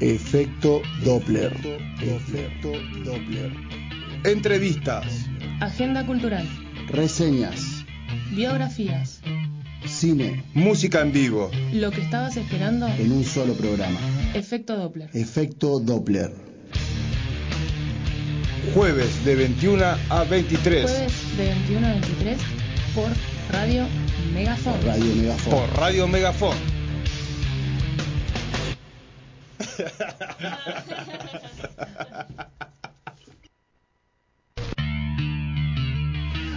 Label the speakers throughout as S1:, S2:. S1: Efecto Doppler. Efecto Doppler.
S2: Entrevistas,
S3: Agenda cultural,
S1: Reseñas.
S3: biografías,
S1: Cine.
S2: música en vivo,
S3: lo que estabas esperando,
S1: En un solo programa.
S3: efecto Doppler.
S1: Efecto Doppler.
S2: jueves de 21 a 23
S3: Jueves de 21 a 23 por Radio Megafon.
S1: Radio Megafon.
S2: por Radio Megafon.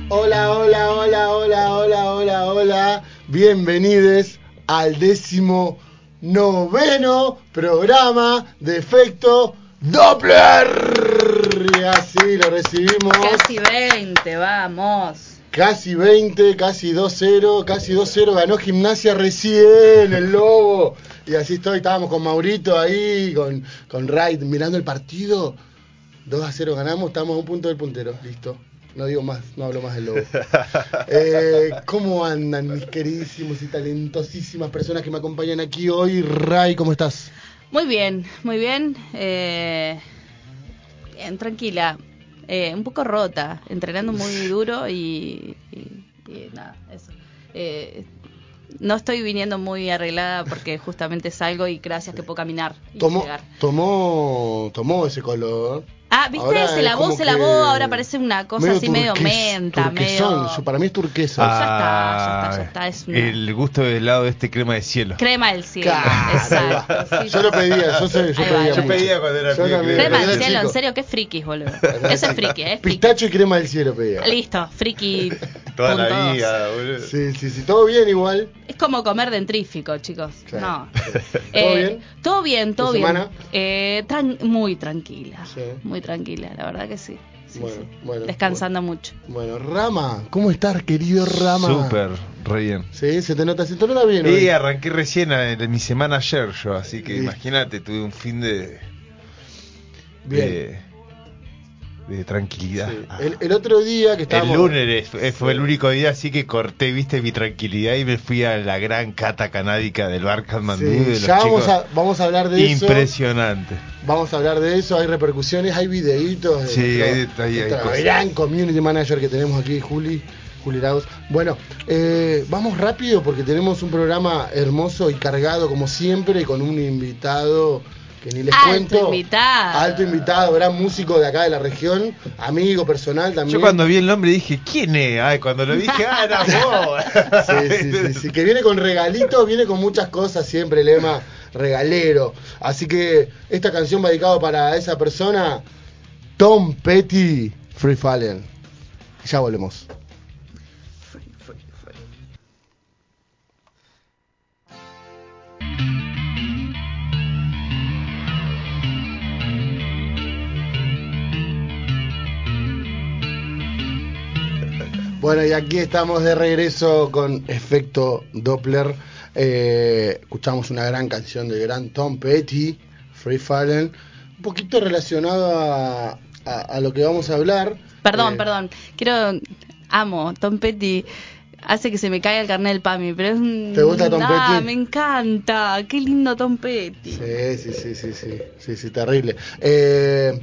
S4: Hola, hola, hola, hola, hola, hola, hola. Bienvenidos al décimo noveno programa de efecto Doppler. Y así lo recibimos.
S5: Casi 20, vamos.
S4: Casi 20, casi 2-0, casi 2-0. Ganó gimnasia recién el lobo. Y así estoy, estábamos con Maurito ahí, con, con Wright, mirando el partido. 2 a 0 ganamos, estamos a un punto del puntero, listo. No digo más, no hablo más del lobo. Eh, ¿Cómo andan mis queridísimos y talentosísimas personas que me acompañan aquí hoy? Ray, ¿cómo estás?
S5: Muy bien, muy bien. eh, bien, tranquila. Eh, un poco rota, entrenando muy duro y, y- y nada, eso. Eh, no estoy viniendo muy arreglada porque justamente salgo y gracias que puedo caminar y
S4: Tomó,
S5: llegar.
S4: tomó, tomó ese color.
S5: Ah, ¿viste?
S4: Ahora
S5: se
S4: es
S5: lavó,
S4: como
S5: se lavó,
S4: que
S5: ahora parece una cosa así medio
S4: turques-
S5: menta,
S4: turquesón.
S5: medio...
S4: Yo- Para mí es turquesa.
S5: Ya está, ya está, ya
S6: Ah,
S5: está, es una-
S6: El gusto del helado de este crema de cielo.
S5: Crema del cielo,
S4: Claro,
S5: exacto. sí,
S4: Yo lo pedía, yo, sé- yo
S5: Ahí va,
S4: pedía.
S5: ahí va.
S4: mucho.
S2: Yo pedía cuando era pibe,
S4: también.
S2: crema
S5: Crema
S2: del
S5: del
S4: Cuando era
S5: cielo, en
S4: chico.
S5: serio, qué frikis, boludo. Eso es friki, eh, es friki.
S4: Pistacho y crema del cielo pedía.
S5: Listo, friki.
S2: Toda la
S5: puntos.
S2: vida, boludo.
S4: Sí, sí, sí, todo bien igual.
S5: Es como comer dentrífico, chicos.
S4: Claro.
S5: No. Eh,
S4: ¿Todo
S5: Todo
S4: bien?
S5: bien, todo
S4: ¿Tu
S5: bien.
S4: semana?
S5: Eh, tran- muy tranquila.
S4: Sí.
S5: Muy tranquila, la verdad que sí. Sí,
S4: Bueno,
S5: sí.
S4: bueno,
S5: Descansando mucho.
S4: Bueno, Rama, ¿cómo estás, querido Rama?
S6: Súper, re bien.
S4: Sí, se te nota, se te nota bien. hoy.
S6: Y arranqué recién a- en mi semana ayer yo, así que
S4: Listo.
S6: imagínate, tuve un fin de.
S4: Bien.
S6: De, de tranquilidad.
S4: Sí. El, el otro día que
S6: El
S4: estábamos.
S6: lunes fue- fue el único día así que corté, viste, mi tranquilidad y me fui a la gran cata canábica del bar Katmandú
S4: Sí,
S6: de los
S4: ya vamos
S6: chicos.
S4: a, vamos a hablar de eso.
S6: Impresionante.
S4: Vamos a hablar de eso. Hay repercusiones, hay videitos. de
S6: Sí,
S4: nuestro-
S6: hay deta- hay- hay
S4: nuestra
S6: cosas.
S4: gran community manager que tenemos aquí, Juli. Juli Laos. Bueno, eh, vamos rápido porque tenemos un programa hermoso y cargado como siempre y con un invitado que ni les
S5: Alto
S4: cuento.
S5: invitado.
S4: Alto invitado, gran músico de acá de la región, amigo personal también.
S6: Yo cuando vi el nombre dije, ¿quién es? Ay, cuando lo dije, ah, era vos.
S4: Sí, sí, sí, sí, que viene con regalitos, viene con muchas cosas siempre, el lema regalero. Así que esta canción va dedicada para esa persona, Tom Petty, Free Fallen. Ya volvemos. Bueno, y aquí estamos de regreso con Efecto Doppler. Eh, escuchamos una gran canción del gran Tom Petty, Free Fallen, un poquito relacionado a, a- a lo que vamos a hablar.
S5: Perdón,
S4: Eh,
S5: perdón. Quiero. Amo, Tom Petty. Hace que se me caiga el carnet del PAMI, pero es un-
S4: ¿Te gusta Tom
S5: Ah,
S4: Petty?
S5: me encanta. Qué lindo Tom Petty.
S4: Sí, sí, sí, sí, sí, sí, sí, terrible. Eh,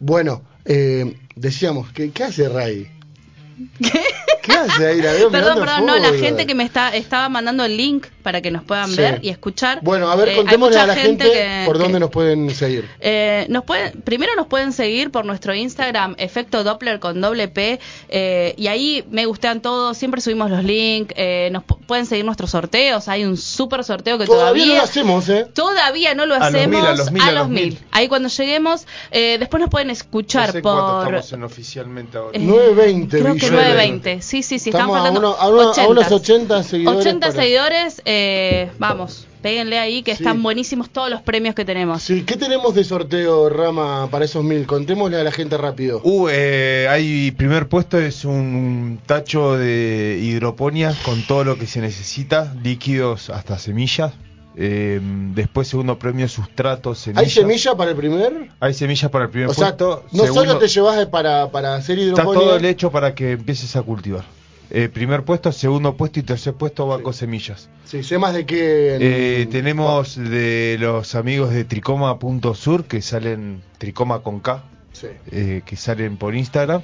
S4: bueno, eh, decíamos, ¿qué, qué hace Ray? ¿Qué? hace ahí? La veo
S5: Perdón,
S4: mirando
S5: perdón, no, la
S4: fútbol.
S5: gente que me está, estaba mandando el link para que nos puedan
S4: Sí.
S5: ver y escuchar.
S4: Bueno, a ver,
S5: Eh, hay
S4: contémosle
S5: mucha
S4: a la gente,
S5: que-
S4: por dónde
S5: que-
S4: nos pueden seguir.
S5: Eh, nos pueden, primero nos pueden seguir por nuestro Instagram, efecto Doppler con doble P, eh, y ahí me gustean todo, siempre subimos los links, eh, nos pu- pueden seguir nuestros sorteos, hay un super sorteo que
S4: Todavía
S5: todavía...
S4: no lo hacemos, ¿eh?
S5: Todavía no lo
S6: A los mil,
S5: hacemos
S6: a los mil, a los mil.
S5: mil. Ahí cuando lleguemos, eh, después nos pueden escuchar
S6: No sé cuánto
S5: por...
S6: estamos en oficialmente ahora.
S5: Eh,
S4: 9.20,
S5: Creo que
S4: Villa.
S5: 9.20. Sí, sí, sí.
S4: Estamos
S5: están
S4: a,
S5: faltando
S4: uno- a uno- a unos
S5: 80.
S4: 80 seguidores.
S5: 80
S4: para-
S5: seguidores, eh, vamos, péguenle ahí que
S4: Sí.
S5: están buenísimos todos los premios que tenemos.
S4: Sí, ¿qué tenemos de sorteo, Rama, para esos mil? Contémosle a la gente rápido.
S6: Uh, eh, hay primer puesto es un tacho de hidroponias con todo lo que se necesita, líquidos hasta semillas. Eh, después segundo premio sustrato semillas.
S4: ¿Hay semilla para el primer?
S6: Hay semillas para el primer
S4: O sea,
S6: puesto.
S4: no
S6: Segundo,
S4: solo te llevas para, para hacer
S6: está todo
S4: hidroponía.
S6: el hecho para que empieces a cultivar. eh, primer puesto, segundo puesto y tercer puesto Banco Semillas.
S4: Sí, sé más de qué. en-
S6: Eh, tenemos de los amigos de Tricoma.sur que salen, Tricoma con K,
S4: Sí.
S6: eh, que salen por Instagram.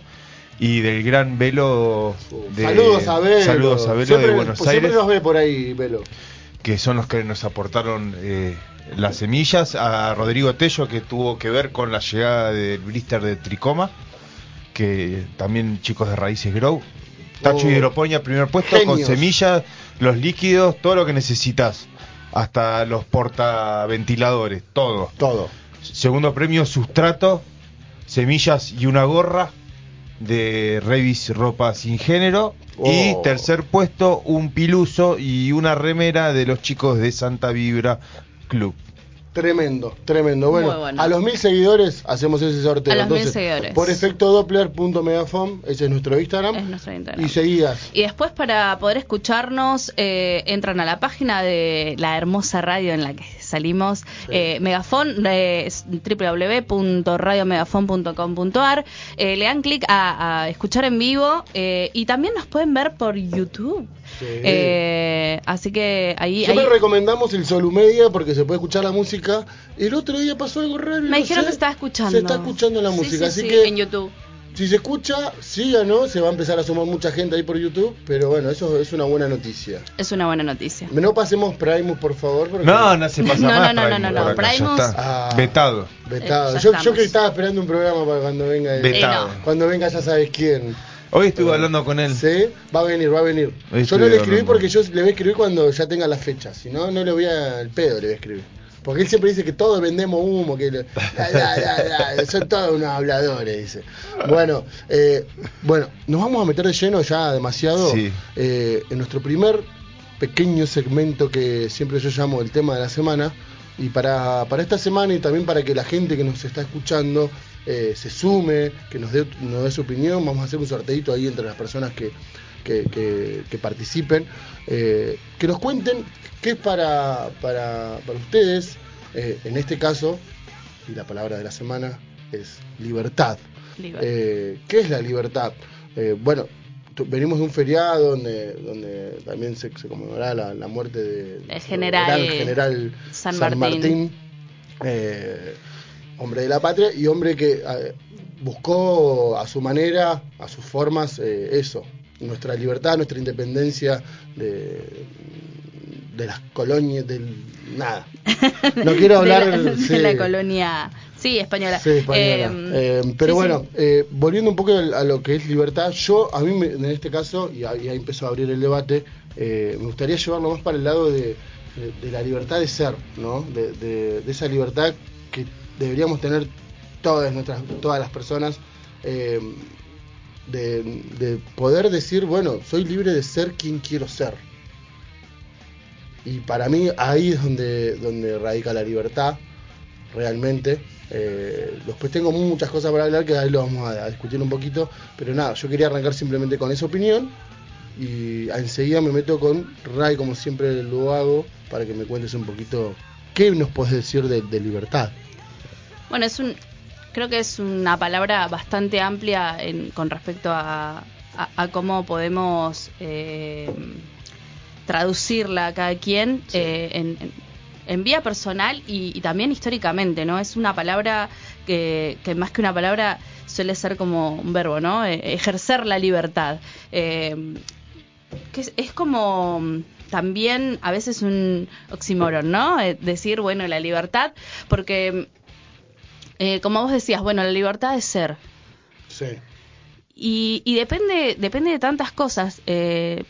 S6: Y del gran Velo. de-
S4: saludos a Velo.
S6: Saludos a Velo
S4: Siempre- pues
S6: de Buenos
S4: siempre
S6: Aires
S4: nos ve por ahí, Velo.
S6: que son los que nos aportaron eh, las semillas, a Rodrigo Tello, que tuvo que ver con la llegada del blister de Tricoma, que también chicos de Raíces Grow. Tacho
S4: Oh.
S6: Hidroponia, primer puesto, con
S4: Genios.
S6: semillas, los líquidos, todo lo que necesitas. Hasta los portaventiladores, todo.
S4: Todo.
S6: Segundo premio, sustrato, semillas y una gorra de Revis Ropa Sin Género. Y
S4: Oh.
S6: tercer puesto, un piluso y una remera de los chicos de Santa Vibra Club.
S4: Tremendo, tremendo. Bueno,
S5: Muy bueno.
S4: a los mil seguidores hacemos ese sorteo.
S5: A los mil
S4: Entonces,
S5: seguidores.
S4: Por efecto Doppler.megafon, ese es nuestro Instagram.
S5: Es nuestro Instagram.
S4: Y seguidas.
S5: Y después para poder escucharnos, eh, entran a la página de la hermosa radio en la que salimos, eh, Megafon, eh, es www.radiomegafon.com.ar. Eh, le dan clic a, a escuchar en vivo eh, y también nos pueden ver por YouTube.
S4: Sí.
S5: Eh, así que ahí...
S4: Siempre
S5: ahí-
S4: recomendamos el Solumedia porque se puede escuchar la música. El otro día pasó algo raro. y
S5: me
S4: no
S5: dijeron
S4: sé.
S5: que estaba escuchando.
S4: Se está escuchando la
S5: Sí,
S4: música,
S5: sí,
S4: así
S5: sí,
S4: que
S5: En YouTube.
S4: si se escucha, síganos. Se va a empezar a sumar mucha gente ahí por YouTube. Pero bueno, eso es una buena noticia.
S5: Es una buena noticia.
S4: No pasemos Primus, por favor. porque-
S6: No, no se pasa
S5: No,
S6: más.
S5: no, no, no, no, no,
S6: por acá, ya
S5: Primus-
S6: está.
S4: Ah.
S6: Vetado.
S4: Vetado.
S5: Eh, ya
S4: yo, yo que
S5: estamos.
S4: estaba esperando un programa para cuando venga. el-
S6: Vetado.
S5: Eh, no.
S4: Cuando venga ya sabes quién.
S6: Hoy estuve hablando con él.
S4: Sí, va a venir, va a venir.
S6: Ahí
S4: Yo
S6: estoy
S4: no le escribí
S6: hablando.
S4: porque yo le voy a escribir cuando ya tenga las fechas. Si no, no le voy a. El pedo le voy a escribir. Porque él siempre dice que todos vendemos humo, que. lo- la, la, la, la, son todos unos habladores, dice. Bueno, eh, bueno, nos vamos a meter de lleno ya demasiado.
S6: Sí.
S4: eh, en nuestro primer pequeño segmento que siempre yo llamo el tema de la semana. Y para, para esta semana y también para que la gente que nos está escuchando eh, se sume, que nos dé, nos dé su opinión, vamos a hacer un sorteito ahí entre las personas que, que, que- que participen, eh, que nos cuenten qué es para, para, para ustedes, eh, en este caso, y la palabra de la semana es libertad.
S5: Libertad.
S4: Eh, ¿Qué es la libertad? Eh, bueno, tu- venimos de un feriado donde, donde también se, se conmemorará la, la muerte de- del
S5: general,
S4: gran
S5: eh,
S4: general
S5: San
S4: San,
S5: Martín.
S4: Martín, eh, hombre de la patria y hombre que eh, buscó a su manera, a sus formas, eh, eso, nuestra libertad, nuestra independencia de, de las colonias, del nada. No quiero hablar
S5: de la, de
S4: sí.
S5: la colonia. Sí, española.
S4: Sí, española.
S5: Eh,
S4: Eh, pero
S5: sí,
S4: bueno,
S5: sí.
S4: eh, volviendo un poco al- a lo que es libertad, yo, a mí me- en este caso, y ahí, ahí empezó a abrir el debate, eh, me gustaría llevarlo más para el lado de, de- de la libertad de ser, ¿no? De, de- de esa libertad que deberíamos tener todas, nuestras, todas las personas. eh, de, de poder decir, bueno, soy libre de ser quien quiero ser. Y para mí ahí es donde, donde radica la libertad, realmente. Eh, después tengo muchas cosas para hablar que ahí lo vamos a, a discutir un poquito. Pero nada, yo quería arrancar simplemente con esa opinión. Y enseguida me meto con Ray, como siempre lo hago, para que me cuentes un poquito qué nos puedes decir de, de libertad.
S5: Bueno, es un, creo que es una palabra bastante amplia en- con respecto a, a- a cómo podemos eh, traducirla a cada quien eh, en, en- en vía personal y, y también históricamente, ¿no? Es una palabra que, que más que una palabra suele ser como un verbo, ¿no? Eh, ejercer la libertad. Eh, que es, es como mm, también a veces un oxímoron, ¿no? Eh, decir, bueno, la libertad, porque eh, como vos decías, bueno, la libertad es ser.
S4: Sí.
S5: Y, y depende, depende de tantas cosas. Eh,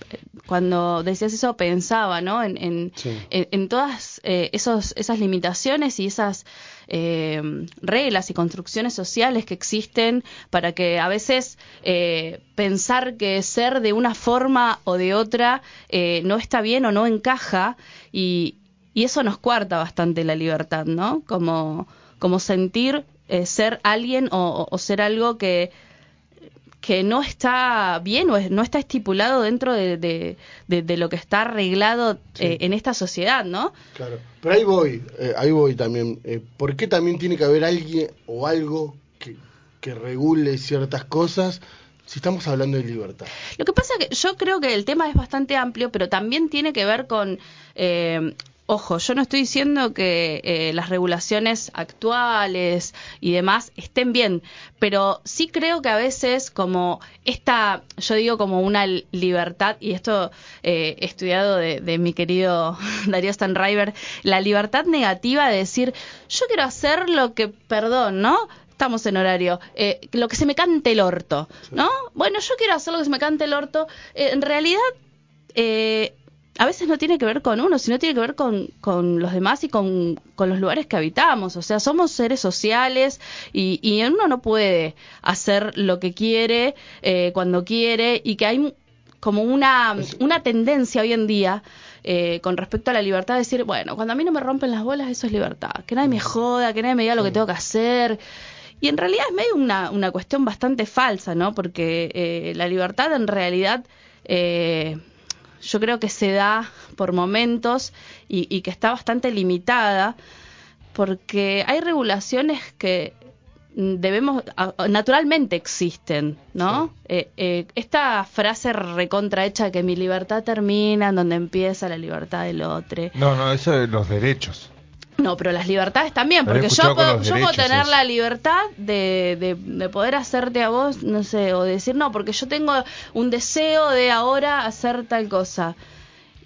S5: cuando decías eso, pensaba, ¿no? En, en,
S4: Sí.
S5: en- en todas eh, esos, esas limitaciones y esas eh, reglas y construcciones sociales que existen para que a veces eh, pensar que ser de una forma o de otra eh, no está bien o no encaja y, y eso nos cuarta bastante la libertad, ¿no? Como, como sentir eh, ser alguien o- o- o ser algo que que no está bien o es- no está estipulado dentro de, de- de- de lo que está arreglado eh, en esta sociedad, ¿no?
S4: Claro, pero ahí voy, eh, ahí voy también. Eh, ¿Por qué también tiene que haber alguien o algo que, que regule ciertas cosas Si estamos hablando de libertad.
S5: Lo que pasa que yo creo que el tema es bastante amplio, pero también tiene que ver con... eh, Ojo, yo no estoy diciendo que eh, las regulaciones actuales y demás estén bien, pero sí creo que a veces como esta, yo digo como una li- libertad, y esto eh, he estudiado de, de mi querido Darío Stanriver, la libertad negativa de decir, yo quiero hacer lo que, perdón, ¿no? estamos en horario, eh, lo que se me cante el orto, ¿no? Bueno, yo quiero hacer lo que se me cante el orto. Eh, en realidad, eh, a veces no tiene que ver con uno, sino tiene que ver con, con los demás y con, con los lugares que habitamos. O sea, somos seres sociales y, y uno no puede hacer lo que quiere, eh, cuando quiere, y que hay como una, una tendencia hoy en día eh, con respecto a la libertad de decir, bueno, cuando a mí no me rompen las bolas, eso es libertad. Que nadie me joda, que nadie me diga lo que tengo que hacer. Y en realidad es medio una, una cuestión bastante falsa, ¿no? Porque eh, la libertad en realidad eh, yo creo que se da por momentos y, y que está bastante limitada porque hay regulaciones que mm, debemos a- a- naturalmente existen, ¿no? Eh, eh, esta frase recontrahecha que mi libertad termina en donde empieza la libertad del otro.
S6: No, no, eso de los derechos.
S5: No, pero las libertades también,
S6: Pero he
S5: porque yo
S6: escuchado con
S5: puedo,
S6: los
S5: yo puedo
S6: derechos
S5: tener
S6: eso.
S5: la libertad de, de- de poder hacerte a vos, no sé, o decir no, porque yo tengo un deseo de ahora hacer tal cosa.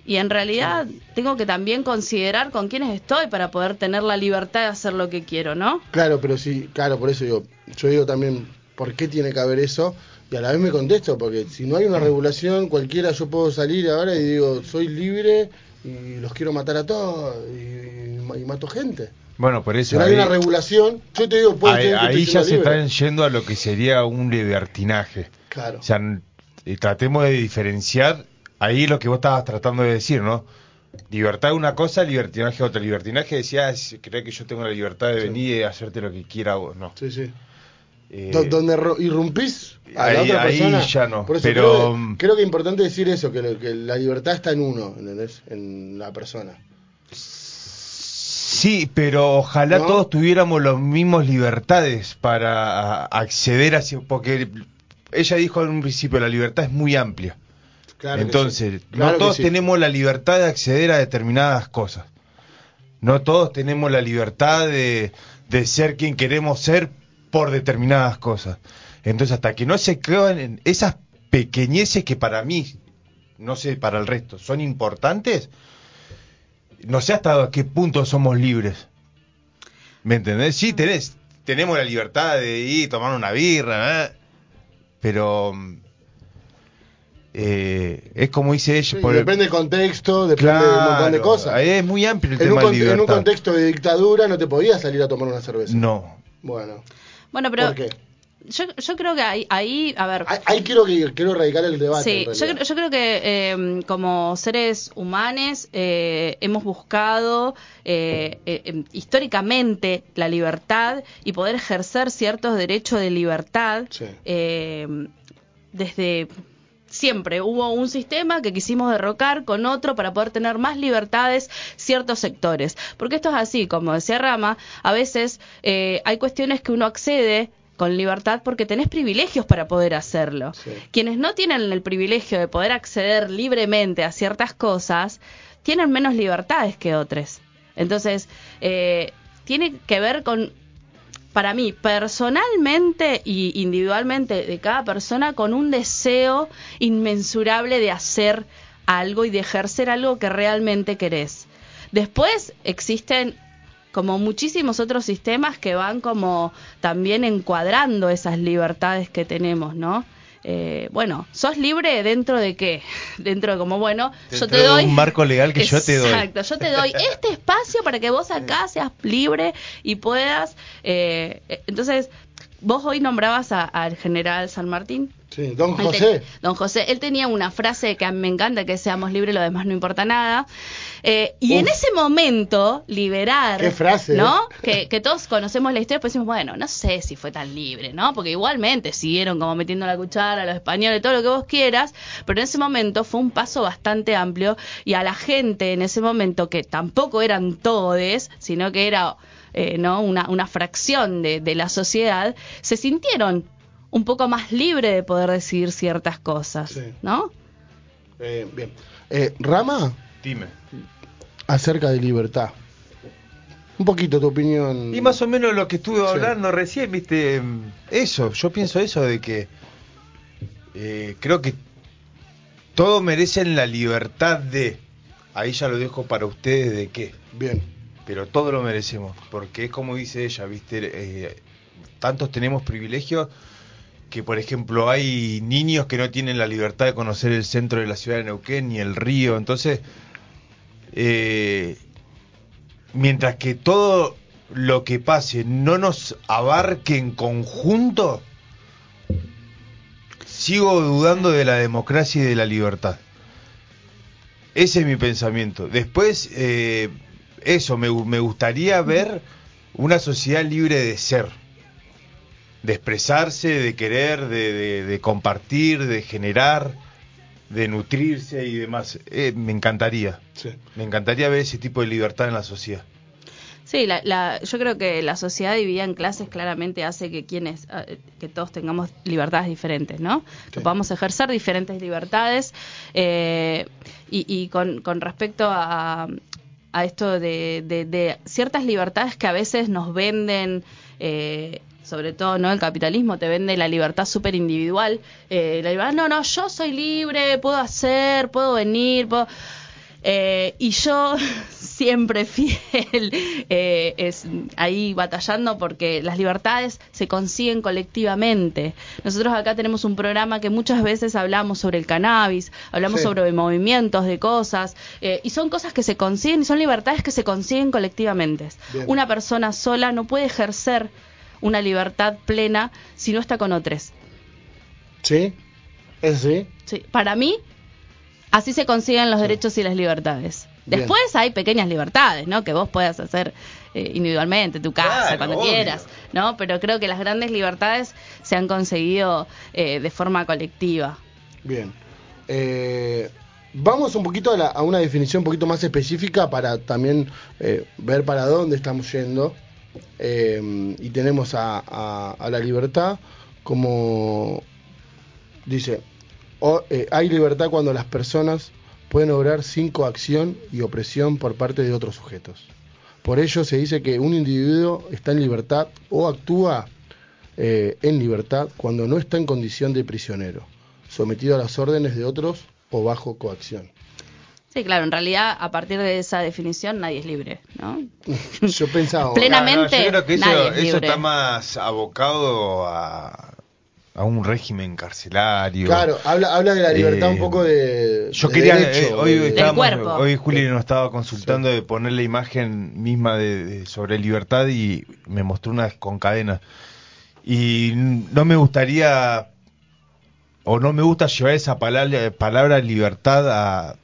S5: Y en realidad tengo que también considerar con quiénes estoy para poder tener la libertad de hacer lo que quiero, ¿no?
S4: Claro, pero sí, claro, por eso digo, yo digo también, ¿por qué tiene que haber eso? Y a la vez me contesto, porque si no hay
S6: Mm.
S4: una regulación, cualquiera yo puedo salir ahora y digo, soy libre y los quiero matar a todos y, y mato gente.
S6: Bueno, por
S4: Si
S6: eso.
S4: no hay
S6: ahí-
S4: una regulación, yo te digo, puedo
S6: ahí,
S4: creer que
S6: ahí
S4: estoy
S6: ya
S4: siendo
S6: se
S4: libre.
S6: están yendo a lo que sería un libertinaje.
S4: Claro.
S6: O sea, eh, tratemos de diferenciar ahí lo que vos estabas tratando de decir, ¿no? Libertad es una cosa, libertinaje es otra. Libertinaje decía, creo que yo tengo la libertad de venir y hacerte lo que quiera vos, no.
S4: Sí, sí.
S6: Eh,
S4: Do- donde ro- irrumpís a la
S6: ahí-
S4: otra
S6: ahí
S4: persona.
S6: ya no,
S4: Por eso
S6: pero-
S4: creo, que- creo que es importante decir eso, que, lo- que la libertad está en uno, ¿entendés? En la persona.
S6: Sí, pero ojalá
S4: ¿No?
S6: todos tuviéramos las mismas libertades para acceder a... cier- Porque ella dijo en un principio, la libertad es muy amplia.
S4: Claro que
S6: Entonces,
S4: sí. Claro
S6: no
S4: que
S6: todos
S4: sí.
S6: tenemos la libertad de acceder a determinadas cosas. No todos tenemos la libertad de, de ser quien queremos ser por determinadas cosas. Entonces, hasta que no se crean en esas pequeñeces que para mí, no sé, para el resto, son importantes, no sé hasta qué punto somos libres. ¿Me entendés?
S4: Mm.
S6: Sí, tenés, tenemos la libertad de ir a tomar una birra, ¿eh? pero mm, eh, es como dice ella.
S4: Sí,
S6: por el-
S4: depende del contexto, depende de un montón de
S6: Claro,
S4: cosas.
S6: ahí es muy amplio el
S4: en, un
S6: tema
S4: con-
S6: de
S4: en
S6: libertad.
S4: un contexto de dictadura no te podías salir a tomar una cerveza.
S6: No.
S4: Bueno,
S5: Bueno, pero
S4: ¿por qué? Ah,
S5: yo, yo creo que ahí, ahí a ver,
S4: Ahí, ahí quiero, que- quiero erradicar el debate. en
S5: Sí, yo,
S4: realidad.
S5: creo- yo creo que eh, como seres humanos eh, hemos buscado eh, eh, em, históricamente la libertad y poder ejercer ciertos derechos de libertad
S4: Sí.
S5: eh, desde siempre. Hubo un sistema que quisimos derrocar con otro para poder tener más libertades ciertos sectores. Porque esto es así, como decía Rama, a veces eh, hay cuestiones que uno accede con libertad porque tenés privilegios para poder hacerlo.
S4: Sí.
S5: Quienes no tienen el privilegio de poder acceder libremente a ciertas cosas, tienen menos libertades que otros. Entonces, eh, tiene que ver con para mí, personalmente y individualmente de cada persona, con un deseo inmensurable de hacer algo y de ejercer algo que realmente querés. Después existen como muchísimos otros sistemas que van como también encuadrando esas libertades que tenemos, ¿no? Eh, bueno, sos libre dentro de qué? Dentro de como, bueno, yo
S6: Dentro
S5: te
S6: de
S5: doy...
S6: un marco legal que yo te doy.
S5: Exacto, yo te doy este espacio para que vos acá seas libre y puedas... eh, eh, entonces, vos hoy nombrabas a- al general San Martín.
S4: Sí, don
S5: Él te-
S4: José.
S5: don José, él tenía una frase que a mí me encanta, que es, seamos libres, lo demás no importa nada. Eh, y en
S4: Uf.
S5: ese momento, liberar...
S4: Qué frase, ¿eh?
S5: ¿No? Que, que todos conocemos la historia, pues decimos, bueno, no sé si fue tan libre, ¿no? Porque igualmente siguieron como metiendo la cuchara a los españoles, todo lo que vos quieras, pero en ese momento fue un paso bastante amplio y a la gente en ese momento, que tampoco eran todes, sino que era... eh, ¿no? una, una fracción de, de la sociedad, se sintieron un poco más libre de poder decidir ciertas cosas,
S4: Sí.
S5: ¿no?
S4: Eh, bien. Eh, Rama,
S6: Dime.
S4: acerca de libertad. Un poquito tu opinión.
S6: Y más o menos lo que estuve
S4: Sí.
S6: hablando recién, viste, mm, eso, yo pienso eso de que eh, creo que todos merecen la libertad de, ahí ya lo dejo para ustedes de qué,
S4: Bien.
S6: pero todos lo merecemos, porque es como dice ella, viste, eh, tantos tenemos privilegios que por ejemplo hay niños que no tienen la libertad de conocer el centro de la ciudad de Neuquén ni el río, entonces eh, mientras que todo lo que pase no nos abarque en conjunto, sigo dudando de la democracia y de la libertad. Ese es mi pensamiento. Después, eh, eso, me, gu- me gustaría ver una sociedad libre de ser, de expresarse, de querer, de, de- de compartir, de generar, de nutrirse y demás. Eh, me encantaría.
S4: Sí.
S6: Me encantaría ver ese tipo de libertad en la sociedad.
S5: Sí, la, la- yo creo que la sociedad dividida en clases claramente hace que quienes, eh, que todos tengamos libertades diferentes, ¿no? Que podamos ejercer diferentes libertades eh, y, y con, con respecto a, a esto de, de- de ciertas libertades que a veces nos venden. eh, sobre todo no el capitalismo te vende la libertad súper individual eh, la libertad no no yo soy libre puedo hacer puedo venir puedo eh, y yo siempre fiel eh, es ahí batallando porque las libertades se consiguen colectivamente. Nosotros acá tenemos un programa que muchas veces hablamos sobre el cannabis, hablamos
S4: Sí.
S5: sobre movimientos de cosas eh, y son cosas que se consiguen y son libertades que se consiguen colectivamente.
S4: Bien.
S5: Una persona sola no puede ejercer una libertad plena si no está con otros.
S4: ¿Sí? ¿Es sí?
S5: Sí, Para mí, así se consiguen los derechos y las libertades.
S4: Bien.
S5: Después hay pequeñas libertades, ¿no? Que vos puedas hacer eh, individualmente, en tu casa,
S6: Claro,
S5: cuando
S6: obvio.
S5: quieras, ¿no? Pero creo que las grandes libertades se han conseguido eh, de forma colectiva.
S4: Bien. Eh, vamos un poquito a, la- a una definición un poquito más específica para también eh, ver para dónde estamos yendo. Eh, y tenemos a, a- a la libertad como dice, o- eh, hay libertad cuando las personas pueden obrar sin coacción y opresión por parte de otros sujetos. Por ello se dice que un individuo está en libertad o actúa eh, en libertad cuando no está en condición de prisionero, sometido a las órdenes de otros o bajo coacción.
S5: Sí, claro, en realidad a partir de esa definición nadie es libre, ¿no?
S4: Yo pensaba,
S5: Plena-
S6: No, no,
S5: Plenamente,
S6: yo creo que
S5: nadie
S6: eso,
S5: es
S6: eso
S5: libre.
S6: está más abocado a, a un régimen carcelario.
S4: claro, habla, habla de la libertad
S6: Eh,
S4: un poco de...
S6: Yo
S4: de
S6: quería.
S4: derecho,
S6: eh, hoy,
S4: de-
S5: estaba-
S6: estábamos-
S5: cuerpo.
S6: hoy Juli nos estaba consultando de poner la imagen misma de, de- sobre libertad y me mostró una con cadena. Y n- no me gustaría. O no me gusta llevar esa palabra, palabra libertad a,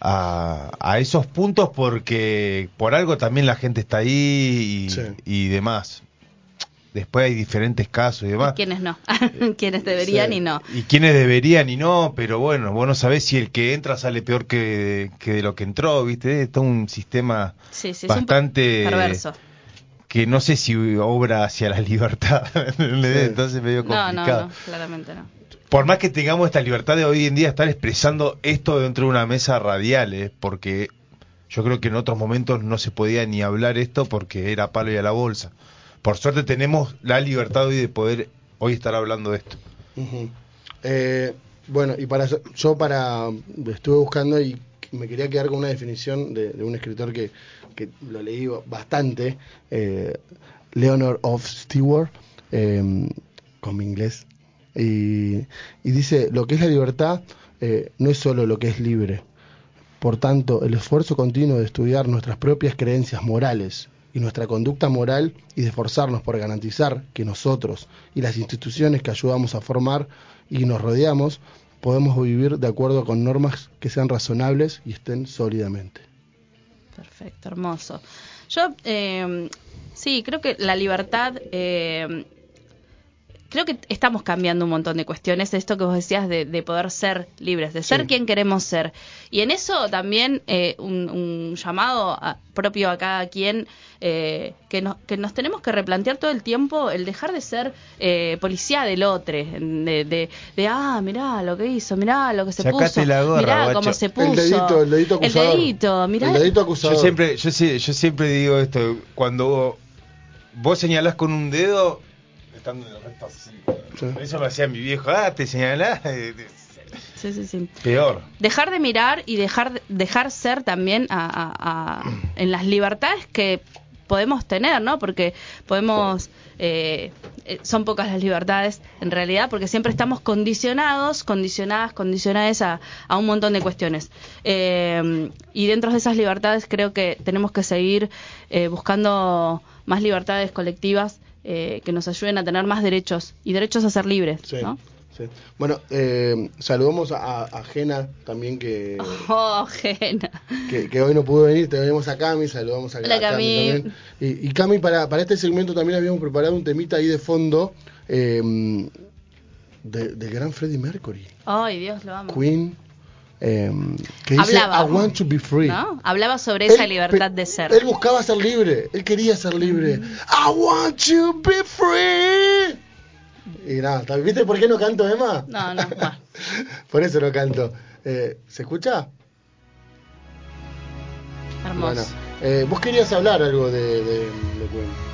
S6: a, a esos puntos porque por algo también la gente está ahí y,
S4: Sí.
S6: y demás. Después hay diferentes casos y demás.
S5: Y quienes no,
S6: Eh,
S5: quienes deberían
S4: Sí.
S5: y no.
S6: Y quienes deberían y no, pero bueno, vos no sabés si el que entra sale peor que, que de lo que entró, ¿viste? Está un sistema
S5: Sí, sí, es un
S6: bastante
S5: perverso.
S6: que no sé si obra hacia la libertad. ¿entendés?
S4: Sí.
S6: Entonces medio
S5: No,
S6: complicado.
S5: no, no, claramente no.
S6: Por más que tengamos esta libertad de hoy en día estar expresando esto dentro de una mesa radial, ¿eh? porque yo creo que en otros momentos no se podía ni hablar esto porque era palo y a la bolsa. Por suerte tenemos la libertad hoy de poder hoy estar hablando de esto.
S4: Ujú. Eh, bueno, y para yo para estuve buscando y me quería quedar con una definición de, de un escritor que, que lo leí bastante, eh, Leonor of Stewart, eh, con mi inglés, y, y dice, lo que es la libertad eh, no es solo lo que es libre, por tanto, el esfuerzo continuo de estudiar nuestras propias creencias morales y nuestra conducta moral y de esforzarnos por garantizar que nosotros y las instituciones que ayudamos a formar y nos rodeamos podemos vivir de acuerdo con normas que sean razonables y estén sólidamente.
S5: Perfecto, hermoso. em, Yo, eh, sí, creo que la libertad eh, em, creo que estamos cambiando un montón de cuestiones, esto que vos decías de, de poder ser libres, de ser
S4: Sí.
S5: quien queremos ser. Y en eso también eh, un, un llamado a- propio a cada quien, eh, que, nos, que nos tenemos que replantear todo el tiempo el dejar de ser eh, policía del otro, en- de, de, de, ah, mirá lo que hizo, mirá lo que se
S6: Sacate
S5: puso,
S6: la gorra,
S5: mirá
S6: guacho.
S5: cómo se
S6: El
S5: puso.
S4: dedito, el dedito acusador.
S5: El dedito, mirá.
S4: El dedito acusador.
S6: Yo siempre, yo, sí- yo siempre digo esto, cuando vos señalás con un dedo, estando en el resto así. Eso lo hacía mi viejo, ah, te señalás, eh,
S5: Sí, sí, sí.
S6: peor.
S5: dejar de mirar y dejar dejar ser también a, a- a- en las libertades que podemos tener, ¿no? Porque podemos eh, eh, son pocas las libertades en realidad, porque siempre estamos condicionados, condicionadas, condicionadas a, a un montón de cuestiones. Eh, y dentro de esas libertades creo que tenemos que seguir eh, buscando más libertades colectivas eh, que nos ayuden a tener más derechos y derechos a ser libres,
S4: Sí,
S5: ¿no?
S4: sí. Bueno, eh, saludamos a, a Jena también que,
S5: Oh, Jena.
S4: que, que hoy no pudo venir. Tenemos a Cami, saludamos a,
S5: Hola,
S4: a
S5: Cami.
S4: también. Y, y Cami, para, para este segmento también habíamos preparado un temita ahí de fondo eh, de- del gran Freddie Mercury.
S5: Ay, Dios, lo amo.
S4: Queen, eh, que dice
S5: Hablaba.
S4: I want to be free.
S5: ¿no? Hablaba sobre
S4: Él
S5: esa libertad
S4: pe-
S5: de ser. Mm.
S4: Él buscaba ser libre, él quería ser libre. I want to be free. Y nada, ¿viste por qué no canto, Emma?
S5: No, no, bueno.
S4: Por eso no canto. Eh, ¿Se escucha?
S5: hermoso.
S4: eh, vos querías hablar algo de, de, de Queen.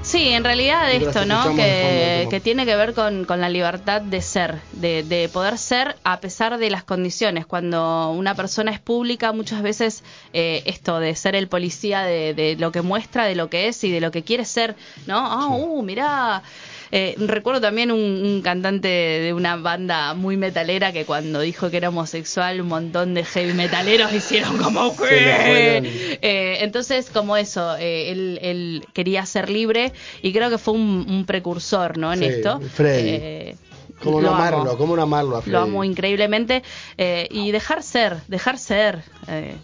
S5: Sí, en realidad de
S4: Mientras
S5: esto, ¿no?
S4: escuchamos de fondo el
S5: Que,
S4: tema.
S5: que tiene que ver con, con la libertad de ser, de, de poder ser a pesar de las condiciones. Cuando una persona es pública, muchas veces eh, esto de ser el policía de, de lo que muestra, de lo que es y de lo que quiere ser, ¿no? Ah, uh, mirá. Eh, recuerdo también un, un cantante de una banda muy metalera que cuando dijo que era homosexual, un montón de heavy metaleros hicieron como...
S4: Se le fueron.
S5: Eh, entonces, como eso, eh, él, él quería ser libre y creo que fue un, un precursor, ¿no? En
S4: Sí,
S5: esto. Eh,
S4: Freddy. ¿Cómo no
S5: lo amo.
S4: amarlo? ¿Cómo no amarlo a
S5: Lo
S4: Freddie?
S5: amo increíblemente. eh, y dejar ser, dejar ser. eh,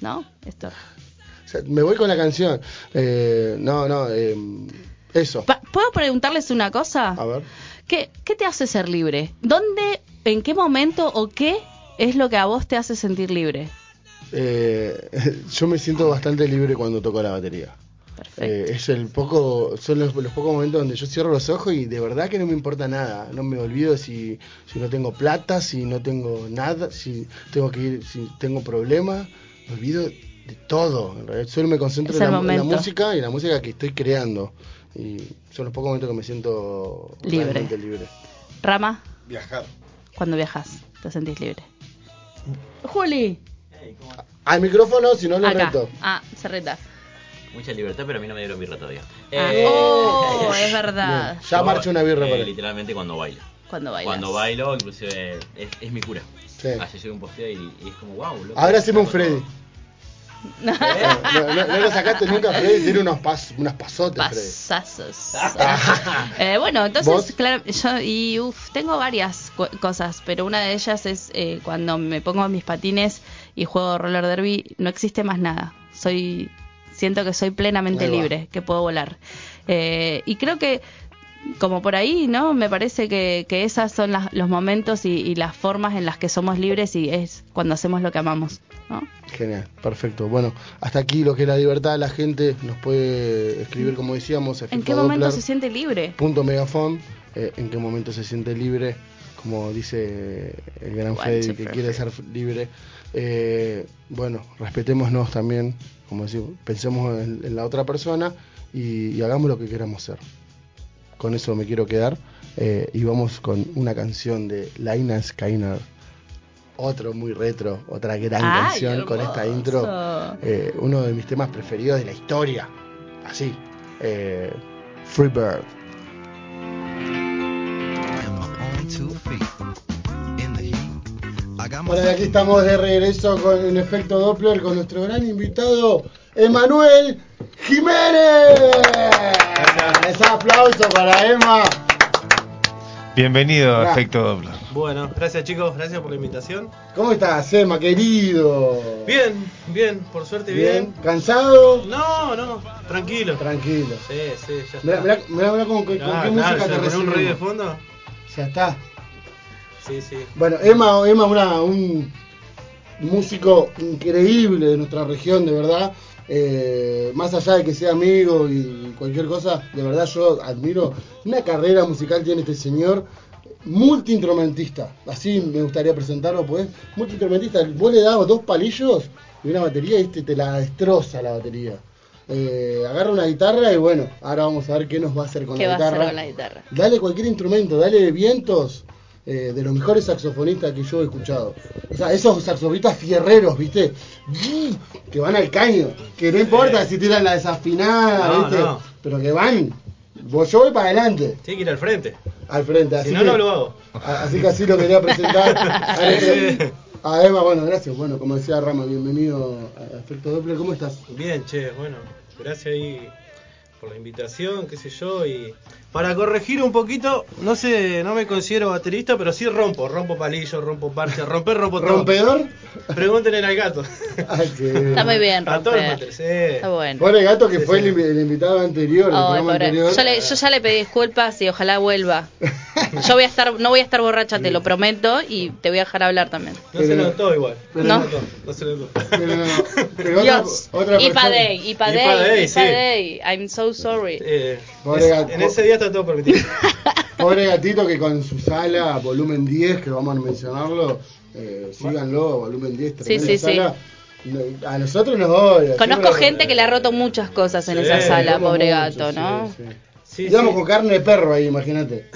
S5: ¿No? Esto.
S4: O sea, me voy con la canción. Eh, no, no, eh, eso.
S5: Pa- ¿Puedo preguntarles una cosa?
S4: A ver.
S5: ¿Qué, qué te hace ser libre? ¿Dónde, en qué momento o qué es lo que a vos te hace sentir libre?
S4: Eh, yo me siento bastante libre cuando toco la batería.
S5: Perfecto.
S4: Eh, es el poco, son los, los pocos momentos donde yo cierro los ojos y de verdad que no me importa nada. No me olvido si, si no tengo plata, si no tengo nada, si tengo que ir, si tengo problemas. Me olvido de todo. En realidad solo me concentro
S5: Es
S4: en
S5: el
S4: la, en la
S5: momento.
S4: música y en la música que estoy creando. Y son los pocos momentos que me siento
S5: Libre.
S4: realmente libre.
S5: Rama,
S6: Viajar.
S5: cuando viajas, te sentís libre. Juli.
S4: Al micrófono, si no lo reto.
S5: Ah, se reta.
S7: Mucha libertad, pero a mí no me dieron birra todavía.
S5: Ah,
S7: Eh,
S5: Oh, es verdad.
S4: Bien, ya
S7: yo,
S4: marcha una birra
S7: eh,
S4: para él.
S7: Literalmente cuando bailo.
S5: Cuando bailas.
S7: Cuando bailo, inclusive es, es mi cura.
S4: Sí.
S7: Ayer llegué a un posteo y, y es como, wow, loco.
S4: Ahora hacemos un
S7: Todo.
S4: Freddy. Eh, No, no- no lo sacaste nunca, Freddy. Tiene unos pas, unas pasotes, Freddy.
S5: Pasazos. Eh, bueno,
S4: ¿Vos?
S5: entonces, claro, yo y, uf, tengo varias cu- cosas, pero una de ellas es eh, cuando me pongo mis patines y juego roller derby, no existe más nada. Soy, siento que soy plenamente
S4: Ahí va.
S5: libre, que puedo volar. Eh, y creo que como por ahí, ¿no? Me parece que, que esas son las- los momentos y, y las formas en las que somos libres y es cuando hacemos lo que amamos, ¿no?
S4: Genial, perfecto. Bueno, hasta aquí lo que es la libertad, la gente nos puede escribir, como decíamos,
S5: ¿En qué momento se siente libre?
S4: punto megafon, eh, en qué momento se siente libre, como dice el gran
S5: Guancho
S4: Freddy, que
S5: Freddy.
S4: quiere ser libre. Eh, bueno, respetémonos también, como decimos, pensemos en, en la otra persona y, y hagamos lo que queramos ser. Con eso me quiero quedar eh, y vamos con una canción de Laina Skyner. Otro muy retro, otra gran
S5: Ay,
S4: canción con esta
S5: hermoso.
S4: intro. Eh, uno de mis temas preferidos de la historia. Así. eh, Free Bird. Bueno, y aquí estamos de regreso con el efecto Doppler con nuestro gran invitado, Emanuel Jiménez. Ese aplauso para Emma.
S6: Bienvenido a
S4: Gracias.
S6: Efecto Doppler.
S8: Bueno, gracias chicos, gracias por la invitación.
S4: ¿Cómo estás, Sema, querido?
S8: Bien, bien, por suerte bien.
S4: ¿Cansado?
S8: No, no, tranquilo.
S4: Tranquilo.
S8: Sí, sí, ya
S4: Mirá,
S8: está.
S4: mirá, mirá, mirá con, con-
S8: Ah,
S4: con qué música
S8: claro, si
S4: te
S8: le ponés un ruido de
S4: recibimos.
S8: fondo?
S4: Ya está.
S8: Sí, sí.
S4: Bueno, Emma, Emma una, un músico increíble de nuestra región, de verdad. Eh, más allá de que sea amigo y cualquier cosa, de verdad yo admiro una carrera musical tiene este señor, multiinstrumentista. Así me gustaría presentarlo, pues. Multiinstrumentista, vos le dabas dos palillos y una batería y este te la destroza la batería. Eh, agarra una guitarra y bueno, ahora vamos a ver qué nos va a hacer con
S5: ¿Qué
S4: la
S5: va a
S4: guitarra.
S5: hacer con la guitarra?
S4: Dale cualquier instrumento, dale vientos eh, de los mejores saxofonistas que yo he escuchado. O sea, esos saxofonistas fierreros, ¿viste? Que van al caño. Que no importa si tiran la desafinada,
S8: No,
S4: ¿viste?
S8: no.
S4: Pero que van. Vos yo voy para adelante,
S8: Tiene que ir al frente.
S4: al frente. Así
S8: Si no,
S4: que,
S8: no lo hago.
S4: a- Así que así lo quería presentar. A Emma, bueno, gracias. Bueno, como decía Rama, bienvenido a Efecto Doppler. ¿Cómo estás?
S8: Bien, che, bueno, gracias ahí por la invitación, qué sé yo, y para corregir un poquito, no sé, no me considero baterista, pero sí rompo, rompo palillos, rompo parches, romper, rompo todo.
S4: ¿Rompedor?
S8: Pregúntenle al gato.
S4: Ay, qué-
S5: Está muy bien,
S8: A todos los
S5: romper.
S8: bateristas, eh.
S5: Está bueno.
S4: Pobre gato que fue el, invi- el invitado anterior, el
S5: Ay,
S4: programa
S5: pobre.
S4: anterior.
S5: yo, le- yo ya le pedí disculpas y ojalá vuelva. Yo voy a estar, no voy a estar borracha, te lo prometo, y te voy a dejar hablar también.
S8: No se
S4: Pero-
S8: notó igual.
S4: pero-
S8: no. se notó, no se notó.
S4: Pero, pero otra-
S5: Dios.
S4: otra
S5: Ipa
S4: persona-
S5: Day, Ipa
S8: Ipa
S5: Day,
S8: Day,
S5: Ipa
S8: sí.
S5: Day. I'm so sorry.
S8: Eh,
S4: Pobre
S8: es-
S4: gato.
S8: en ese día está todo permitido.
S4: Pobre gatito que con su sala, volumen 10, que vamos a mencionarlo, eh, síganlo, volumen 10, tremenda
S5: sí, sí.
S4: sala. No- A nosotros nos odia.
S5: Conozco
S4: siempre-
S5: gente que le ha roto muchas cosas en
S8: Sí,
S5: esa sala,
S4: Somos
S5: pobre
S4: muchos,
S5: gato,
S4: sí,
S5: ¿no?
S4: sí.
S8: Sí, sí.
S4: Íbamos con carne de perro ahí, imagínate.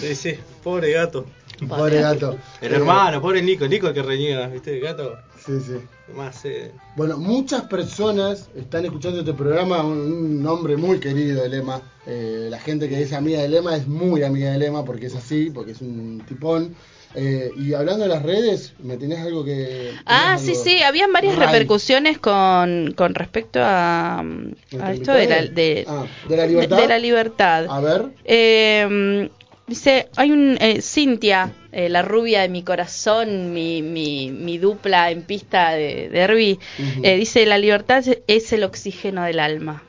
S8: sí, sí, pobre gato.
S4: Pobre gato.
S8: El
S4: Eh,
S8: hermano, pobre Nico, Nico el que reniega, ¿viste? El gato,
S4: Sí, sí.
S8: más, eh.
S4: Bueno, muchas personas están escuchando este programa, un, un hombre muy querido de Lema. Eh, la gente que es amiga de Lema es muy amiga de Lema porque es así, porque es un tipón. Eh, y hablando de las redes, ¿me tenés algo que...? tenés
S5: Ah, sí,
S4: algo?
S5: sí, habían varias
S4: Ray.
S5: repercusiones con, con respecto a,
S4: ¿Nuestro
S5: a esto de la,
S4: invitado?
S5: de,
S4: Ah, ¿de la libertad? Ah,
S5: de- de la libertad.
S4: A ver,
S5: Eh, dice, hay un eh, Cintia, eh, la rubia de mi corazón, mi, mi, mi dupla en pista de derby, Eh,
S4: Ujú.
S5: dice, la libertad es- es el oxígeno del alma.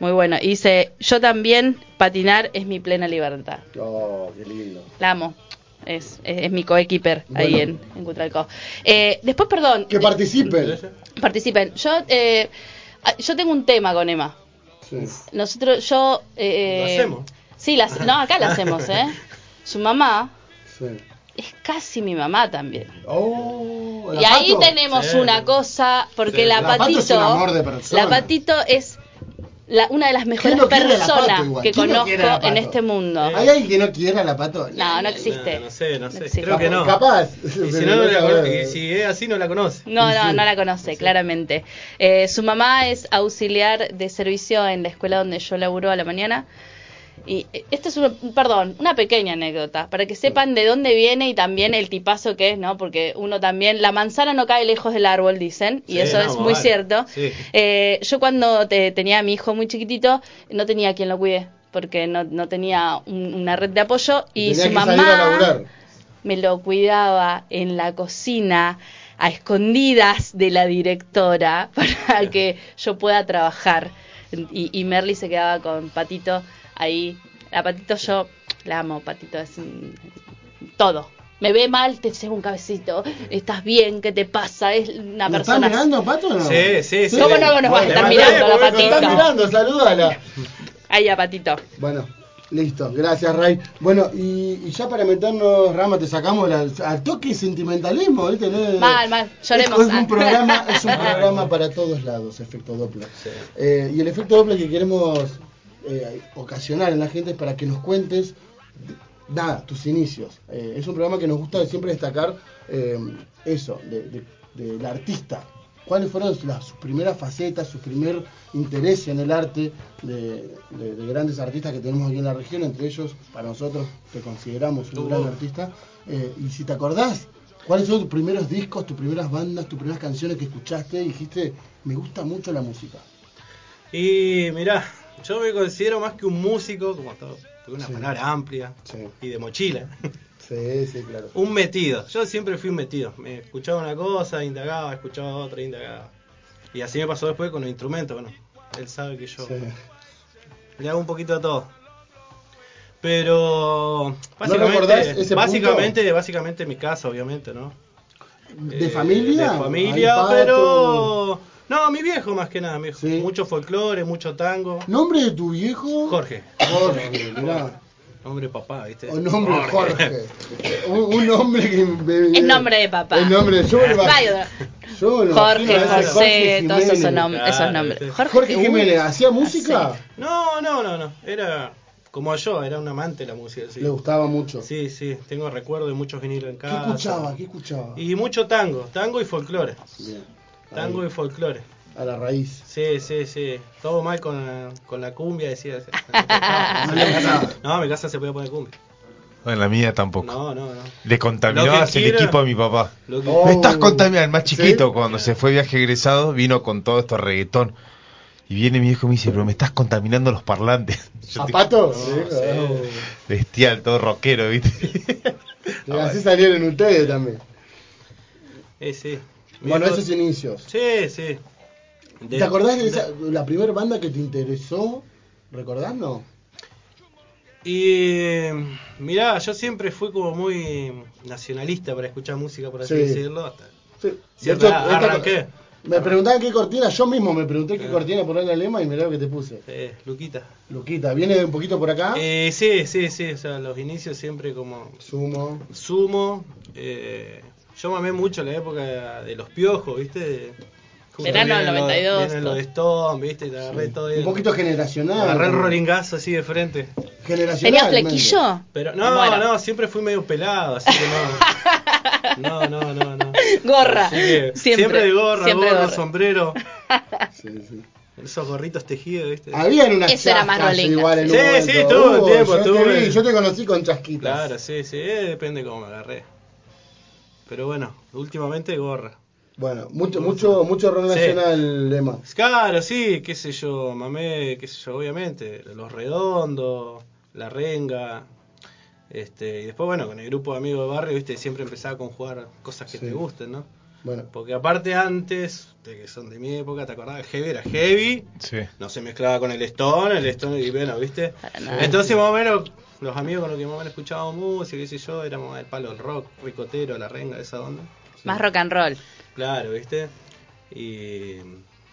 S5: Muy bueno. Y dice, yo también patinar es mi plena libertad.
S4: oh, qué lindo.
S5: La amo. Es, es, es mi coequiper ahí
S4: Bueno.
S5: en, en Cutralcó. Eh, después, perdón,
S4: Que participen.
S5: participen. Yo, eh, ah, yo tengo un tema con Emma.
S4: Sí.
S5: Nosotros, yo... eh,
S8: ¿Lo hacemos?
S5: Sí, la- no, acá la hacemos, ¿eh? Su mamá
S4: sí.
S5: es casi mi mamá también.
S4: Oh,
S5: Y ahí
S4: Pato.
S5: tenemos
S8: Sí.
S5: una cosa, porque
S8: Sí.
S5: la,
S4: La Pato
S5: Patito...
S4: es un amor de persona.
S5: La Patito es la- una de las mejores
S4: no quiere a la Pato
S5: personas
S4: igual?
S5: que
S4: ¿Quién no quiere a la
S5: conozco en
S4: Pato? Eh,
S5: este mundo.
S4: ¿Hay alguien que no quiera la pato?
S5: No, no existe.
S8: No, no sé, no sé.
S5: existe.
S8: Creo que no.
S4: Capaz.
S8: Y si, no, no la cono- y si es así, no la conoce.
S5: No,
S4: Sí,
S5: no,
S4: sí.
S5: no la conoce, claramente. Eh, su mamá es auxiliar de servicio en la escuela donde yo laburo a la mañana. Y eh, esta es una, perdón, una pequeña anécdota, para que sepan de dónde viene y también el tipazo que es, ¿no? Porque uno también, la manzana no cae lejos del árbol, dicen, y
S8: Sí,
S5: eso
S8: no,
S5: es
S8: más
S5: muy
S8: vale.
S5: cierto.
S8: Sí.
S5: Eh, yo cuando te- tenía a mi hijo muy chiquitito, no tenía quien lo cuide, porque no, no tenía un- una red de apoyo y
S4: Tenía
S5: su
S4: que
S5: mamá
S4: salir a laburar.
S5: me lo cuidaba en la cocina a escondidas de la directora para que yo pueda trabajar. Y, y Merly se quedaba con Patito ahí. A Patito yo la amo, Patito es un- todo. Me ve mal, te llevo un cabecito. Estás bien, ¿qué te pasa? Es una
S4: ¿Nos
S5: persona.
S4: ¿Está mirando, Pato, o no?
S8: Sí, sí, sí.
S5: ¿Cómo no nos va a estar
S8: Levantá,
S5: mirando la
S8: porque
S4: Nos está
S5: patita?
S4: mirando, salúdala.
S5: Ahí a Patito.
S4: Bueno, listo. Gracias, Ray. Bueno, y, y ya para meternos, Rama, te sacamos la- al toque sentimentalismo, ¿viste? No-
S5: Mal, mal. Lloremos.
S4: Es, es
S5: Ah.
S4: un programa, es un programa para todos lados, efecto Doppler. Eh, y el efecto Doppler que queremos eh, ocasionar en la gente es para que nos cuentes nada, tus inicios. Eh, es un programa que nos gusta siempre destacar eh, eso, de- de- del artista. ¿Cuáles fueron las, sus primeras facetas, su primer interés en el arte de, de- de grandes artistas que tenemos aquí en la región? Entre ellos, para nosotros, te consideramos un gran artista. Eh, y si te acordás, ¿cuáles son tus primeros discos, tus primeras bandas, tus primeras canciones que escuchaste y dijiste, me gusta mucho la música?
S8: Y mirá, Yo me considero más que un músico, como todo, porque una
S4: Sí.
S8: palabra amplia
S4: Sí.
S8: y de mochila.
S4: Sí, sí, claro.
S8: Un metido. Yo siempre fui un metido. Me escuchaba una cosa, indagaba, escuchaba otra, indagaba. Y así me pasó después con los instrumentos. Bueno, él sabe que yo
S4: Sí.
S8: le hago un poquito a todo. Pero
S4: recordás
S8: básicamente,
S4: ese
S8: básicamente, básicamente mi casa, obviamente, ¿no?
S4: ¿De
S8: Eh,
S4: familia?
S8: De familia,
S4: Ay, Pato.
S8: pero no, mi viejo más que nada, mi viejo.
S4: Sí.
S8: mucho folclore, mucho tango.
S4: ¿Nombre de tu viejo?
S8: Jorge,
S4: Jorge, mirá.
S8: hombre papá, ¿viste?
S4: O nombre Jorge. Un, un nombre que. me-
S5: El nombre de papá.
S4: El nombre de. Yo me lo imagino-
S5: Radio.
S4: yo me lo imagino
S5: Jorge,
S4: a ese
S5: José, todos esos,
S4: Jiménez.
S5: nom- esos
S8: Claro,
S5: nombres.
S8: sí.
S4: Jorge
S5: uy,
S4: Jiménez, ¿hacía música?
S8: No, no, no, no. Era como yo, era un amante de la música. Sí.
S4: Le gustaba mucho.
S8: Sí, sí, tengo recuerdo de muchos vinilos en
S4: ¿Qué
S8: casa.
S4: escuchaba? ¿Qué escuchaba?
S8: Y mucho tango, tango y folclore.
S4: Bien.
S8: Tango
S4: Ahí,
S8: y folclore.
S4: A la raíz.
S8: Sí, sí, sí. Todo mal con la, con la cumbia, decía.
S4: No le gustaba.
S8: No, en mi casa se podía poner cumbia.
S6: No, en la mía tampoco.
S8: No, no, no.
S6: Le
S8: Lo que
S6: contaminabas el
S8: quiera.
S6: equipo a mi papá.
S8: Lo que-
S4: Oh.
S6: Me estás contaminando. El más chiquito,
S4: ¿Sí?
S6: cuando se fue viaje egresado, vino con todo esto reggaetón. Y viene mi viejo y me dice, pero me estás contaminando los parlantes. Yo te-
S4: ¿Zapato?
S8: No,
S4: Sí,
S8: sí.
S6: Bestial, todo rockero, ¿viste?
S4: oh.
S8: Ah,
S4: Y Así salieron ustedes también.
S8: Eh, sí. Mi
S4: Bueno,
S8: hijo-
S4: esos inicios.
S8: Sí, sí. De-
S4: ¿Te acordás de esa- la primera banda que te interesó? ¿Recordás, no?
S8: Y mirá, yo siempre fui como muy nacionalista para escuchar música, por así
S4: Sí.
S8: decirlo. hasta-
S4: Sí.
S8: Siempre arranqué. Ah.
S4: Me preguntaban qué cortina, yo mismo me pregunté qué cortina poner la lema y mirá lo que te puse.
S8: Eh, Luquita.
S4: Luquita, viene un poquito por acá.
S8: Eh, sí, sí, sí. O sea, los inicios siempre como
S4: Sumo.
S8: sumo. eh, yo mamé mucho la época de los piojos, ¿viste? De- justo
S5: Verano del
S8: vienen los-
S5: 92,
S8: vienen los
S5: todo.
S8: de Stone, ¿viste? Te agarré todo ahí.
S4: Un poquito generacional.
S8: Agarré el rolingazo así de frente.
S4: Generacional.
S5: ¿Tenías
S4: men.
S5: flequillo?
S8: Pero
S5: Me
S8: no,
S5: muero.
S8: no, siempre fui medio pelado, así que no. No, no, no, no.
S5: Gorra.
S8: Así que
S5: Siempre.
S8: siempre de gorra,
S5: siempre
S8: gorro,
S5: gorra.
S8: sombrero.
S4: Sí, sí.
S8: Esos gorritos tejidos, ¿viste?
S4: Habían unas
S5: Eso era más
S4: chascas
S5: rolinga.
S4: igual en
S8: Sí,
S4: un momento.
S8: sí, tuve un
S4: Hubo,
S8: tiempo,
S4: yo te
S8: tuve.
S4: vi, yo te conocí con chasquitas.
S8: Claro, sí, sí, eh, depende cómo me agarré. Pero bueno, últimamente gorra.
S4: Bueno, mucho, mucho, mucho rock
S8: Sí.
S4: nacional, lema.
S8: Claro, sí, qué sé yo, mamé, qué sé yo, obviamente. Los Redondos, La Renga. Este, y después, bueno, con el grupo de amigos de barrio, viste, siempre empezaba a conjugar cosas que
S4: Sí.
S8: te gusten, ¿no?
S4: Bueno,
S8: Porque aparte antes, de que son de mi época, ¿te acordás? El heavy era heavy,
S6: Sí.
S8: no se mezclaba con el Stone, el Stone y bueno, ¿viste?
S5: Para nada.
S8: Entonces más o menos los amigos con los que más o menos escuchábamos música, qué sé yo, éramos más del palo del rock, ricotero, la renga, esa onda.
S5: Más rock and roll.
S8: Claro, ¿viste? Y...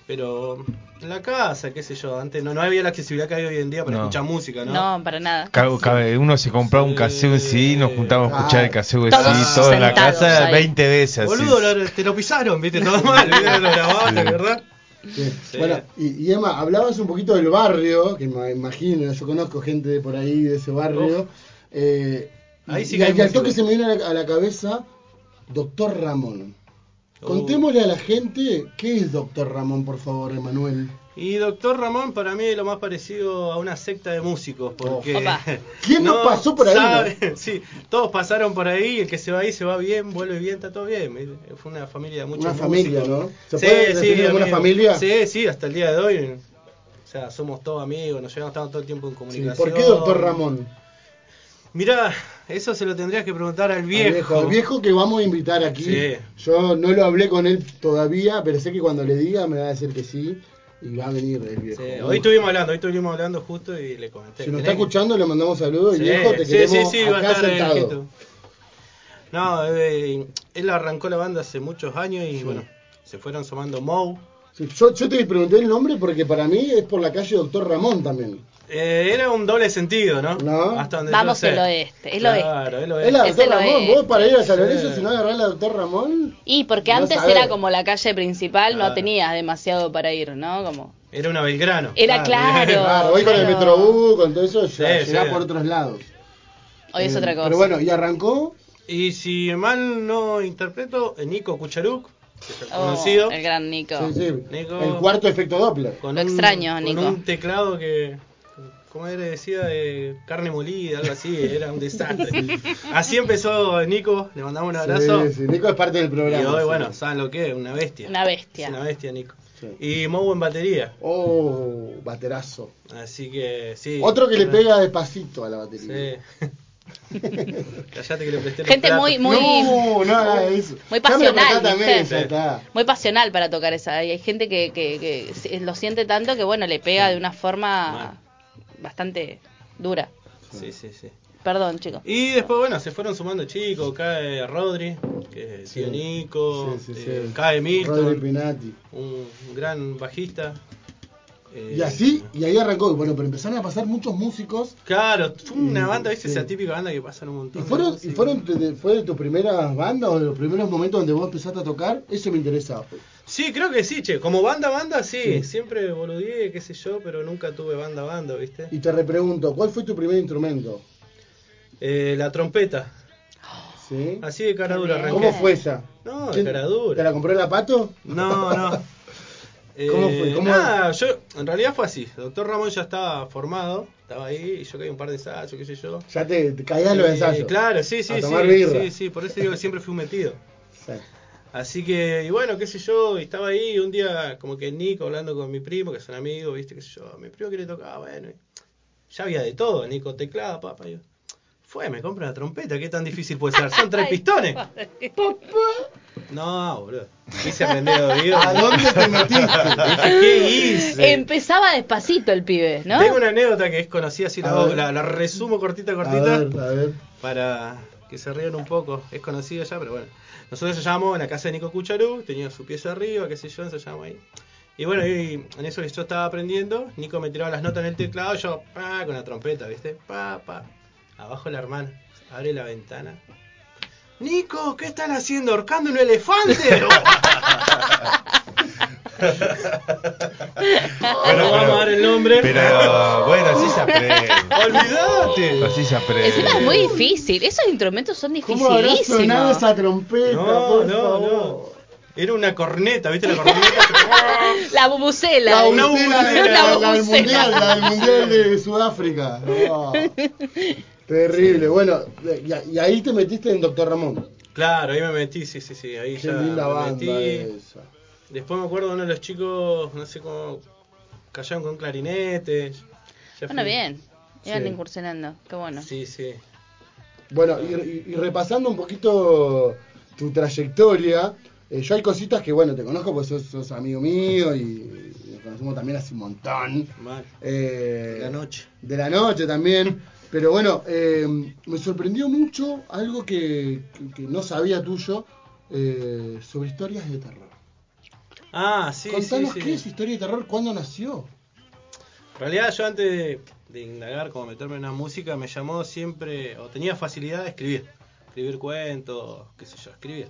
S8: Pero en la casa, qué sé yo, antes no, no había la accesibilidad que hay hoy en día para
S6: No.
S8: escuchar música, ¿no?
S5: No, para nada.
S6: Cada- cada uno se compraba un cassette, un CD, nos juntábamos a escuchar el cassette, un
S5: Todos
S6: CD, todo en la
S5: sentados
S6: casa,
S5: ahí.
S6: 20 veces. así.
S8: Boludo, lo- te lo pisaron, ¿viste? Todo mal, ¿viste? Lo grababan, ¿te acordás?
S4: bien. bueno y, y Emma, hablabas un poquito del barrio, que me imagino, yo conozco gente de por ahí de ese barrio. Eh,
S8: Ahí sí
S4: y
S8: que hay
S4: al- y al
S8: música.
S4: toque se me viene a la, a la cabeza, Doctor Ramón.
S8: Oh.
S4: Contémosle a la gente qué es Doctor Ramón, por favor, Emanuel.
S8: Y Doctor Ramón para mí es lo más parecido a una secta de músicos, porque...
S5: Opa.
S4: Oh, ¿Quién no pasó por ahí, no?
S8: sabe- sí, todos pasaron por ahí, el que se va ahí se va bien, vuelve bien, está todo bien. ¿viste? Fue una familia de muchos
S4: Una familia,
S8: músicos.
S4: ¿no? ¿Se puede definir como una
S8: amigo.
S4: familia?
S8: Sí, sí, hasta el día de hoy. O sea, somos todos amigos, nos llevamos estamos todo el tiempo en
S4: Sí,
S8: comunicación.
S4: ¿Por qué Doctor Ramón?
S8: Mirá, eso se lo tendrías que preguntar al
S4: Al
S8: viejo.
S4: al viejo que vamos a invitar aquí.
S8: Sí.
S4: Yo no lo hablé con él todavía, pero sé que cuando le diga me va a decir que sí y va a venir el
S8: Sí,
S4: viejo.
S8: hoy estuvimos hablando, hoy estuvimos hablando justo y le comenté.
S4: Si nos
S8: Tenés
S4: está
S8: que-
S4: escuchando, le mandamos saludos.
S8: Sí,
S4: y viejo, te
S8: sí,
S4: queremos
S8: sí, sí, va a
S4: acá
S8: estar el
S4: sentado.
S8: Geto. No, eh, él arrancó la banda hace muchos años y bueno, se fueron sumando Moe.
S4: Sí, yo, yo te pregunté el nombre porque para mí es por la calle Doctor Ramón también.
S8: Eh, era un doble sentido, ¿no?
S4: No.
S8: Hasta donde
S5: Vamos
S8: yo sé.
S5: el oeste, el
S8: Claro, el oeste.
S4: Es la
S5: Ese
S4: Doctor
S5: Este lo
S4: Ramón.
S5: es.
S4: Vos para ir a San Lorenzo,
S8: Sí.
S4: si no agarrás la Doctor Ramón.
S5: Y porque
S4: No
S5: antes
S4: sabe.
S5: era como la calle principal,
S8: Claro.
S5: no tenías demasiado para ir, ¿no? Como
S8: Era una Belgrano.
S4: Ah,
S5: Era claro.
S4: Claro, hoy con el
S5: Ah, claro.
S4: Metrobús, con todo eso, ya
S8: Sí,
S4: llegás
S8: sí.
S4: por otros lados.
S5: hoy es
S4: Eh,
S5: otra cosa.
S4: Pero bueno, y arrancó.
S8: Y si mal no interpreto, eh, Nico Kucharuk, que es el
S5: Oh,
S8: conocido,
S5: el gran Nico.
S4: sí, sí,
S8: Nico-
S4: el cuarto efecto Doppler.
S8: con
S5: Lo extraño,
S8: con
S5: Nico.
S8: un teclado que como él decía, de carne molida, algo así, era un desastre. Así empezó Nico, le mandamos un abrazo.
S4: Sí, sí, Nico es parte del programa.
S8: y hoy,
S4: sí.
S8: bueno, saben lo que es, una bestia.
S5: Una bestia.
S8: Es una bestia, Nico.
S4: Sí.
S8: Y Moe en batería.
S4: Oh, baterazo.
S8: Así que, sí.
S4: Otro que le pega despacito a la batería.
S8: Sí. Callate que le presté los
S5: Gente
S8: platos.
S5: muy, muy,
S4: No, no haga eso.
S5: muy
S4: Ya me lo
S5: pasional,
S4: prestá también,
S5: ¿viste?
S4: ya está.
S5: muy pasional para tocar esa. Y hay gente que, que, que se- lo siente tanto que, bueno, le pega de una forma bastante dura.
S8: Sí, sí, sí.
S5: Perdón, chicos.
S8: Y después, bueno, se fueron sumando chicos. Cae Rodri, que es
S4: Sí.
S8: Nico.
S4: Sí, sí,
S8: eh,
S4: sí.
S8: Cae Milton,
S4: Rodri Pinati.
S8: un gran bajista. eh,
S4: Y así, y ahí arrancó. Y Bueno, pero empezaron a pasar muchos músicos.
S8: Claro, fue una
S4: Y-
S8: banda, ¿viste?
S4: sí.
S8: Esa típica banda que pasan un montón.
S4: ¿Y
S8: de
S4: fueron, y
S8: músicos.
S4: fueron de- fue de tus primeras bandas o de los primeros momentos donde vos empezaste a tocar? Eso me interesa.
S8: Sí, creo que sí, che. Como banda, banda, sí.
S4: Sí.
S8: Siempre boludeé, qué sé yo, pero nunca tuve banda, banda, ¿viste?
S4: Y te repregunto, ¿cuál fue tu primer instrumento?
S8: Eh, la trompeta.
S4: ¿Sí?
S8: Así de cara dura. arranqué.
S4: ¿Cómo fue esa?
S8: No, de
S4: ¿Quién-
S8: cara
S4: ¿Te
S8: dura.
S4: la compró la pato?
S8: No, no. Eh,
S4: ¿Cómo fue? ¿Cómo-
S8: Nada, yo, en realidad fue así. Doctor Ramón ya estaba formado, estaba ahí, y yo caí un par de ensayos, qué sé yo.
S4: Ya te, te caías en los
S8: Eh,
S4: ensayos.
S8: Claro, sí, sí,
S4: A
S8: sí,
S4: tomar birra.
S8: sí, sí, por eso digo que siempre fui un metido.
S4: Sí.
S8: Así que, y bueno, qué sé yo, y estaba ahí y un día como que Nico hablando con mi primo, que es un amigo, viste, qué sé yo, mi primo quiere tocar, bueno, y ya había de todo, Nico teclado, papá, y yo, fue, me compra una trompeta, qué tan difícil puede ser, son tres pistones. No, boludo, hice aprendido Dios.
S4: ¿A dónde te metiste?
S8: Dije, ¿qué hice?
S5: Empezaba despacito el pibe, ¿no?
S8: Tengo una anécdota que es conocida, así
S4: A
S8: la,
S4: ver.
S8: la, la resumo cortita,
S4: A
S8: cortita.
S4: ver, a ver.
S8: para que se rían un poco. Es conocido ya, pero bueno. Nosotros ensayábamos en la casa de Nico Cucharú, tenía su pieza arriba, qué sé yo, ensayábamos ahí. Y bueno, y en eso que yo estaba aprendiendo, Nico me tiraba las notas en el teclado, yo pa, con la trompeta, ¿viste? Pa, pa. Abajo la hermana, abre la ventana. Nico, ¿qué están haciendo? ¿Horcando un elefante?
S6: Bueno,
S8: no vamos a dar el nombre.
S6: Pero bueno, así se aprende.
S8: Olvídate.
S6: Así se aprende.
S5: Encima es muy difícil. Esos instrumentos son
S4: Eh, ¿Cómo habrá sonado
S5: dificilísimos.
S4: esa trompeta?
S8: No,
S4: por
S8: no,
S4: favor?
S8: Era una corneta, ¿viste? La corneta.
S5: La bubucela.
S4: La,
S5: eh.
S8: una
S4: bubucela de-
S5: La
S4: la- la del
S5: bubucela.
S4: mundial, la del mundial de Sudáfrica. No. Terrible. Bueno, y, y ahí te metiste en Doctor Ramón.
S8: Claro, ahí me metí, sí, sí, sí, ahí
S4: Qué
S8: ya
S4: linda
S8: me
S4: banda
S8: metí.
S4: esa.
S8: Después me acuerdo uno de los chicos, no sé cómo, cayeron con clarinete. Ya
S5: Bueno,
S8: fui-
S5: bien. Iban
S4: Sí.
S5: incursionando. Qué bueno.
S8: Sí, sí.
S4: Bueno, y, y- y repasando un poquito tu trayectoria, eh, yo hay cositas que, bueno, te conozco porque sos, sos amigo mío y nos conocemos también hace un montón.
S8: Mal.
S4: Eh,
S8: La noche.
S4: De la noche también. Pero bueno, eh, me sorprendió mucho algo que, que- que no sabía tuyo eh, sobre historias de terror.
S8: Ah, sí, sí,
S4: Contanos
S8: sí.
S4: qué es historia de terror, cuándo nació.
S8: En realidad yo antes de, de indagar, como meterme en la música, me llamó siempre, o tenía facilidad de escribir. Escribir cuentos, qué sé yo, escribir.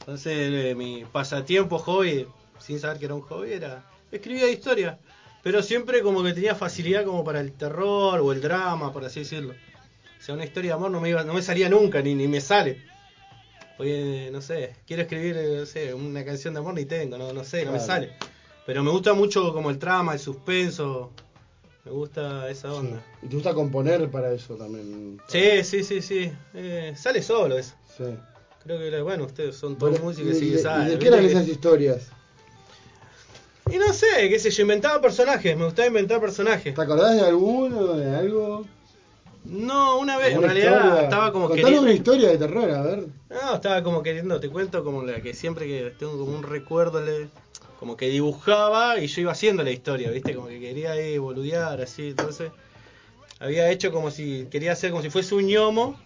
S8: Entonces eh, mi pasatiempo, hobby, sin saber que era un hobby, era escribía historia. Pero siempre como que tenía facilidad como para el terror o el drama, por así decirlo. O sea, una historia de amor no me, iba- no me salía nunca, ni, ni me sale. Oye, no sé, quiero escribir, eh, no sé, una canción de amor ni tengo, no, no sé, no me
S4: Claro.
S8: sale. Pero me gusta mucho como el trama, el suspenso. Me gusta esa onda.
S4: Y te gusta componer para eso también.
S8: Sí, sí, sí, sí. Eh, sale solo eso.
S4: Sí.
S8: Creo que, bueno, ustedes son todos
S4: Bueno,
S8: músicos,
S4: y-
S8: así
S4: y-
S8: que saben.
S4: ¿Y de
S8: ¿viste?
S4: qué eran esas historias?
S8: Y no sé, qué sé yo, inventaba personajes, me gustaba inventar personajes.
S4: ¿Te acordás de alguno, de algo?
S8: No, una vez, en
S4: ¿Alguna
S8: realidad
S4: historia?
S8: estaba como
S4: Contanos
S8: queriendo...
S4: una historia de terror, a ver.
S8: No, estaba como queriendo, te cuento como la que siempre que tengo como un recuerdo, le- como que dibujaba y yo iba haciendo la historia, ¿viste? Como que quería ahí boludear, así, entonces había hecho como si, quería hacer como si fuese un ñomo,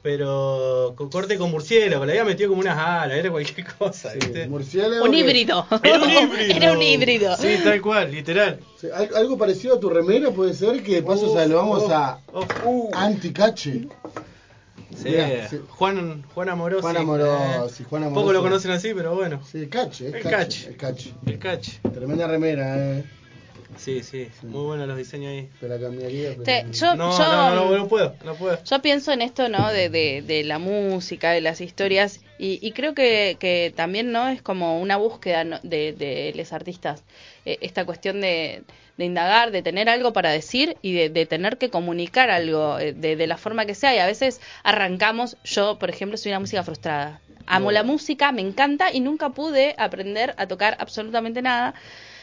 S8: pero con corte con murciélago, le había metido como unas alas, era cualquier cosa, ¿viste?
S4: Sí, murciélago
S5: Un
S4: que-
S5: híbrido.
S8: Era un híbrido.
S5: Era un híbrido.
S8: Sí, tal cual, literal.
S4: Sí, al- algo parecido a tu remera puede ser que de paso
S8: Uf,
S4: saludamos
S8: uf,
S4: a
S8: uf.
S4: Anticache.
S8: Oh, Sí,
S4: Mirá, sí.
S8: Juan, Juan Amorosi.
S4: Juan Amorosi,
S8: eh.
S4: Juan Amorosi.
S8: Poco lo conocen así, pero bueno.
S4: Sí, Cache, es
S8: El
S4: Cache.
S8: Cache.
S4: El Cache.
S8: El catch.
S4: Tremenda remera, eh.
S8: Sí, sí, muy buenos los diseños ahí.
S4: Te la cambiaría. pero-
S5: Te- yo,
S8: no,
S5: yo,
S8: no, no, no, no puedo, no puedo.
S5: yo pienso en esto, ¿no? De, de, de la música, de las historias. Y, y creo que, que también no es como una búsqueda ¿no? de, de los artistas, eh, esta cuestión de, de indagar, de tener algo para decir y de, de tener que comunicar algo eh, de, de la forma que sea. Y a veces arrancamos, yo por ejemplo soy una música frustrada, amo la música, me encanta y nunca pude aprender a tocar absolutamente nada.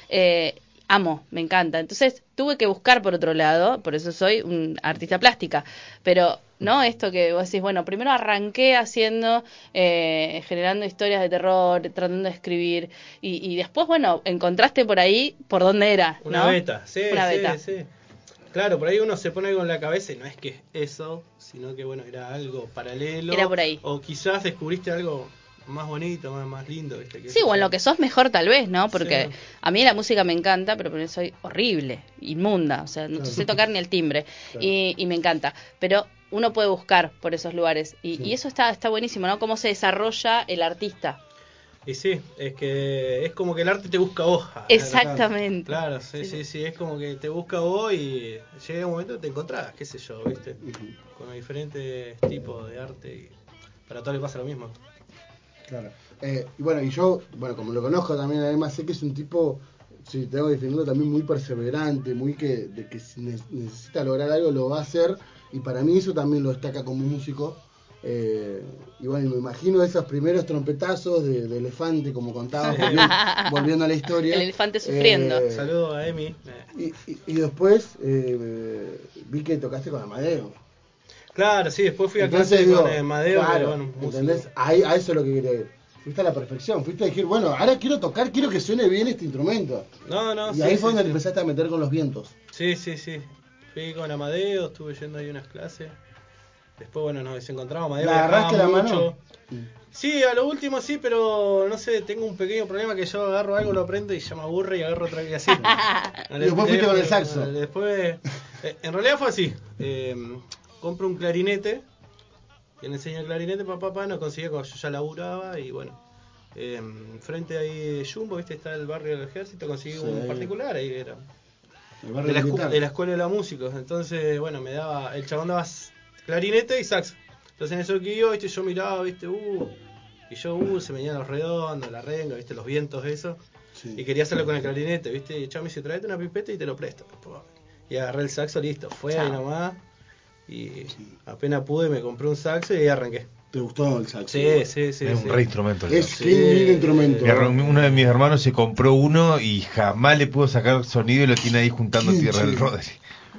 S5: Eh, amo, me encanta. Entonces tuve que buscar por otro lado, por eso soy un artista plástica. Pero no esto que vos decís, bueno, primero arranqué haciendo, eh, generando historias de terror, tratando de escribir, y, y después, bueno, encontraste por ahí por dónde era.
S8: Una
S5: ¿no?
S8: beta, sí,
S5: Una
S8: sí,
S5: beta.
S8: sí. Claro, por ahí uno se pone algo en la cabeza y no es que es eso, sino que bueno, era algo paralelo.
S5: Era por ahí.
S8: O quizás descubriste algo más bonito, más, más lindo, ¿viste? Que
S5: Sí, o en lo que sos mejor tal vez, ¿no? Porque
S8: Sí.
S5: a mí la música me encanta, pero por eso soy horrible, inmunda, o sea, no sé tocar ni el timbre y, y me encanta. Pero uno puede buscar por esos lugares y, y eso está, está buenísimo, ¿no? Cómo se desarrolla el artista.
S8: Y sí, es que es como que el arte te busca a vos.
S5: Exactamente.
S8: Ah, Claro, sí, sí, sí, es como que te busca a vos y llega un momento que te encontrás, qué sé yo, ¿viste? Con diferentes tipos de arte y para todos les pasa lo mismo.
S4: Claro. Eh, y bueno, y yo, bueno, como lo conozco también, además sé que es un tipo, si tengo que definirlo, también muy perseverante, muy que, de que si ne- necesita lograr algo lo va a hacer, y para mí eso también lo destaca como músico. Eh, y bueno, me imagino esos primeros trompetazos de, de elefante, como contabas, volviendo, volviendo a la historia.
S5: El elefante sufriendo.
S4: Eh,
S8: Saludos a Emi. Eh.
S4: y, y- y después eh, vi que tocaste con Amadeo.
S8: Claro, sí, después fui a
S4: Entonces,
S8: clase
S4: digo,
S8: con eh, Madeo,
S4: claro,
S8: pero bueno, músico.
S4: ¿entendés? Ahí- a eso es lo que quería ir. Fuiste a la perfección, fuiste a decir, bueno, ahora quiero tocar, quiero que suene bien este instrumento.
S8: No, no,
S4: y
S8: sí,
S4: ahí
S8: sí,
S4: fue donde
S8: sí.
S4: te empezaste a meter con los vientos.
S8: Sí, sí, sí. Fui con Amadeo, estuve yendo ahí unas clases. Después, bueno, nos desencontramos. Amadeo
S4: ¿La
S8: viajaba
S4: agarraste la mano? Mm.
S8: Sí, a lo último sí, pero no sé, tengo un pequeño problema que yo agarro algo, lo prendo y ya me aburre y agarro otra vez así. No le-
S4: después fuiste con el
S8: eh,
S4: saxo.
S8: Después, eh, en realidad fue así. Eh, compro un clarinete, que le enseña el clarinete, papá, papá, no conseguía cuando yo ya laburaba y bueno. eh, frente ahí de Jumbo, viste, está el barrio del ejército, conseguí un particular, ahí era
S4: El
S8: de la, escu- de la escuela de la música. Entonces, bueno, me daba. El chabón daba s- clarinete y sax. Entonces, en eso que iba, viste, yo miraba, viste, uh. Y yo, uh, se me venían los redondos, la renga, viste, los vientos, eso. Y quería hacerlo con el clarinete, viste. Y el chabón me dice, traete una pipeta y te lo presto. Pua. Y agarré el saxo, listo. Fue ahí nomás. Y apenas pude, me compré un saxo y ahí arranqué.
S4: ¿Te gustó el saxo?
S8: Sí, sí, sí.
S6: es
S8: sí.
S6: un re instrumento. el
S4: Es
S6: saxo.
S8: Sí.
S4: qué lindo instrumento.
S6: Mi herma- Uno de mis hermanos se compró uno y jamás le pudo sacar sonido y lo tiene ahí juntando
S4: ¿Quién,
S6: tierra del
S4: che?
S6: Rodri.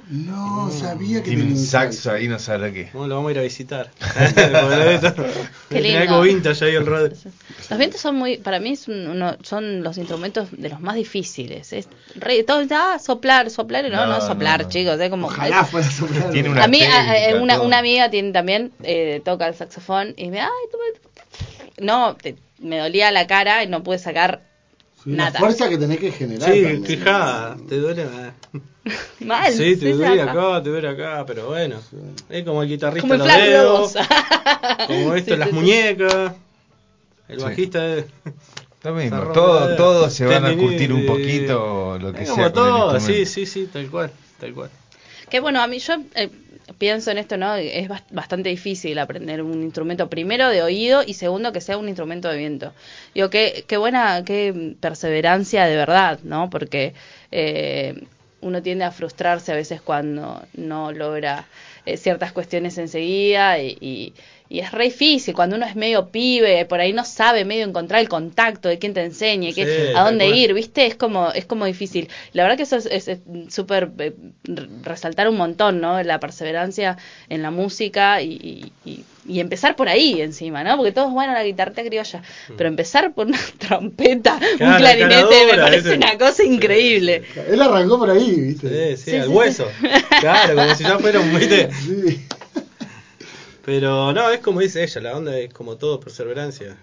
S4: No, sabía que
S6: Tiene un
S4: un
S6: saxo ahí, no sabe lo que.
S8: Bueno, lo vamos a ir a visitar. Qué
S5: lindo.
S8: algo vintage ahí el Rod.
S5: Los vientos son muy, para mí es un- uno- son los instrumentos de los más difíciles. Es re, todo, ah, soplar, soplar, no, no,
S6: No,
S5: es soplar,
S6: no.
S5: chicos, es como
S4: Ojalá fuera soplar.
S6: Tiene una
S5: a mí a- a-
S6: técnica,
S5: una,
S6: todo.
S5: una amiga tiene también eh, toca el saxofón y me ay tú me- no te- me dolía la cara y no pude sacar
S4: Sí, la
S5: nada.
S4: fuerza que tenés que generar.
S8: Sí,
S4: también.
S8: fijada, te duele más.
S5: mal
S8: Sí, te
S5: sí,
S8: duele
S5: acá.
S8: acá, te duele acá, pero bueno. Es como el guitarrista
S5: como el
S8: los
S5: Flash
S8: dedos,
S5: Globos
S8: como esto,
S5: Sí,
S8: las
S5: sí, sí.
S8: muñecas, el
S6: Sí.
S8: bajista de...
S6: Lo
S8: Está
S6: mismo,
S8: rompe
S6: todo,
S8: la-
S6: todo se van a
S8: Tendinite.
S6: curtir un poquito, lo que
S8: es
S6: sea.
S8: como
S6: con el
S8: todo, sí,
S6: instrumento.
S8: sí, sí, tal cual, tal cual.
S5: Que bueno, a mí yo eh, pienso en esto, ¿no? Es bas- bastante difícil aprender un instrumento, primero de oído y segundo que sea un instrumento de viento. Digo, qué, qué buena, qué perseverancia de verdad, ¿no? Porque eh, uno tiende a frustrarse a veces cuando no logra eh, ciertas cuestiones enseguida y, y- y es re difícil cuando uno es medio pibe, por ahí no sabe medio encontrar el contacto de quién te enseñe,
S8: Sí,
S5: qué- a
S8: tal
S5: dónde
S8: cual.
S5: ir, ¿viste? Es como, es como difícil. La verdad que eso es- es es súper eh, re- resaltar un montón, ¿no? La perseverancia en la música y, y- y- y empezar por ahí encima, ¿no? Porque todos van a la guitarrita criolla, pero empezar por una trompeta,
S8: Mm. Claro,
S5: un clarinete, me
S8: caradura,
S5: parece
S8: ese-
S5: una cosa increíble.
S4: Él arrancó por ahí, ¿viste?
S8: Sí, sí, al hueso. Claro, como si ya fuera un... ¿viste?
S4: Sí.
S8: Pero no, es como dice ella, la onda es como todo, perseverancia.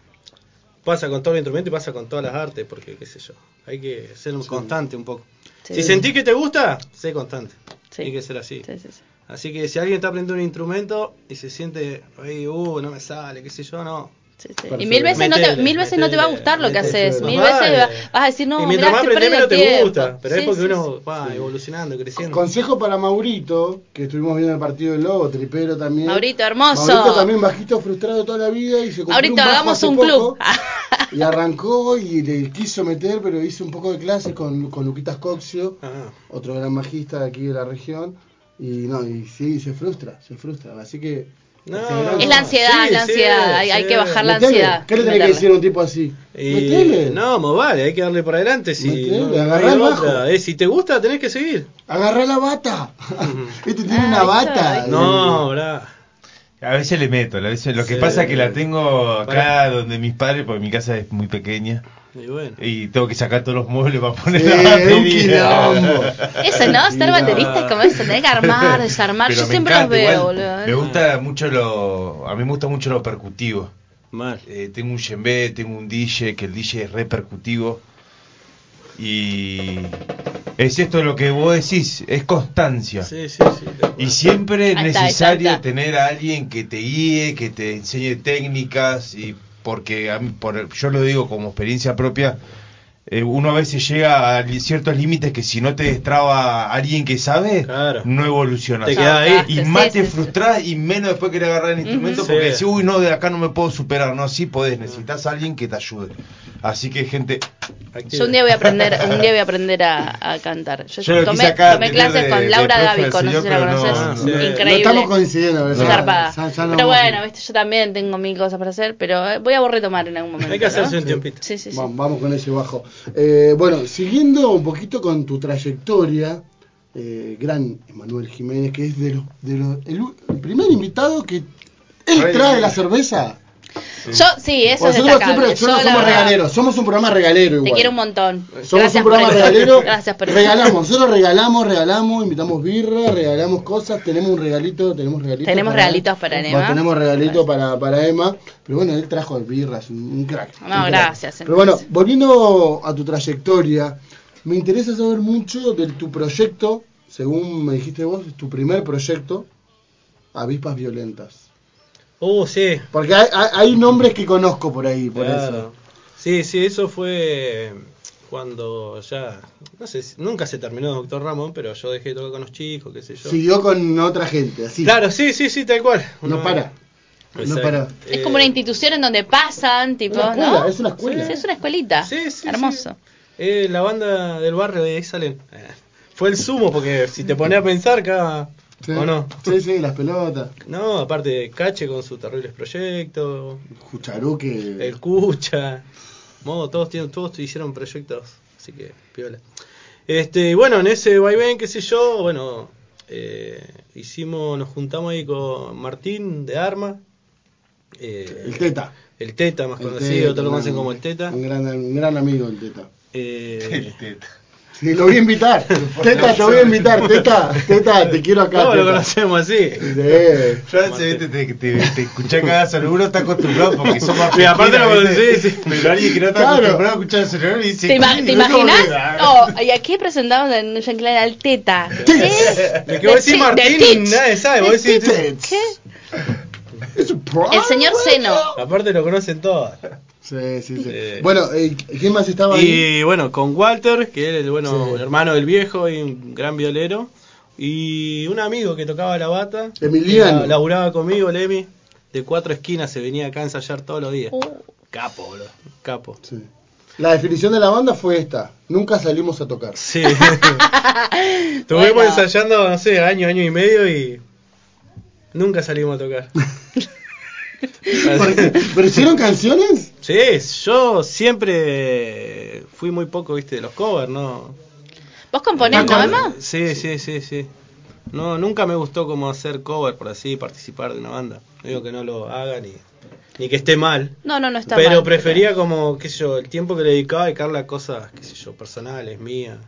S8: Pasa con todo el instrumento y pasa con todas las artes, porque qué sé yo, hay que ser un constante un poco.
S5: Sí.
S8: Si sentís que te gusta, sé constante.
S5: Sí.
S8: Hay que ser así.
S5: Sí, sí, sí.
S8: Así que si alguien está aprendiendo un instrumento y se siente, ahí, uh, no me sale, qué sé yo, no.
S5: Sí, sí. Y mil veces, no te,
S8: Metele,
S5: mil veces no te va a
S8: metele,
S5: gustar lo que
S8: metele.
S5: haces. Mil veces
S8: Más vale.
S5: va- vas a decir, no,
S8: y
S5: mirá,
S8: mientras más
S5: estoy
S8: aprendes
S5: perdiendo
S8: menos te
S5: tiempo.
S8: gusta, pero es
S5: Sí,
S8: porque
S5: sí,
S8: uno
S5: sí.
S8: va evolucionando, creciendo.
S4: Consejo para Maurito, que estuvimos viendo el partido del Lobo, tripero también.
S5: Maurito, hermoso.
S4: Maurito también bajito frustrado toda la vida y se compró
S5: Ahorita
S4: un bajo
S5: hagamos
S4: hace
S5: un
S4: poco
S5: club.
S4: y arrancó y le quiso meter, pero hizo un poco de clase con, con Luquitas Coxio,
S8: Ah,
S4: otro gran magista de aquí de la región. Y no, y sí, se frustra, se frustra. Así que.
S8: no.
S5: Es la ansiedad,
S8: Sí,
S5: la
S8: sí,
S5: ansiedad. hay, hay
S8: sí.
S5: que bajar la
S4: metele.
S5: ansiedad.
S4: ¿Qué le tenés que
S5: Meterle.
S4: decir a un tipo así?
S8: Y-
S4: Metele.
S8: No, mo, vale, hay que darle para adelante. Si,
S4: Metele,
S8: no- no
S4: agarrá
S8: hay
S4: el
S8: otra.
S4: bajo.
S8: Eh, si te gusta, tenés que seguir.
S4: Agarrá la bata. este tiene
S5: Ah,
S4: una
S5: ahí
S4: bata.
S8: No, bra.
S6: A veces le meto, a veces, lo que
S8: Sí.
S6: pasa es que la tengo acá
S8: Para.
S6: donde mis padres, porque mi casa es muy pequeña,
S8: Y bueno.
S6: y tengo que sacar todos los muebles para poner
S4: Sí,
S6: la
S4: un
S6: batería.
S4: quilombo.
S5: Eso, ¿no? Ser baterista es como eso, tenés que armar, desarmar.
S6: Pero
S5: Yo
S6: me
S5: siempre
S6: encanta,
S5: los veo,
S6: igual, Me
S5: boludo. ¿eh?
S6: gusta mucho lo. A mí me gusta mucho lo percutivo.
S8: Mal.
S6: Eh, tengo un yembe, tengo un DJ, que el DJ es repercutivo. Y es esto lo que vos decís, es constancia.
S8: Sí, sí, sí.
S6: Y siempre es
S5: Ahí está, ahí está,
S6: necesario
S5: ahí está.
S6: tener a alguien que te guíe, que te enseñe técnicas, y porque a mí- por- yo lo digo como experiencia propia, eh, uno a veces llega a li- ciertos límites que si no te destraba alguien que sabe,
S8: Claro.
S6: no evolucionas.
S8: Te quedás ahí.
S6: Y
S5: Sí,
S6: más te
S5: sí, sí.
S6: frustrás y menos después querés agarrar el instrumento
S8: Ujú.
S6: porque
S8: Sí.
S6: decís, uy, no, de acá no me puedo superar. No, sí podés, necesitas a alguien que te ayude. Así que, gente,
S5: Yo un día voy a aprender, un día voy a aprender a, a cantar. Yo,
S6: Yo lo quise
S5: tomé,
S6: acá
S5: tomé
S6: tener
S5: clases
S6: de- de
S5: con Laura
S6: profe
S5: Dávico, no sé
S6: del
S5: si la
S6: señor, pero
S5: conoces.
S6: no,
S8: no. Sí.
S5: Increíble.
S4: No estamos coincidiendo, ¿verdad?
S5: Zarpada.
S4: Ya- ya no
S5: pero
S4: vamos-
S5: bueno, viste, yo también tengo mil cosas para hacer, pero eh, voy a retomar en algún momento.
S8: Hay que hacerse
S5: ¿no?
S8: un tiempito.
S5: Sí, sí, sí.
S4: Vamos, vamos con ese bajo. Eh, bueno, siguiendo un poquito con tu trayectoria, eh, gran Emanuel Jiménez, que es de los, de los- el, u- el primer invitado que él
S6: Ay.
S4: trae la cerveza.
S5: Yo, sí, eso es destacable.
S4: Nosotros siempre nosotros
S5: Yo, la
S4: somos
S5: verdad,
S4: regaleros, somos un programa regalero
S5: Te
S4: igual.
S5: quiero un montón.
S4: Somos
S5: Gracias
S4: un programa
S5: por eso.
S4: regalero.
S5: Gracias por eso.
S4: regalamos, nosotros regalamos, regalamos, invitamos birra, regalamos cosas, tenemos un regalito, tenemos regalitos.
S5: Tenemos regalitos para
S4: Va,
S5: Emma.
S4: tenemos regalitos para, para Emma. Pero bueno, él trajo birras, un, un crack.
S5: No,
S4: un crack.
S5: gracias,
S4: Pero bueno,
S5: entonces.
S4: volviendo a tu trayectoria, me interesa saber mucho de tu proyecto, según me dijiste vos, es tu primer proyecto, Avispas Violentas.
S8: Oh, sí.
S4: Porque hay, hay- hay nombres que conozco por ahí, por
S8: Claro.
S4: eso.
S8: Sí, sí, eso fue em, cuando ya. No sé, si- nunca se terminó Doctor Ramón, pero yo dejé de tocar con los chicos, qué sé yo.
S4: Siguió con otra gente, así.
S8: Claro, sí, sí, sí, tal cual.
S4: No
S8: Una-
S4: para. no
S8: Exacto.
S4: para.
S5: Es
S8: Eh,
S5: como una institución en donde pasan, tipo,
S4: Una escuela,
S5: ¿no?
S4: es una escuela.
S5: Sí, es una escuelita.
S8: Sí, sí,
S5: Hermoso.
S8: sí. Eh, la banda del barrio de ahí salen. Eh, Fue el sumo, porque si te pones a pensar, cada.
S4: Sí.
S8: ¿O no?
S4: Sí, sí, las pelotas.
S8: No, aparte de Cache con sus terribles proyectos,
S4: Cucharuque.
S8: el Cucha, Modo, todos, tienen, todos hicieron proyectos, así que piola. Este, y bueno, en ese vaivén, qué sé yo, bueno, eh, hicimos, nos juntamos ahí con Martín de Arma, eh,
S4: El Teta.
S8: el Teta más
S4: El
S8: conocido,
S4: Teta,
S8: todos lo conocen
S4: un-
S8: como el Teta.
S4: Un gran, un gran amigo el Teta.
S8: Eh,
S6: este,
S4: Sí, lo voy a invitar. Teta, te voy a invitar. Teta, Teta, te quiero acá.
S8: todos lo
S4: Teta.
S8: conocemos así.
S4: Sí.
S6: Ya se viste, este, te, te, te escuchá cada saludo, uno está acostumbrado porque somos
S8: Y aparte lo
S6: argentinos,
S8: conocí,
S6: ¿viste?
S8: sí.
S6: Pero alguien que no está
S4: Claro.
S6: acostumbrado a escuchar el celular y dice.
S5: ¿Te, ima-
S6: "Ay,
S5: te
S6: no, no,
S5: imaginas?
S6: no".
S5: No, y aquí presentamos en Yankee al Teta. ¿Qué?
S8: Lo que vos decís
S5: The
S8: Martín,
S5: Teach.
S8: nadie sabe, vos decís.
S5: ¿Qué?
S4: Es un pro-
S5: El señor Seno.
S8: Aparte lo conocen todos.
S4: Sí, sí, sí.
S8: Eh.
S4: Bueno, eh, ¿quién más estaba ahí?
S8: Y bueno, con Walter, que era el, bueno,
S4: Sí.
S8: el hermano del viejo y un gran violero. Y un amigo que tocaba la bata.
S4: Emiliano.
S8: que la- Laburaba conmigo, Lemi. De cuatro esquinas se venía acá a ensayar todos los
S5: Uh.
S8: días. Capo, boludo. Capo.
S4: Sí. La definición de la banda fue esta. Nunca salimos a tocar.
S8: Sí. Estuvimos
S5: Bueno.
S8: ensayando, no sé, año, año y medio y. Nunca salimos a tocar.
S4: Porque- ¿Pero hicieron canciones?
S8: Sí, yo siempre fui muy poco, viste, de los covers, ¿no?
S5: ¿Vos componés, no, Emma?
S8: Sí, sí, sí, sí. No, nunca me gustó como hacer cover por así, participar de una banda. No digo que no lo haga ni, ni que esté mal.
S5: No, no, no está
S8: pero
S5: mal,
S8: prefería como, qué sé yo, el tiempo que le dedicaba a dedicarle a cosas, qué sé yo, personales, mías,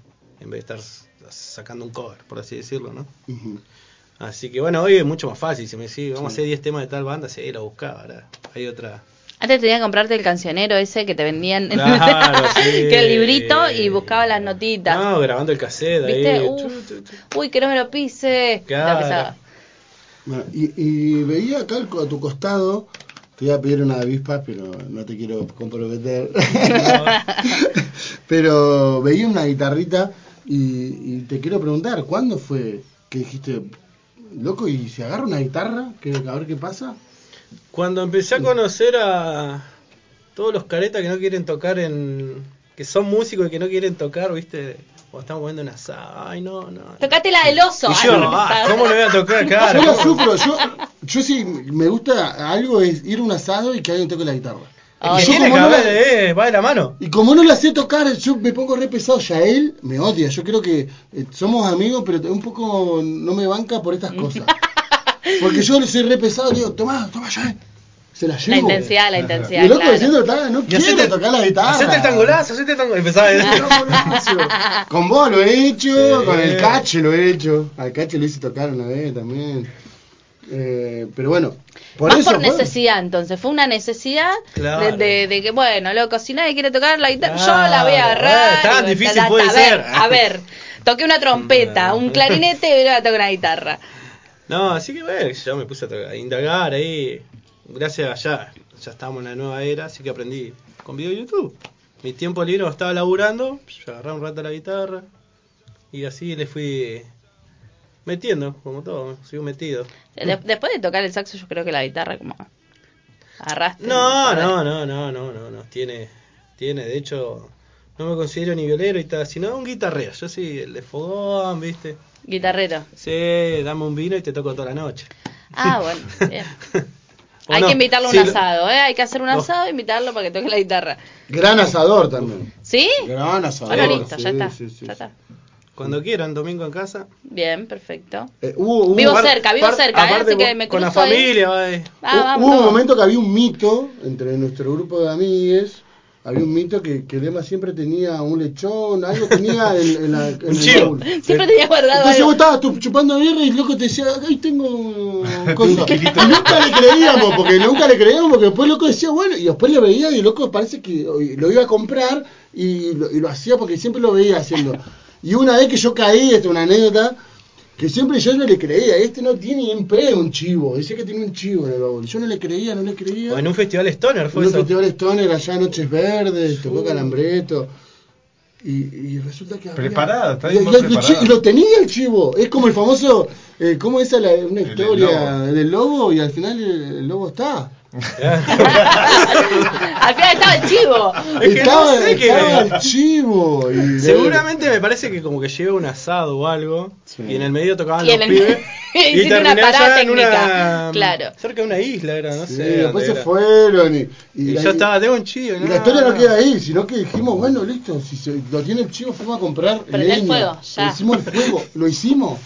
S8: en vez de estar s- sacando un cover, por así decirlo, ¿no?
S4: Ujú.
S8: Así que bueno, hoy es mucho más fácil. Si me decís, vamos a hacer 10 temas de tal banda, sí, lo buscaba, ¿verdad? Hay otra.
S5: Antes tenía que comprarte el cancionero ese que te vendían.
S8: Claro, sí.
S5: que era el librito y buscaba las notitas.
S8: No, grabando el cassette
S5: ¿Viste?
S8: ahí.
S5: Uf.
S8: chu, chu, chu.
S5: Uy, que no me lo pise.
S8: Claro.
S5: Lo que sea.
S4: Bueno, y, y veía acá al co- a tu costado, Te iba a pedir una avispa, pero no te quiero comprometer. pero veía una guitarrita y, y te quiero preguntar, ¿cuándo fue que dijiste, loco, y se agarra una guitarra? Que, a ver qué pasa.
S8: Cuando empecé a conocer a todos los caretas que no quieren tocar en. que son músicos y que no quieren tocar, viste. O están moviendo una sala. Ay, no, no.
S5: Tocate la del oso.
S8: Y
S5: Ah,
S8: yo,
S5: no, no,
S8: ah,
S5: no.
S8: ¿cómo le voy a tocar?
S4: Yo lo
S8: Claro.
S4: sufro, yo, yo sí me gusta algo es ir a un asado y que alguien toque la guitarra.
S5: Ay,
S8: Que
S4: yo
S8: Ah, tiene que
S4: como no la-
S8: haber, eh, va de la mano.
S4: Y como no la sé tocar, yo me pongo re pesado. Ya él me odia. Yo creo que eh, somos amigos, pero un poco no me banca por estas cosas. Porque yo le soy re pesado. Digo, tomá, tomá, ya. Se la
S5: La
S4: llevo.
S5: intensidad, la
S4: Y
S5: intensidad.
S4: el loco
S5: claro.
S4: diciendo, "Está, no
S8: Y
S4: quiero
S8: hacete-
S4: tocar la guitarra.
S8: Hacete el tangolazo, hacete el tangolazo. Empezaba a decir,
S4: No, boludo, Con vos lo he hecho,
S8: Sí.
S4: con el cache lo he hecho. Al cache lo hice tocar una vez también. Eh, pero bueno, por
S5: Más
S4: eso.
S5: por
S4: fue.
S5: necesidad, entonces. Fue una necesidad de,
S8: Claro.
S5: de- de que, bueno, loco, si nadie quiere tocar la guitarra, yo la
S8: Claro,
S5: voy a agarrar.
S8: eh, tan
S5: Y bueno,
S8: difícil
S5: ta, ta,
S8: puede
S5: a ver,
S8: ser.
S5: a ver, toqué una trompeta, un clarinete y ahora toco una guitarra.
S8: No, así que bueno, yo me puse a, tocar- a indagar ahí. Gracias a ya, ya estábamos en la nueva era, así que aprendí con video de YouTube. Mi tiempo libre cuando estaba laburando, pues, yo agarré un rato la guitarra y así le fui metiendo, como todo, sigo metido.
S5: De- después de tocar el saxo, yo creo que la guitarra como arrastra.
S8: No, no, no, no, no, no, no, tiene, tiene, de hecho, no me considero ni violero y tal, sino un guitarrero, yo sí, el de fogón, viste.
S5: Guitarrero.
S8: Sí, dame un vino y te toco toda la noche.
S5: Ah, bueno, bien.
S8: ¿O
S5: Hay
S8: no?
S5: que invitarlo a un
S8: Sí, lo-
S5: asado, ¿eh? Hay que hacer un
S8: No.
S5: asado e invitarlo para que toque la guitarra.
S4: Gran asador también.
S5: ¿Sí?
S4: Gran asador.
S5: Bueno, listo,
S4: sí,
S5: ya está.
S4: sí, sí,
S5: ya
S4: sí.
S5: está.
S8: Cuando quieran, domingo en casa.
S5: Bien, perfecto.
S4: Eh, hubo- hubo-
S5: Vivo
S8: Aparte-
S5: cerca, vivo
S8: aparte-
S5: cerca, ¿eh?
S8: aparte
S5: Así que
S8: con-
S5: me
S8: Con la
S5: cruzo ahí.
S8: familia, eh.
S5: Ah,
S4: Hu-
S5: vamos,
S4: Hubo un
S5: vamos.
S4: momento que había un mito entre nuestro grupo de amigues. Había un mito que, que Lema siempre tenía un lechón, algo tenía en, en la, en el
S8: chivo.
S4: baúl.
S5: Siempre tenía guardado
S4: Entonces
S5: algo.
S4: vos estabas tu- chupando birra y el loco te decía, ahí tengo cosas. Y nunca le creíamos, porque nunca le creíamos, porque después el loco decía, bueno, y después le veía y el loco parece que lo iba a comprar y lo, y lo hacía porque siempre lo veía haciendo. Y una vez que yo caí, esta es una anécdota, que siempre yo no le creía, este no tiene ni en pedo un chivo, decía que tiene un chivo en el baúl. Yo no le creía, no le creía.
S8: O en un festival Stoner fue
S4: Un
S8: eso. Uh.
S4: festival Stoner allá Noches Verdes, tocó Calambreto. Y, y resulta que había-
S6: Preparado, está
S4: y-
S6: bien
S4: y-
S6: más
S4: y-
S6: preparado.
S4: y lo tenía el chivo. Es como el famoso. eh, ¿Cómo es la, una
S6: El del
S4: historia
S6: lobo.
S4: del lobo? Y al final el, el lobo está.
S5: Al final estaba el chivo.
S8: Es que
S4: estaba
S8: no sé qué-
S4: estaba el chivo. y le-
S8: Seguramente me parece que como que llevé un asado o algo.
S4: Sí.
S8: Y en el medio tocaban
S5: Y
S8: los
S5: en el-
S8: pibes.
S5: hicieron una
S8: terminé
S5: parada
S8: allá en
S5: técnica,
S8: una-
S5: claro.
S8: Cerca de una isla era, no
S4: Sí,
S8: sé.
S4: después
S8: dónde
S4: se
S8: era.
S4: fueron. Y, y
S8: Y
S4: la-
S8: yo estaba, tengo un chido.
S4: y la historia no queda ahí, sino que dijimos, bueno, listo, si se- lo tiene el chivo, fuimos a comprar
S5: Prender
S4: leña.
S5: fuego, ya.
S4: Le hicimos el fuego, lo hicimos.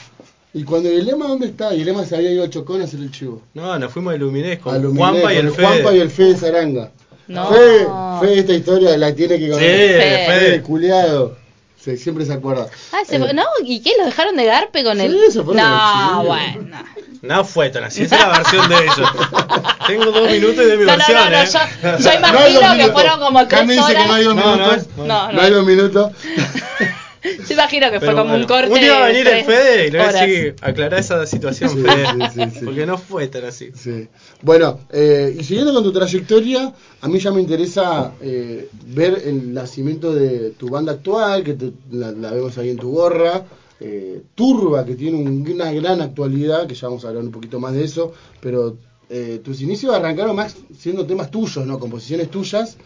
S4: Y cuando el lema, ¿dónde está? Y el lema se había ido a Chocón a hacer el chivo.
S8: No, nos fuimos a Luminés
S4: A
S8: con
S4: lo
S8: Juanpa
S4: Milei,
S8: y el
S4: con Juanpa y
S8: Fede.
S4: el Fede Saranga.
S5: No.
S4: Fede, Fede, esta historia la tiene que
S8: Sí,
S4: conocer.
S5: Fede.
S4: Fede,
S8: Fede.
S4: culiado. Se- siempre se acuerda.
S5: Ah, se
S4: Eh,
S5: fue- No, ¿y qué? ¿Lo dejaron de garpe con
S4: Sí,
S5: el...?
S4: se fueron
S5: No,
S4: al chivo.
S5: bueno.
S8: No fue tan así, esa es la versión de ellos. tengo dos minutos de mi
S5: No, no,
S8: versión,
S5: no, no,
S8: eh.
S5: yo, yo
S4: No hay dos
S5: imagino que
S4: minutos.
S5: fueron como
S4: Cami
S5: tres
S4: dice que no hay
S5: horas.
S4: dos
S8: No, no,
S4: minutos.
S8: no.
S5: No,
S4: No hay dos
S5: no.
S4: minutos.
S5: Yo imagino que fue
S8: Pero
S5: como un
S8: bueno,
S5: corte
S8: Un día va a venir
S5: de
S8: el Fede y le voy a
S5: horas.
S8: decir, aclarar esa situación,
S4: Sí,
S8: Fede.
S4: sí, sí, sí.
S8: Porque no fue tan así.
S4: Sí. Bueno, eh, y siguiendo con tu trayectoria, a mí ya me interesa eh, ver el nacimiento de tu banda actual, que te- la, la vemos ahí en tu gorra, eh, Turba, que tiene un- una gran actualidad, que ya vamos a hablar un poquito más de eso, pero eh, tus inicios arrancaron más siendo temas tuyos, ¿no? Composiciones tuyas.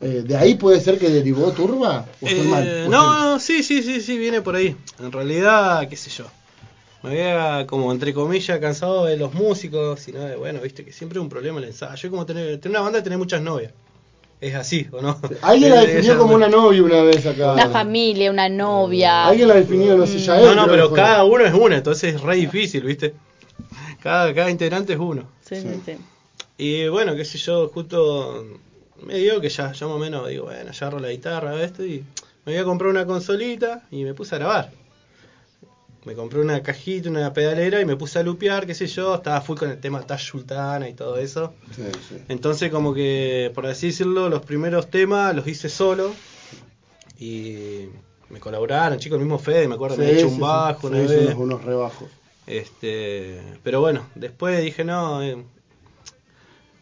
S4: Eh, ¿De ahí puede ser que derivó Turba? ¿O estoy
S8: Eh,
S4: mal? ¿O estoy-
S8: no, no, sí, sí, sí, sí, viene por ahí. En realidad, qué sé yo. Me había, como entre comillas, cansado de los músicos, sino de, bueno, viste que siempre es un problema el ensayo. Es como tener, tener una banda y tener muchas novias. Es así, ¿o no?
S4: Alguien la
S8: Es-
S4: definió
S8: es-
S4: como una novia una vez acá.
S5: Una familia, una novia.
S4: Alguien la definió, no sé, ya
S8: No, no, pero cada uno es una, entonces es re difícil, viste. Cada, cada integrante es uno.
S5: Sí, sí, sí.
S8: Y bueno, qué sé yo, justo me dio que ya, yo más o menos digo, bueno, ya agarro la guitarra, esto y me voy a comprar una consolita y me puse a grabar. Me compré una cajita, una pedalera y me puse a lupear, qué sé yo, estaba full con el tema Tash Sultana y todo eso. Entonces como que, por así decirlo, los primeros temas los hice solo y me colaboraron, chicos, el mismo Fede, me acuerdo, me he hecho un bajo una
S4: sí, sí,
S8: vez.
S4: unos- unos rebajos.
S8: Este, pero bueno, después dije, no, eh,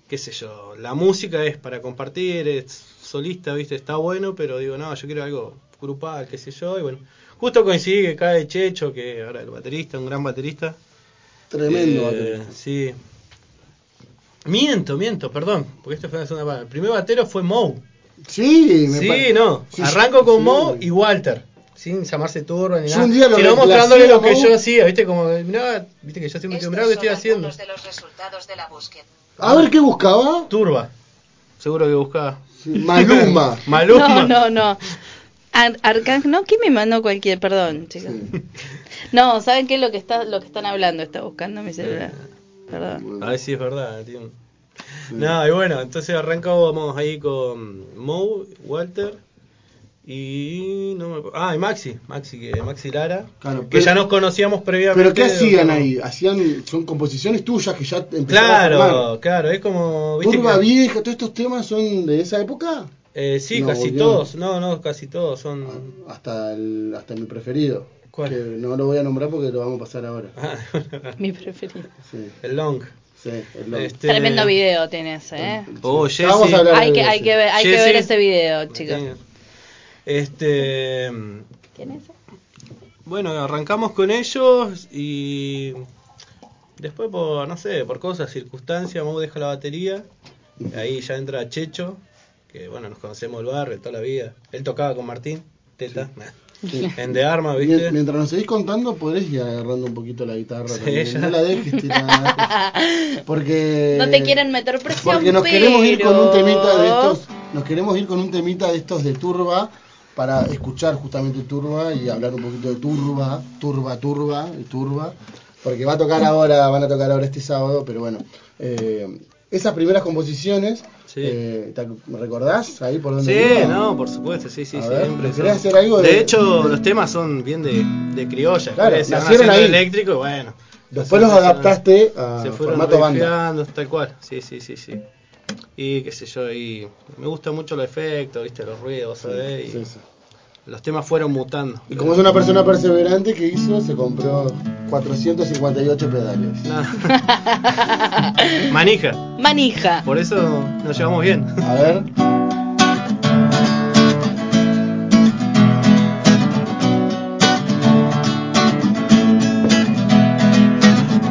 S8: qué sé yo, la música es para compartir, es solista, viste, está bueno, pero digo, no, yo quiero algo grupal, qué sé yo, y bueno, justo coincidí que cae Checho, que ahora el baterista, un gran baterista.
S1: Tremendo.
S8: Eh,
S1: baterista.
S8: Sí. Miento, miento, perdón, porque esto fue la segunda parte. El primer batero fue Moe.
S1: Sí, me
S8: Sí,
S1: pare-
S8: no.
S1: Sí,
S8: Arranco con
S1: sí.
S8: Mo y Walter. Sin llamarse turno ni
S1: Yo
S8: nada.
S1: un día lo
S8: sino
S1: reemplacé
S8: mostrándole
S1: a
S8: lo que
S1: Mo.
S8: yo hacía, ¿viste? Como, mirá, ¿viste que yo estoy metido, mirá lo que estoy haciendo.
S9: algunos de los resultados de la búsqueda.
S1: A ver qué buscaba.
S8: Turba. Seguro que buscaba.
S1: Sí, Maluma.
S8: Maluma.
S5: No, no, no. Ar- Arcángel, no, ¿quién me mandó cualquier? Perdón, chicos. No, ¿saben qué? Lo que, está, lo que están hablando está buscando mi celular. Perdón.
S8: A ver si es verdad, tío. No, y bueno, entonces arrancamos ahí con Mo, Walter y no me acu- ah, y Maxi, Maxi que Maxi Lara,
S1: Claro,
S8: que
S1: pero-
S8: ya nos conocíamos previamente.
S1: Pero ¿qué hacían
S8: ¿no?
S1: ahí? Hacían, son composiciones tuyas que ya empezaron a
S8: Claro,
S1: formar.
S8: claro, es como ¿viste
S1: Turba
S8: que-
S1: vieja, todos estos temas son de esa época.
S8: Eh, sí,
S1: No,
S8: casi
S1: volvió. Ah.
S8: todos. No, no, casi todos son.
S1: Hasta el, hasta mi preferido.
S8: ¿Cuál?
S1: Que no lo voy a nombrar porque lo vamos a pasar ahora.
S5: Mi preferido.
S1: Sí,
S8: El long.
S1: Ah. sí, es lo-
S8: Este-
S5: Tremendo video tenés, ¿eh?
S8: Oh,
S1: Ya vamos a hablar
S5: Hay
S1: de
S5: que,
S1: ese.
S5: hay que, ver, hay que
S8: Jesse.
S5: ver ese video, chicos.
S8: Este.
S5: ¿Quién es? ese?
S8: Bueno, arrancamos con ellos y. Después, por, no sé, por cosas, circunstancias, Mau deja la batería. Ahí ya entra Checho, que bueno, nos conocemos del barrio toda la vida. Él tocaba con Martín, teta, en de arma,
S1: Mien-
S8: ¿viste?
S1: Mientras nos seguís contando, podés ir agarrando un poquito la guitarra.
S8: Sí,
S1: también.
S8: ya.
S1: No la dejes tirada. Porque.
S5: No te quieren meter presión,
S1: Porque nos queremos ir con
S5: pero-
S1: un temita de estos. Nos queremos ir con un temita de estos de Turba para escuchar justamente Turba y hablar un poquito de Turba, Turba, Turba, y Turba. Porque va a tocar ahora, van a tocar ahora este sábado, pero bueno. eh, esas primeras composiciones,
S8: Sí.
S1: eh, ¿te ac- ¿recordás ahí por donde
S8: Sí,
S1: vino?
S8: no, por supuesto, sí, sí,
S1: A ver,
S8: siempre.
S1: ¿querés
S8: son-
S1: hacer algo
S8: de...
S1: de-
S8: hecho, los temas son bien de, de criolla.
S1: Claro,
S8: ¿viste? se van
S1: nacieron
S8: haciendo
S1: ahí.
S8: eléctrico, y bueno.
S1: Después los adaptaste a
S8: se fueron
S1: formato banda.
S8: riffeando, tal cual. Sí, sí, sí, sí. Y qué sé yo, y me gusta mucho los efectos, viste, los ruidos, ¿sabes?
S1: Sí, sí.
S8: Los temas fueron mutando.
S1: Y como es una persona perseverante que hizo, se compró 458 pedales.
S8: Nada. Manija.
S5: Manija.
S8: Por eso nos llevamos bien.
S1: A ver.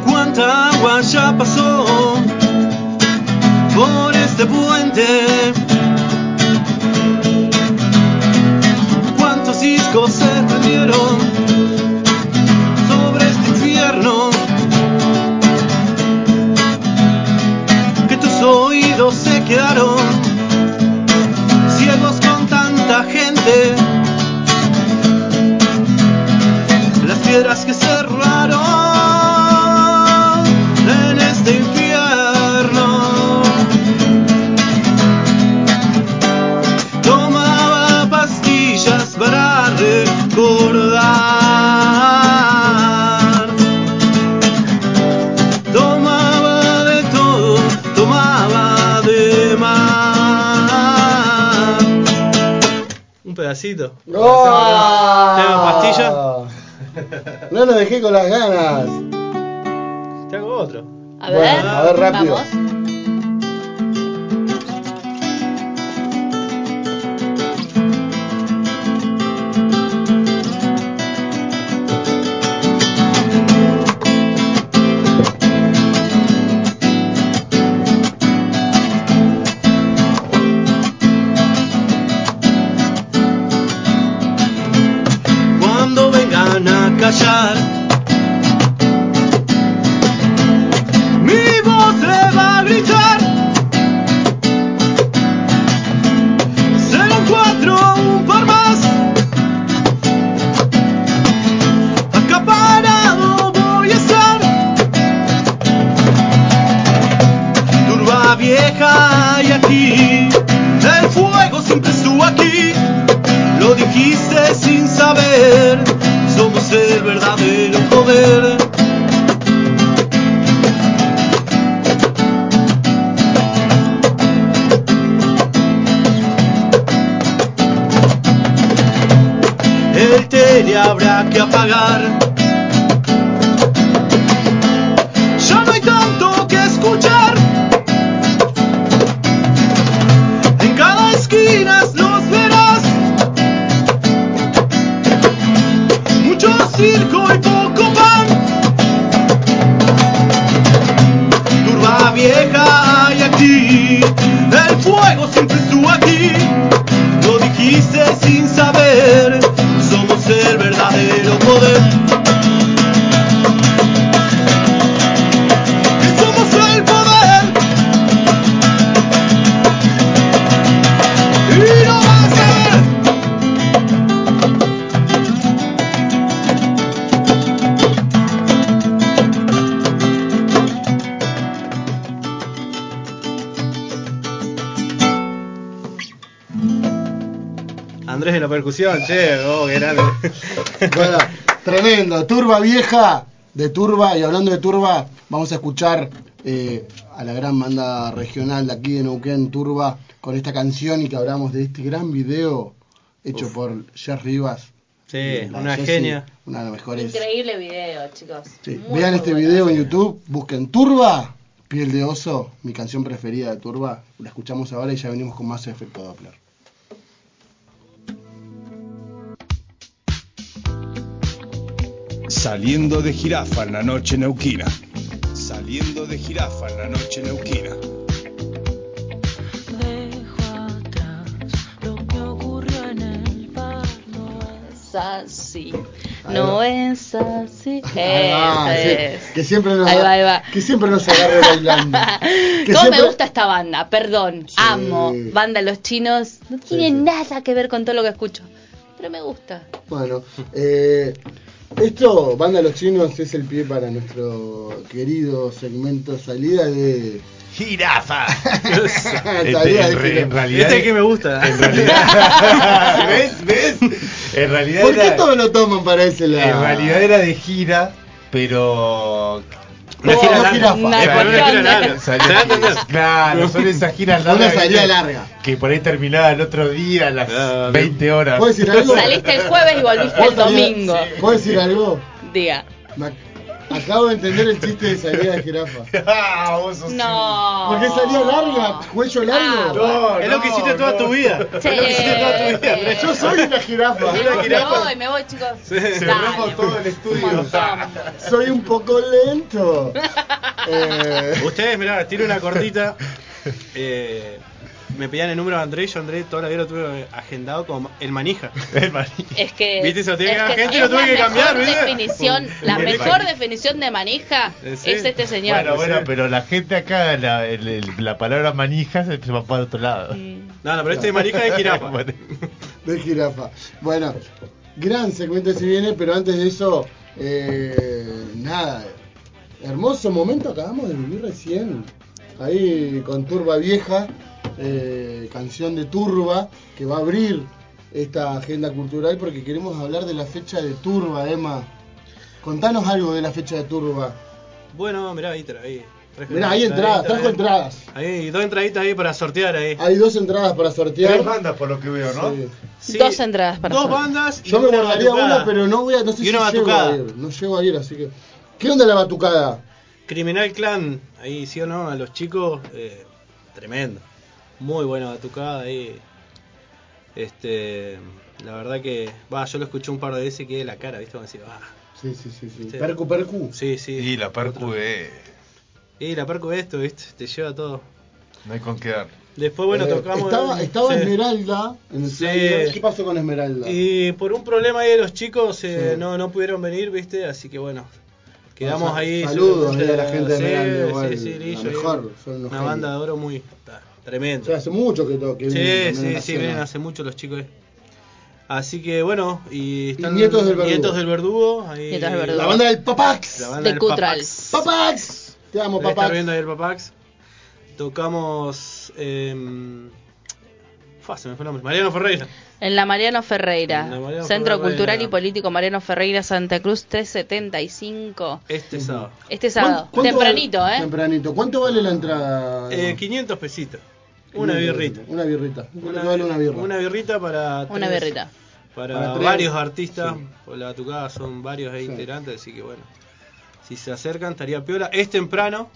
S8: cuánta agua ya pasó por este puente. Cuántos discos se prendieron sobre este infierno. Que tus oídos se quedaron ciegos con tanta gente. Las piedras que cerraron en este infierno. Tomaba pastillas para recordar. Tomaba de todo, tomaba de más. Un pedacito.
S1: ¡Oh! No lo dejé con las ganas.
S8: Te hago otro.
S5: A
S1: Bueno,
S5: ver,
S1: a ver, rápido.
S5: vamos.
S8: cuando vengan a callar. Mi voz se va a gritar. Serán cuatro, un par más. Acaparado voy a estar. Turba vieja y aquí. El fuego siempre estuvo aquí. Lo dijiste sin saber, somos el verdadero poder. El tele habrá que apagar. Ya no hay tanto que escuchar.
S10: circo y poco pan. Turba vieja hay aquí, el fuego siempre estuvo aquí. Lo dijiste sin saber, somos el verdadero poder. Somos el poder. Y no va a ser.
S8: Andrés de la percusión, che, oh, qué grande.
S1: Bueno, tremendo. Turba vieja de Turba. Y hablando de Turba, vamos a escuchar eh, a la gran banda regional de aquí de Neuquén, Turba, con esta canción y que hablamos de este gran video hecho por Jess Rivas.
S8: Sí,
S1: La
S8: una
S1: Jessy,
S8: genia.
S1: Una de las mejores.
S5: Increíble video, chicos.
S1: Sí,
S5: Muy,
S1: Vean
S5: muy
S1: este
S5: bueno.
S1: video en YouTube, busquen Turba, Piel de Oso, mi canción preferida de Turba. La escuchamos ahora y ya venimos con más efecto Doppler.
S2: Saliendo de jirafa en la noche neuquina. Saliendo de jirafa en la noche neuquina.
S11: Dejo atrás lo que ocurrió en el bar. No
S5: es así. No es así.
S1: Ah,
S5: Esa
S1: sí,
S5: es.
S1: Que siempre nos,
S5: Ahí va, ahí va.
S1: Que siempre nos agarre bailando. Que
S5: ¿Cómo
S1: siempre-
S5: me gusta esta banda? Perdón, amo. Banda Los Chinos. No tiene nada que ver con todo lo que escucho. Pero me gusta.
S1: Bueno, eh, esto, Banda Los Chinos, es el pie para nuestro querido segmento salida de...
S6: Jirafa.
S1: Salida de
S6: Este, en, re- en
S1: jirafa.
S6: realidad.
S8: Este es que me gusta.
S6: ¿Ves? ¿Ves? En realidad.
S1: ¿Por qué
S6: era-
S1: todos lo toman para ese lado?
S6: En realidad era de gira, pero.
S1: Una gira larga. Una
S6: Claro,
S1: colchón.
S6: Salió-
S8: Se va a entender.
S6: Claro, son esas giras
S1: Una
S6: largas.
S1: salida
S6: que-
S1: larga.
S6: Que por ahí terminaba el otro día a las 20 horas.
S1: ¿Puedo decir algo?
S5: Saliste el jueves y volviste el
S1: ¿Puedo también-
S5: domingo.
S1: ¿Puedo decir algo?
S5: Diga.
S1: Me ac- acabo de entender el chiste de salida de jirafa.
S6: Ah, vos sos
S5: No. Ah,
S1: Porque salía larga, cuello largo.
S6: No,
S8: Es lo que hiciste toda tu vida.
S5: Sí.
S8: Es lo que hiciste toda tu vida, Andrés.
S1: Yo soy una jirafa.
S8: Una
S5: Me
S8: jirafa.
S5: voy, me voy, chicos.
S6: Se
S5: Dale.
S6: roba todo el estudio.
S5: Un montón.
S1: Soy un poco lento. Eh,
S8: Ustedes, mirá, tiro una cortita. Eh, me pedían el número de Andrés. Yo, Andrés, toda la vida lo tuve agendado como el manija.
S6: El maní.
S5: Es que.
S8: Viste, se lo tiene
S5: es
S8: que- la gente lo
S5: es
S8: tuvo
S5: la
S8: que cambiar,
S5: mejor
S8: ¿viste?
S5: definición, La
S6: Un- un-
S5: mejor definición de manija
S8: Eh,
S5: es
S8: sí.
S5: este señor.
S6: Bueno, bueno, pero la gente acá, la, el- el- la palabra manija se se va para otro lado.
S8: No, no, pero este manija de jirafa.
S6: Bueno.
S1: de jirafa. Bueno, gran segmento se viene, pero antes de eso, eh, nada. Hermoso momento acabamos de vivir recién. Ahí con Turba Vieja, eh, canción de Turba, que va a abrir esta agenda cultural porque queremos hablar de la fecha de Turba, Emma. Contanos algo de la fecha de Turba.
S8: Bueno, mirá, ahí traí. traje
S1: Mirá,
S8: una
S1: hay entradas,
S8: entradita,
S1: trajo
S8: eh.
S1: entradas. Ah,
S8: Ahí, dos entraditas ahí para sortear ahí.
S1: Hay dos entradas para sortear. Eh,
S6: Tres bandas por lo que veo, ¿no?
S1: Sí.
S8: Sí,
S5: Dos entradas para
S8: Dos
S5: sortear.
S8: bandas. y
S1: Yo me
S8: una
S1: guardaría
S8: batucada.
S1: una, pero no voy a, no sé
S8: Y una
S1: si llego a
S8: batucada.
S1: ir, no llego a ir, así que. ¿Qué onda la batucada?
S8: Criminal Clan, ahí sí o no, a los chicos, eh, tremendo. Muy buena batucada ahí. Este, la verdad que, va, yo lo escuché un par de veces y quedé la cara, ¿viste? Como decía, va.
S1: Sí, sí, sí, sí.
S8: Sí.
S1: Percu, percu.
S8: Sí, sí.
S6: Y la percu de...
S8: Y la perco de esto, ¿viste? Te lleva todo.
S6: No hay con qué dar.
S8: Después, bueno,
S1: Eh,
S8: tocamos.
S1: Estaba, estaba
S8: Sí.
S1: Esmeralda en el
S8: Sí.
S1: flyer. ¿Qué pasó con Esmeralda?
S8: Y por un problema ahí de los chicos eh,
S1: Sí.
S8: no, no pudieron venir, ¿viste? Así que bueno, quedamos
S1: O sea,
S8: ahí.
S1: Saludos ahí
S8: seguramente,
S1: a la gente de
S8: sí,
S1: Esmeralda. igual,
S8: Sí, sí, Lillo,
S1: la
S8: ahí,
S1: mejor, son unos
S8: Una
S1: genios.
S8: banda de oro muy. ta,
S1: O
S8: tremendo.
S1: sea, hace mucho que toque.
S8: Sí, sí, sí, vienen hace mucho los chicos. eh. Así que bueno, y están
S1: Nietos del Verdugo.
S8: Nietos del Verdugo, ahí-
S5: Nietos del Verdugo.
S1: La banda del Papax.
S8: la banda
S5: De
S8: del
S5: Cutral.
S8: Papax.
S1: Papax. Te amo,
S8: Debe estar
S1: Papax.
S8: viendo ahí el Papax. Tocamos. Eh, fa, se me fue el nombre. Mariano Ferreira.
S5: En la Mariano Ferreira,
S8: En la Mariano
S5: Centro
S8: Ferreira.
S5: Cultural y Político Mariano Ferreira, Santa Cruz 375.
S8: Este sábado.
S5: Este sábado,
S1: ¿Cuánto
S5: tempranito,
S1: vale-
S5: ¿eh?
S1: Tempranito. ¿Cuánto vale la entrada?
S8: Eh, 500 pesitos. Una birrita.
S1: Una birrita. ¿Cuánto vale una birra?
S8: Una birrita para.
S5: Una
S8: tres-
S5: berrita.
S8: Para,
S1: Para tres.
S8: varios artistas.
S1: Sí.
S8: Por la batucada son varios ahí
S1: Sí.
S8: integrantes, así que bueno. Si se acercan, estaría piola. Es temprano.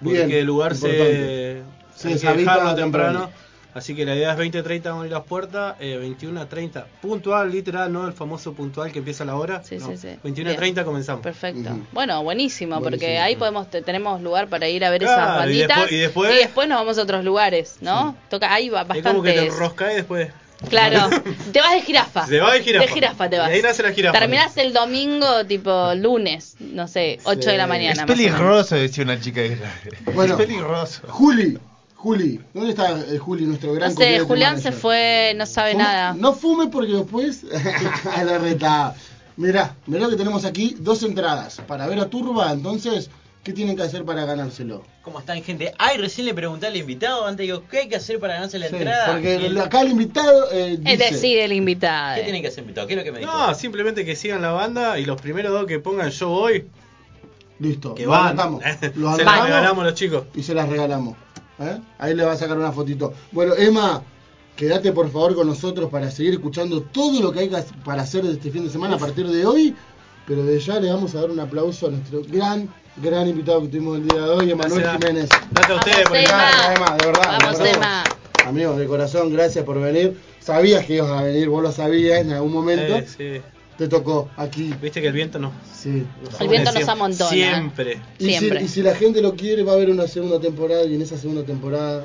S1: Bien,
S8: porque el lugar se.
S1: importante. Se
S8: hay que
S1: deshabita
S8: dejarlo temprano.
S1: temprano.
S8: Así que la idea es 20.30 abrir las puertas, eh, 21.30 puntual, literal, no el famoso puntual que empieza la hora.
S5: Sí,
S8: no,
S5: sí, sí.
S8: 21.30 comenzamos.
S5: Perfecto. Bueno, buenísimo, porque
S8: Buenísimo.
S5: ahí podemos te- tenemos lugar para ir a ver
S8: Claro,
S5: esas
S8: y
S5: banditas.
S8: después- y después-
S5: nos vamos a otros lugares, ¿no? Toca ahí va
S8: Es como que te
S5: bastante.
S8: enrosca y después...
S5: Claro, te vas de jirafa.
S8: Se va de jirafa.
S5: te vas.
S8: Y ahí nace la jirafa.
S5: Terminás el domingo, tipo lunes, no sé, 8 de la mañana.
S6: Es
S5: más o menos.
S6: peligroso, decía una chica. de-
S1: Bueno.
S6: Es peligroso.
S1: Juli, Juli, ¿dónde está eh, Juli, nuestro gran
S5: No sé,
S1: community
S5: Julián se
S1: manager?
S5: fue, no sabe
S1: Fuma-
S5: nada.
S1: No fume porque después la reta. Mirá, mirá que tenemos aquí dos entradas para ver a Turba. Entonces, ¿qué tienen que hacer para ganárselo?
S7: ¿Cómo están, gente? Ay, recién le pregunté al invitado antes, digo, ¿qué hay que hacer para ganarse la
S1: Sí,
S7: entrada?
S1: porque
S7: Y él,
S1: el- acá el invitado eh,
S5: Es
S1: dice,
S5: decir, el invitado.
S7: ¿Qué tiene que hacer invitado? ¿Qué es lo que me dijo?
S8: No, simplemente que sigan la banda y los primeros dos que pongan yo voy,
S1: listo,
S8: que
S1: lo
S8: van.
S1: anotamos, lo
S8: Se
S1: anotamos
S8: las regalamos a los chicos.
S1: y se las regalamos. ¿eh? Ahí le va a sacar una fotito. Bueno, Emma, quédate por favor con nosotros para seguir escuchando todo lo que hay que hac- para hacer este fin de semana a partir de hoy. Pero de ya le vamos a dar un aplauso a nuestro gran, gran invitado que tuvimos el día de hoy, Emanuel
S8: Gracias.
S1: Jiménez.
S8: Gracias a ustedes por estar.
S1: Gracias, Emma, de verdad.
S5: Vamos,
S1: de verdad.
S5: Emma.
S1: Amigos de corazón, gracias por venir. Sabías que ibas a venir, vos lo sabías en algún momento.
S8: Eh, sí.
S1: Te tocó aquí.
S8: Viste que el viento nos...
S1: Sí.
S5: El viento nos
S8: siempre-
S5: amontona.
S8: Siempre.
S1: Y si,
S5: Siempre.
S1: y si la gente lo quiere, va a haber una segunda temporada y en esa segunda temporada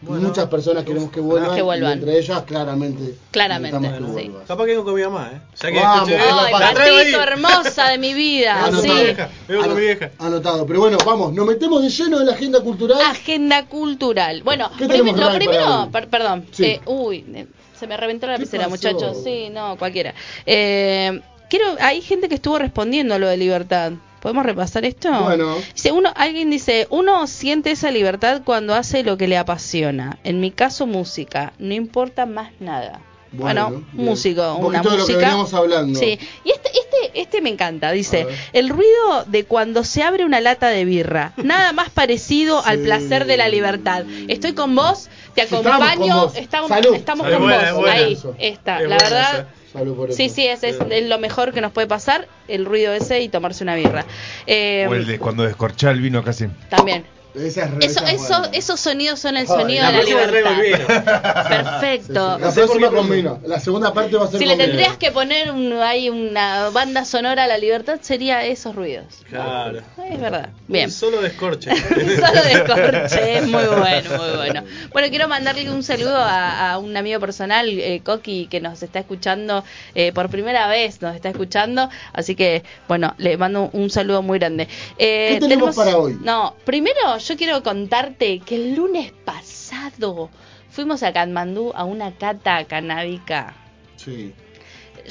S8: Bueno,
S1: muchas personas queremos que vuelvan.
S5: Que vuelvan.
S1: y entre ellas, claramente.
S5: Claramente,
S1: necesitamos que
S5: sí.
S1: vuelvas.
S8: Capaz que vengo con mi mamá, ¿eh? Ya que
S1: Vamos,
S8: escuché-
S1: vamos,
S5: Ay,
S1: La
S8: traigo ahí.
S5: patito hermosa de mi vida.
S1: Anotado.
S5: Ah, sí.
S8: Vengo con
S1: Ano-
S8: mi vieja.
S1: Anotado. Pero bueno, vamos, nos metemos de lleno en la agenda cultural.
S5: Ah. Agenda cultural. Bueno,
S1: ¿Qué
S5: primero,
S1: tenemos, Ray, para
S5: primero
S1: hoy?
S5: per- perdón,
S1: Sí.
S5: eh, uy, eh, se me reventó la
S1: ¿Qué
S5: pecera,
S1: pasó?
S5: muchachos. Sí, no, cualquiera. Eh, quiero, hay gente que estuvo respondiendo a lo de libertad. ¿Podemos repasar esto?
S1: Bueno.
S5: Dice, uno, alguien dice, uno siente esa libertad cuando hace lo que le apasiona. En mi caso, música. No importa más nada. Bueno,
S1: bien.
S5: músico,
S1: Un
S5: una
S1: poquito de lo que
S5: música.
S1: veníamos hablando.
S5: Sí, y este, este, este me encanta.
S1: A
S5: Dice:
S1: ver.
S5: El ruido de cuando se abre una lata de birra. Nada más parecido al placer de la libertad. Estoy con vos, te
S1: Sí,
S5: acompaño.
S1: estamos con vos.
S5: Estamos,
S1: Salud.
S5: estamos
S1: Salud.
S5: con
S1: Es
S5: vos.
S8: buena, es buena.
S5: Ahí
S1: Eso.
S5: está.
S8: Es
S5: la
S8: buena
S5: verdad.
S1: Salud por
S5: Sí,
S1: eso.
S5: sí, ese es, es lo mejor que nos puede pasar, el ruido ese y tomarse una birra. Eh,
S6: O el de cuando descorchá el vino casi.
S5: También.
S1: Esa es re-
S5: Eso,
S1: esa es
S5: eso-
S1: buena.
S5: esos sonidos son el
S1: Joder,
S5: sonido
S1: la
S5: de la
S1: próxima
S5: libertad.
S8: traigo el vino.
S5: Perfecto.
S1: La próxima con vino. La segunda parte va a ser
S5: Si le
S1: con vino.
S5: tendrías que poner un, ahí una banda sonora a la libertad, sería esos ruidos.
S8: Claro.
S5: Es verdad. Bien.
S8: Un Solo descorche.
S5: Solo descorche, es muy bueno, muy bueno. Bueno, quiero mandarle un saludo a, a un amigo personal, eh, Coqui, que nos está escuchando eh, por primera vez, nos está escuchando, así que, bueno, le mando un saludo muy grande. Eh,
S1: ¿Qué tenemos para hoy?
S5: No, primero yo quiero contarte que el lunes pasado fuimos a Katmandú a una cata canábica.
S1: Sí.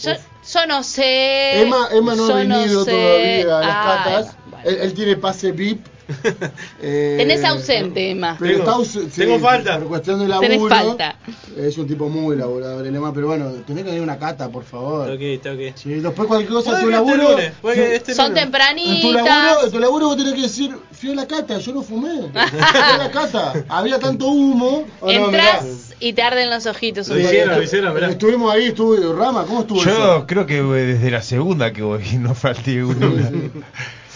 S5: Yo, yo no sé.
S1: Emma, Emma no ha
S5: Eh, yo
S1: venido
S5: sé.
S1: todavía a las
S5: Ay,
S1: catas.
S5: bueno.
S1: Él, él tiene pase VIP. Eh,
S5: Tenés ausente, Emma.
S1: Pero
S8: Tengo-
S1: está aus-
S8: tengo falta.
S1: Por cuestión de laburo.
S5: Tenés falta.
S1: Es un tipo muy laburador, el Emma, pero bueno, tenés que venir a una cata, por favor.
S8: toque, toque.
S1: Sí, después cualquier cosa, tu
S8: Puede que este
S1: laburo.
S8: lunes, puede que este
S5: Son
S8: lunes.
S1: En tu laburo,
S5: tempranitas.
S1: en tu laburo vos tenés que decir, fui a la cata, yo no fumé. Fui a la cata, había tanto humo. Oh, no, mirá.
S5: Entrás y te arden los ojitos.
S8: Lo
S5: un
S8: hicieron,
S5: poquito.
S8: lo hicieron, mirá.
S1: Estuvimos ahí, estuve Rama, ¿cómo estuvo
S6: Yo
S1: eso?
S6: creo que eh, desde la segunda que voy, no falté uno. Eh,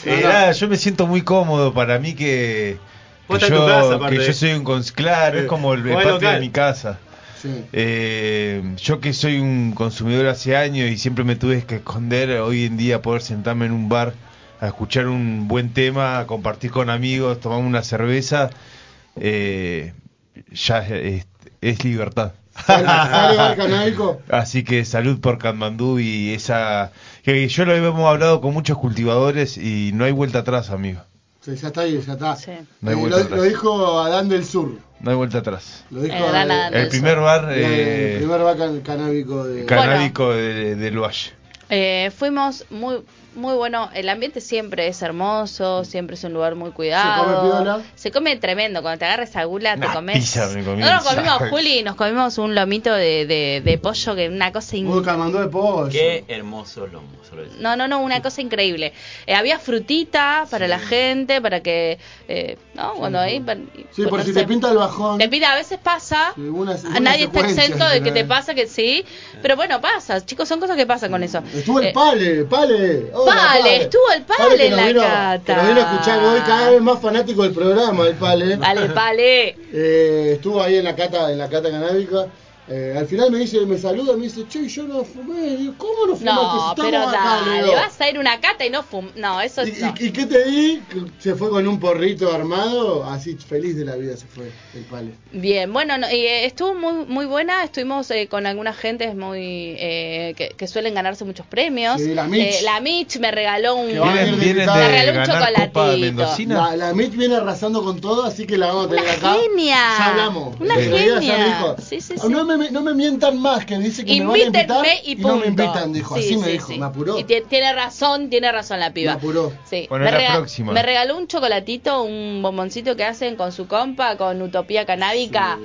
S1: No, no.
S6: nada, yo me siento muy cómodo para mí que, que,
S8: Vos estás en tu
S6: yo,
S8: casa, aparte.
S6: que yo soy un cons claro, es como el, el
S8: Vos
S6: patio
S8: local.
S6: de mi casa.
S1: Sí.
S6: Eh, yo que soy un consumidor hace años y siempre me tuve que esconder, hoy en día poder sentarme en un bar a escuchar un buen tema, a compartir con amigos, tomar una cerveza, eh, ya es, es libertad.
S1: ¿Sale, sale bar canábico?
S6: Así que salud por Katmandú y esa... que yo lo hemos hablado con muchos cultivadores y no hay vuelta atrás, amigo.
S1: Sí, ya está ahí, ya está.
S5: Sí.
S6: No hay
S1: Eh,
S6: vuelta
S1: lo,
S6: atrás.
S1: lo dijo Adán del Sur.
S6: No hay vuelta atrás.
S1: Lo dijo
S5: Eh, Adán, Adán.
S6: El
S5: Eso.
S6: primer bar
S1: la-
S6: eh,
S1: el primer vaca canábico de.
S6: canábico de, del Valle.
S5: Eh, fuimos muy muy bueno. El ambiente siempre es hermoso, siempre es un lugar muy cuidado.
S1: ¿Se come piola?
S5: Se come tremendo. Cuando te agarras a gula, te
S6: Una
S5: comes.
S6: pizza me comí.
S5: no nos comimos, Juli, nos comimos un lomito de, de, de pollo que una cosa in-
S1: Uy, Camandó de pollo.
S7: Qué hermoso lomo, solo eso.
S5: No, no, no, una cosa increíble. Eh, había frutita para la gente, para que. eh, ¿No? Cuando ahí. para-
S1: Sí, por
S5: no
S1: si
S5: sé.
S1: te pinta el bajón.
S5: Te pinta, a veces pasa.
S1: Sí, una-
S5: A
S1: una
S5: nadie está
S1: secuencia,
S5: exento de que
S1: ¿verdad?
S5: te pasa que sí. Pero bueno, pasa. Chicos, son cosas que pasan con eso.
S1: Es Estuvo el Pale, Pale. Hola,
S5: Eh, Pale, estuvo el Pale
S1: que
S5: en
S1: nos
S5: la
S1: vino-
S5: cata.
S1: que Nos vino a escuchar hoy cada vez más fanático del programa, el Pale.
S5: Dale, Pale.
S1: Eh, estuvo ahí en la cata, en la cata canábica. Eh, al final me dice, me saluda, me dice, che, yo no fumé. Digo, ¿Cómo no fumaste?
S5: No,
S1: Si
S5: pero
S1: estamos acá", le
S5: dale,
S1: digo.
S5: vas a ir a una cata y no fum... No, eso
S1: ¿Y,
S5: no.
S1: y- y qué te di? Se fue con un porrito armado, así feliz de la vida se fue el Pale.
S5: Bien, bueno, no, y, eh, estuvo muy, muy buena, estuvimos eh, con algunas gentes muy eh, que, que suelen ganarse muchos premios.
S1: Sí, la Mitch.
S5: Eh, la Mitch me regaló un,
S1: Que va a venir de
S6: vienen
S1: invitada.
S6: de
S5: me regaló un
S6: ganar Copa
S5: chocolatito.
S6: Mendocina.
S1: La, la Mitch viene arrasando con todo, así que la vamos a tener acá.
S5: genia.
S1: Ya hablamos.
S5: Una
S1: Pero voy a hacer,
S5: genia.
S1: dijo,
S5: Sí, sí,
S1: "Ah,
S5: sí.
S1: No, me, no me mientan más, que dice que me van a
S5: Invítenme
S1: invitar.
S5: y
S1: no
S5: punto.
S1: me invitan, dijo.
S5: Sí,
S1: así me
S5: sí,
S1: dijo,
S5: sí.
S1: me apuró.
S5: Y tie- tiene razón, tiene razón la
S1: Me
S5: piba.
S1: apuró.
S5: Sí.
S6: Bueno,
S5: me,
S6: es la
S5: rega-
S6: próxima.
S5: me regaló un chocolatito, un bomboncito que hacen con su compa, con Utopía Canábica.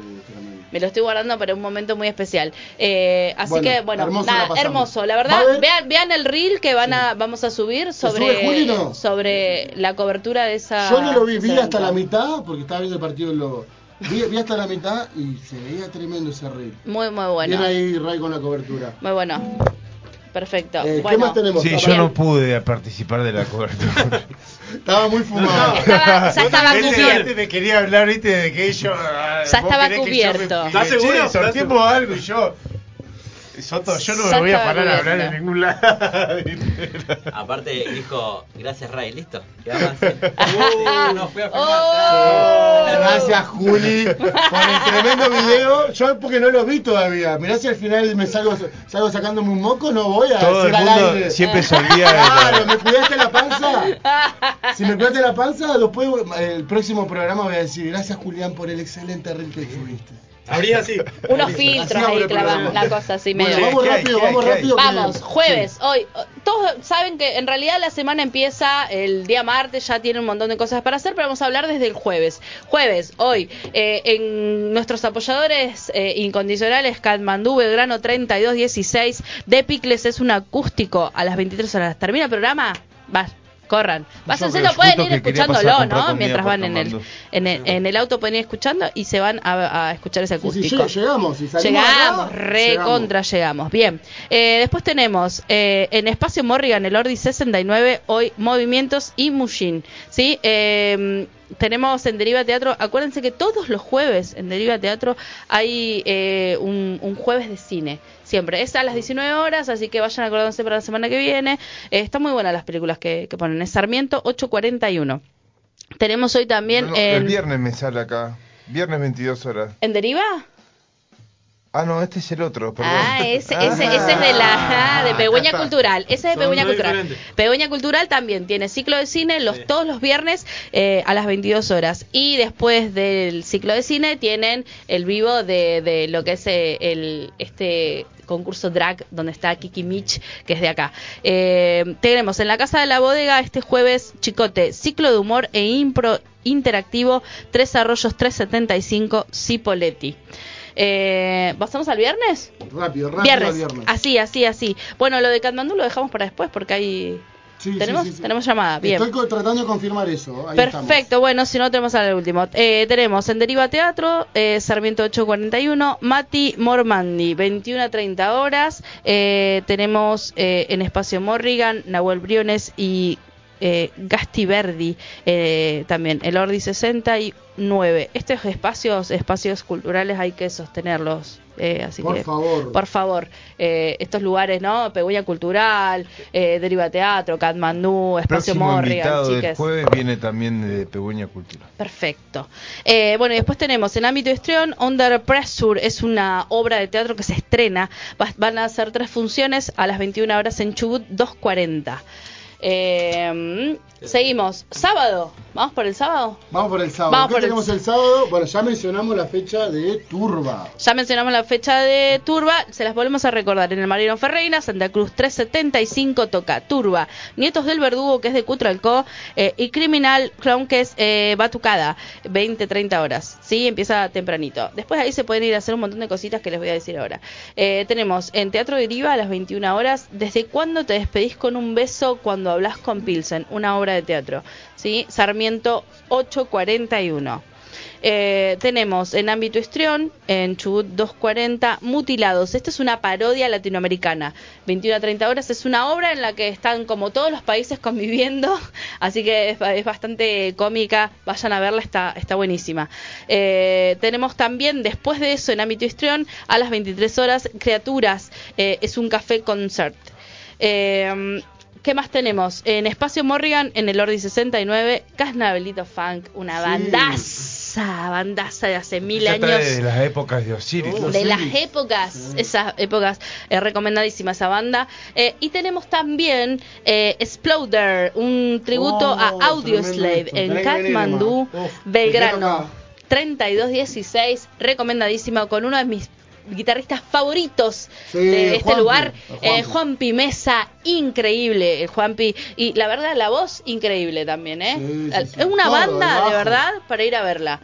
S5: Me lo estoy guardando para un momento muy especial. Eh, así
S1: Bueno,
S5: que, bueno,
S1: hermoso
S5: nada,
S1: la pasamos.
S5: hermoso. La
S1: ¿Va a
S5: verdad,
S1: haber?
S5: vean, vean el reel que van a, vamos a subir
S1: sube
S5: sobre,
S1: Juli, no?
S5: sobre la cobertura de esa.
S1: Yo no lo vi,
S5: ese
S1: vi hasta
S5: evento.
S1: la mitad, porque estaba viendo el partido del Lobo. Vi, vi hasta la mitad y se veía tremendo ese reel.
S5: Muy, muy
S1: Bien
S5: bueno.
S1: ahí Ray con la cobertura.
S5: Muy bueno. Perfecto.
S1: Eh, ¿Qué
S5: Bueno,
S1: más tenemos?
S6: Sí, yo no pude participar de la cobertura.
S1: Estaba muy fumado.
S5: Estaba- ya estaba
S6: Ese
S5: cubierto.
S6: antes me quería hablar, viste, de que yo. ah, Ya
S5: estaba cubierto.
S8: ¿Estás seguro?
S6: Sorteamos algo y yo. Soto, yo no
S5: Ya
S6: me voy a
S5: estaba
S6: parar a hablar
S5: cubierto.
S6: en ningún lado. ¿viste?
S7: Aparte dijo, gracias Ray, listo. Quedamos así. Uh, no fui a
S5: Oh.
S7: filmar.
S1: Gracias, Juli, por el tremendo video. Yo porque no lo vi todavía. Mirá si al final me salgo, salgo sacándome un moco, no voy a
S6: Todo el
S1: decir al
S6: mundo
S1: aire.
S5: Eh.
S6: siempre se olvida de
S1: Claro,
S6: la-
S1: me cuidaste la panza. Si me cuidaste la panza, después eh, el próximo programa voy a decir gracias Julián por el excelente reel que tuviste.
S8: Abrí así.
S5: Unos
S1: Así
S5: filtros
S1: hago
S5: ahí
S1: el programa.
S5: clavamos la cosa así
S1: Bueno,
S5: medio.
S1: vamos
S6: ¿Qué hay?
S1: rápido,
S6: ¿Qué hay?
S1: vamos
S6: ¿Qué hay?
S1: rápido. que-
S5: Vamos, jueves, hoy. o- Todos saben que en realidad la semana empieza el día martes, ya tiene un montón de cosas para hacer, pero vamos a hablar desde el jueves. Jueves, hoy, eh, en nuestros apoyadores eh, incondicionales, Katmandú, Belgrano 3216, de Picles es un acústico a las 23 horas. ¿Termina el programa? Va. Corran.
S6: Yo
S5: Pásense,
S6: creo
S5: lo pueden
S6: justo
S5: ir
S6: que quería pasar a
S5: escuchándolo,
S6: comprar
S5: ¿no?
S6: comida
S5: Mientras
S6: por
S5: van en el,
S6: Katmandú.
S5: en, el, en el auto pueden ir escuchando y se van a, a escuchar ese
S1: Sí, sí,
S5: acústico.
S1: lleg- llegamos, si salimos
S5: Llegamos,
S1: acá,
S5: re
S1: llegamos.
S5: contra llegamos. Bien. Eh, después tenemos eh, en Espacio Morrigan, el Ordi 69, hoy Movimientos y Mushin. ¿Sí? Eh, tenemos en Deriva Teatro, acuérdense que todos los jueves en Deriva Teatro hay eh, un, un jueves de cine. Siempre, es a las 19 horas, así que vayan acordándose para la semana que viene. Eh, están muy buenas las películas que, que ponen. Es Sarmiento 841. Tenemos hoy también
S6: No, no, El
S5: en,
S6: viernes me sale acá. Viernes 22 horas.
S5: en Deriva.
S6: Ah, no, este es el otro, perdón.
S5: Ah, ese, ese, ese es de la ajá, de Pegüeña
S6: acá está.
S5: Cultural. Ese es de
S8: Son
S5: Pegüeña
S8: dos
S5: Cultural.
S8: diferentes.
S5: Pegüeña Cultural también tiene ciclo de cine los todos los viernes eh, a las 22 horas. Y después del ciclo de cine tienen el vivo de, de lo que es eh, el este concurso drag donde está Kiki Mitch, que es de acá. Eh, tenemos en la Casa de la Bodega este jueves, Chicote, ciclo de humor e impro interactivo, Tres Arroyos 375, Cipoletti. Eh, ¿Pasamos al viernes?
S1: Rápido, rápido
S5: Viernes.
S1: al viernes.
S5: Así, así, así. Bueno, lo de Katmandú lo dejamos para después porque hay.
S1: Sí, sí,
S5: ¿Tenemos?
S1: sí, sí.
S5: Tenemos llamada. Bien.
S1: Estoy co- tratando de confirmar eso. Ahí
S5: Perfecto,
S1: estamos.
S5: bueno, si no tenemos al último. Eh, tenemos en Deriva Teatro, eh, Sarmiento 841, Mati Mormandi, 21 a 30 horas. Eh, tenemos eh, en Espacio Morrigan, Nahuel Briones y eh, Gasti Verdi, eh, también el Ordi 69. Estos espacios, espacios culturales hay que sostenerlos. eh, así
S1: Por
S5: que,
S1: favor.
S5: Por favor, eh, estos lugares, ¿no? Pegüeña Cultural, eh, Deriva Teatro, Katmandú, Espacio
S6: Próximo
S5: Morrigan,
S6: invitado del
S5: chicas.
S6: jueves viene también de Pegüeña Cultura.
S5: Perfecto. Eh, bueno, y después tenemos en ámbito histrión, Under Pressure es una obra de teatro que se estrena. Va- van a hacer tres funciones a las 21 horas en Chubut 2.40. Eh, seguimos. Sábado. ¿Vamos por el sábado?
S1: Vamos por el sábado.
S5: Vamos
S1: ¿Qué
S5: por el-
S1: tenemos el... sábado? Bueno, ya mencionamos la fecha de Turba.
S5: Ya mencionamos la fecha de Turba, se las volvemos a recordar. En el Marino Ferreira, Santa Cruz 375, Toca Turba. Nietos del Verdugo, que es de Cutralcó, eh, y Criminal Clown, que es eh, Batucada, 20-30 horas. Sí, empieza tempranito. Después ahí se pueden ir a hacer un montón de cositas que les voy a decir ahora. Eh, tenemos en Teatro Deriva a las 21 horas, ¿desde cuándo te despedís con un beso cuando hablas con Pilsen? Una obra de teatro. Sí, Sarmiento 841. Eh, tenemos en ámbito histrión, en Chubut 240, Mutilados. Esta es una parodia latinoamericana. 21 a 30 horas es una obra en la que están como todos los países conviviendo, así que es, ba- es bastante cómica. Vayan a verla, está, está buenísima. Eh, tenemos también, después de eso, en ámbito histrión, a las 23 horas, Criaturas. eh, es un café concert. Eh, ¿Qué más tenemos? En Espacio Morrigan, en el Ordi 69, Casnabelito Funk, una bandaza, bandaza de hace mil
S6: Ya trae
S5: años.
S6: de las épocas de Osiris.
S5: De las épocas, esas épocas, eh, recomendadísima esa banda. Eh, y tenemos también eh, Exploder, un tributo
S12: Oh,
S5: a Audioslave
S12: tremendo esto.
S5: en
S12: Tenés que venir, hermano.
S5: Kathmandú,
S12: Uf, me quedo
S5: Belgrano.
S12: acá.
S5: 3216, recomendadísima con uno de mis guitarristas favoritos
S12: Sí,
S5: de este
S12: Juanpi,
S5: lugar,
S12: el
S5: eh,
S12: Juanpi.
S5: Juanpi Mesa, increíble el Juanpi. Y la verdad, la voz, increíble también, ¿eh?
S12: sí, sí.
S5: Es una
S12: Todo, el
S5: banda,
S12: bajo.
S5: de verdad, para ir a verla.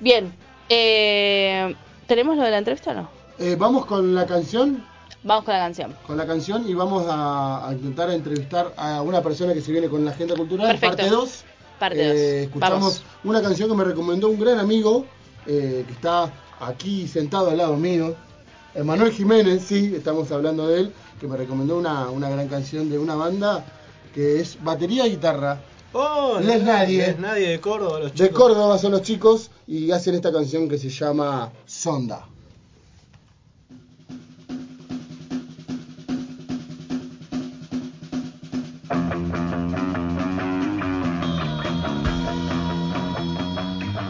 S5: Bien, eh, ¿tenemos lo de la entrevista o no?
S4: Eh, vamos con la canción.
S5: Vamos con la canción.
S4: Con la canción y vamos a, a intentar entrevistar a una persona que se viene con la agenda cultural.
S5: Perfecto.
S4: Parte 2.
S5: Parte dos.
S4: Eh,
S12: Eh,
S4: escuchamos
S5: Vamos.
S4: una canción que me recomendó un gran amigo eh, que está aquí sentado al lado mío. Emanuel Jiménez, sí, estamos hablando de él, que me recomendó una, una gran canción de una banda que es batería y guitarra.
S8: Oh,
S4: Les Nadie.
S8: Les nadie de Córdoba, los
S4: De
S8: chicos.
S4: Córdoba son los chicos y hacen esta canción que se llama Sonda.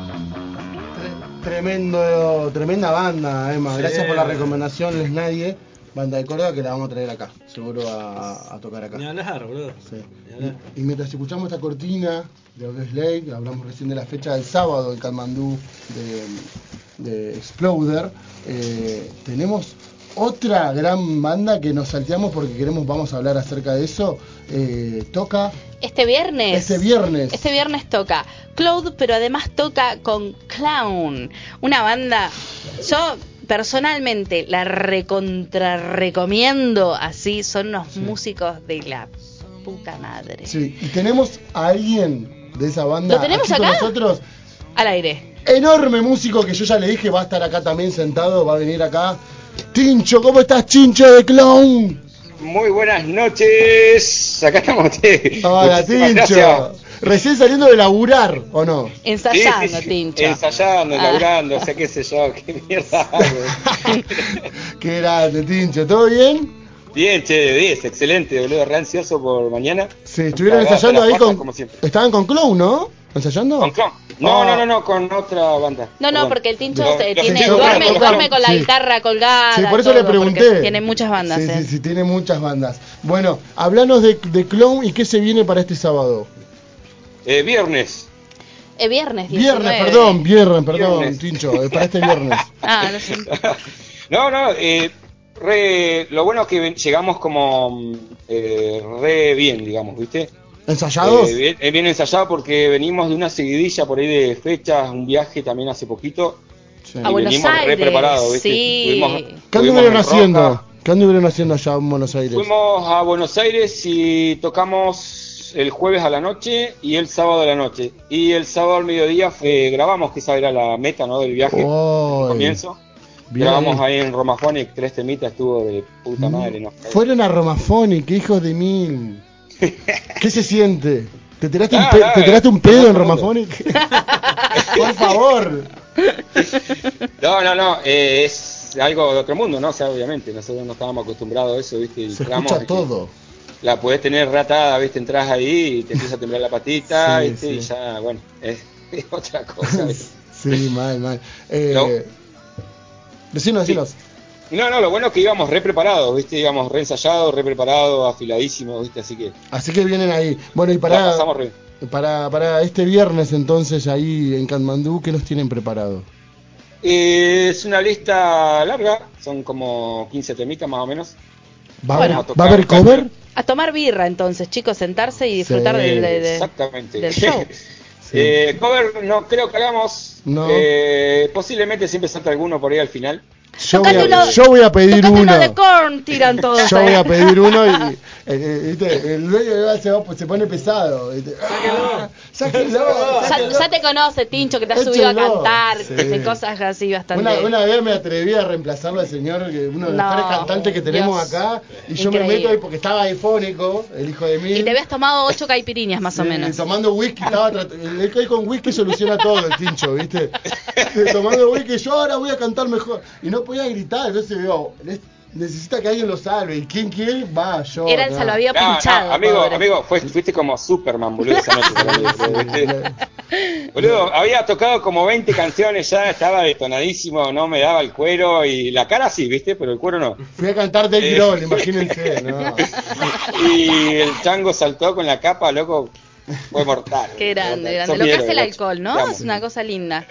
S4: Tre- Tremendo, tremenda banda, Emma.
S1: Sí.
S4: Gracias por la recomendación, es nadie. Banda de Córdoba que la vamos a traer acá, seguro a, a tocar acá.
S8: Ni hablar, boludo. Ni hablar.
S4: Y mientras escuchamos esta cortina de Audio Slave, hablamos recién de la fecha del sábado en Katmandú de, de Exploder, eh, tenemos otra gran banda que nos salteamos porque queremos, vamos a hablar acerca de eso. eh, toca
S5: Este viernes.
S4: este viernes.
S5: Este viernes toca Cloud, pero además toca con Clown, una banda. Yo personalmente la recontra recomiendo así, son unos músicos de la puta madre.
S4: Sí, y tenemos a alguien de esa banda
S5: ¿Lo tenemos
S4: aquí con
S5: acá?
S4: nosotros.
S5: Al aire.
S4: Enorme músico que yo ya le dije va a estar acá también sentado, va a venir acá. Tincho, ¿cómo estás, Chincho de Clown?
S13: Muy buenas noches. Acá estamos. sí.
S4: Hola,
S13: Muchísimas
S4: Tincho.
S13: gracias.
S4: Recién saliendo de laburar, ¿o no?
S13: Sí,
S5: Ensayando,
S13: sí, sí.
S5: Tincho.
S13: Ensayando,
S5: Ah.
S13: laburando, o sea, qué sé yo, qué mierda. hago.
S4: Qué grande, Tincho. ¿Todo bien?
S13: Bien, che, de 10, excelente, boludo. Re ansioso por mañana.
S4: Sí, estuvieron
S13: Cagado,
S4: ensayando
S13: la
S4: ahí
S13: puerta,
S4: con.
S13: como siempre.
S4: Estaban con Clown, ¿no? ¿Ensayando? Ah. Con
S13: Clown. No, no, no, no, con otra banda.
S5: No, no,
S13: Perdón.
S5: porque el Tincho
S13: Lo-
S5: se
S13: lo-
S5: tiene,
S13: lo-
S5: duerme,
S13: lo- lo-
S5: duerme con la
S4: sí.
S5: guitarra colgada.
S4: Sí, por eso le
S5: todo, porque
S4: pregunté.
S5: Tiene muchas bandas.
S4: Sí,
S5: eh.
S4: sí, sí, tiene muchas bandas. Bueno, hablanos de, de Clown y qué se viene para este sábado.
S13: Eh, viernes.
S5: Eh, viernes,
S4: Viernes,
S5: 19.
S4: perdón, viernes, perdón,
S13: Viernes.
S4: Tincho, eh, para este viernes.
S5: Ah, no sé.
S13: No, no, eh, re- lo bueno es que ven- llegamos como mm, eh, re bien, digamos, ¿viste?
S4: ¿Ensayados?
S13: Eh, bien, eh, bien ensayado porque venimos de una seguidilla por ahí de fechas, un viaje también hace poquito.
S4: Sí.
S5: A Buenos
S13: venimos re
S5: Aires,
S13: preparados, ¿viste?
S5: sí.
S13: Estuvimos-
S4: ¿Qué
S13: estuvimos
S4: anduvieron
S13: en Roca,
S4: haciendo? ¿Qué anduvieron haciendo allá en Buenos Aires?
S13: Fuimos a Buenos Aires y tocamos el jueves a la noche y el sábado a la noche. Y el sábado al mediodía fue- grabamos, que esa era la meta ¿no? del viaje,
S4: Ay,
S13: al comienzo.
S4: bien. Mm.
S13: Grabamos ahí en Romafonic, tres temitas, estuvo de puta madre. No,
S4: Fueron a Romafone, que hijos de mil. ¿Qué se siente? ¿Te tiraste, un,
S13: Ah,
S4: pe-
S13: ah,
S4: ¿te tiraste un pedo en
S13: no, no.
S4: Romafonic? Por favor.
S13: no, no, no, eh, es algo de otro mundo, ¿no? O sea, obviamente, nosotros no estábamos acostumbrados a eso, ¿viste? Y
S4: Se
S13: entramos
S4: escucha
S13: y
S4: todo.
S13: La podés tener ratada, ¿viste? Entras ahí y te empieza a temblar la patita,
S4: Sí,
S13: ¿viste?
S4: sí.
S13: Y ya, bueno, es, es otra cosa, ¿viste?
S4: Sí, mal, mal. Eh,
S13: No.
S4: Decinos, decinos.
S13: No, no, lo bueno es que íbamos re preparados, ¿viste? Íbamos re ensayados, re preparados, afiladísimos, ¿viste? Así que
S4: Así que vienen ahí. Bueno, y
S13: la
S4: para,
S13: pasamos re bien.
S4: para, para este viernes entonces ahí en Katmandú, ¿qué nos tienen preparado?
S13: Eh, es una lista larga, son como 15 temitas más o menos.
S4: ¿Va, a
S13: Bueno.
S4: haber- ¿va a haber cover?
S5: A tomar birra entonces, chicos, sentarse y disfrutar
S4: Sí,
S5: del, de- de-
S13: Eh, Exactamente.
S5: del show.
S13: Eh, cover no creo que hagamos.
S4: No.
S13: Eh, posiblemente siempre salta alguno por ahí al final.
S4: Yo voy,
S13: Tocate
S4: a,
S13: uno-
S4: yo voy a pedir
S5: Tocate
S4: uno.
S5: uno de corn, tiran todos.
S4: Yo
S5: ahí.
S4: voy a pues, pedir uno y eh, eh, ¿viste? el dueño del bar se, va- se pone pesado. ¿viste? Ah,
S1: Sáquenlo,
S5: Ya,
S1: sáquenlo.
S5: ya te conoce, Tincho, que te has subido a
S1: Échenlo.
S5: cantar,
S1: Sí.
S5: de cosas así bastante.
S1: Una, una vez me atreví a reemplazarlo al señor, que uno de los
S5: No,
S1: mejores cantantes que tenemos
S5: Dios.
S1: acá, y yo me
S5: Increíble.
S1: meto ahí porque estaba aifónico, el hijo de mí.
S5: Y te habías tomado ocho caipiriñas más o
S1: Sí,
S5: menos.
S1: Eh, Tomando whisky, estaba trat- el alcohol con whisky soluciona todo el tincho, ¿viste? Tomando whisky, yo ahora voy a cantar mejor. Y no podía gritar, entonces digo, "Ne- necesita que alguien lo salve. ¿Y quién quiere? Va, yo.
S5: Era el salvavidas
S1: pinchado
S5: pinchado,
S13: amigo,
S5: pobre.
S13: amigo, fue- fuiste como Superman, boludo, esa noche. boludo. Boludo, había tocado como 20 canciones, ya estaba detonadísimo, no me daba el cuero y la cara sí, ¿viste? Pero el cuero no.
S1: Fui a cantar Dave
S13: Eh.
S1: Grohl, imagínense, ¿no?
S13: Y el chango saltó con la capa, loco, fue mortal.
S5: Qué grande,
S13: Sos
S5: grande.
S13: mi
S5: Lo que
S13: héroe,
S5: hace el
S13: loco.
S5: alcohol,
S13: Te
S5: ¿no?
S13: amo.
S5: Es una cosa linda.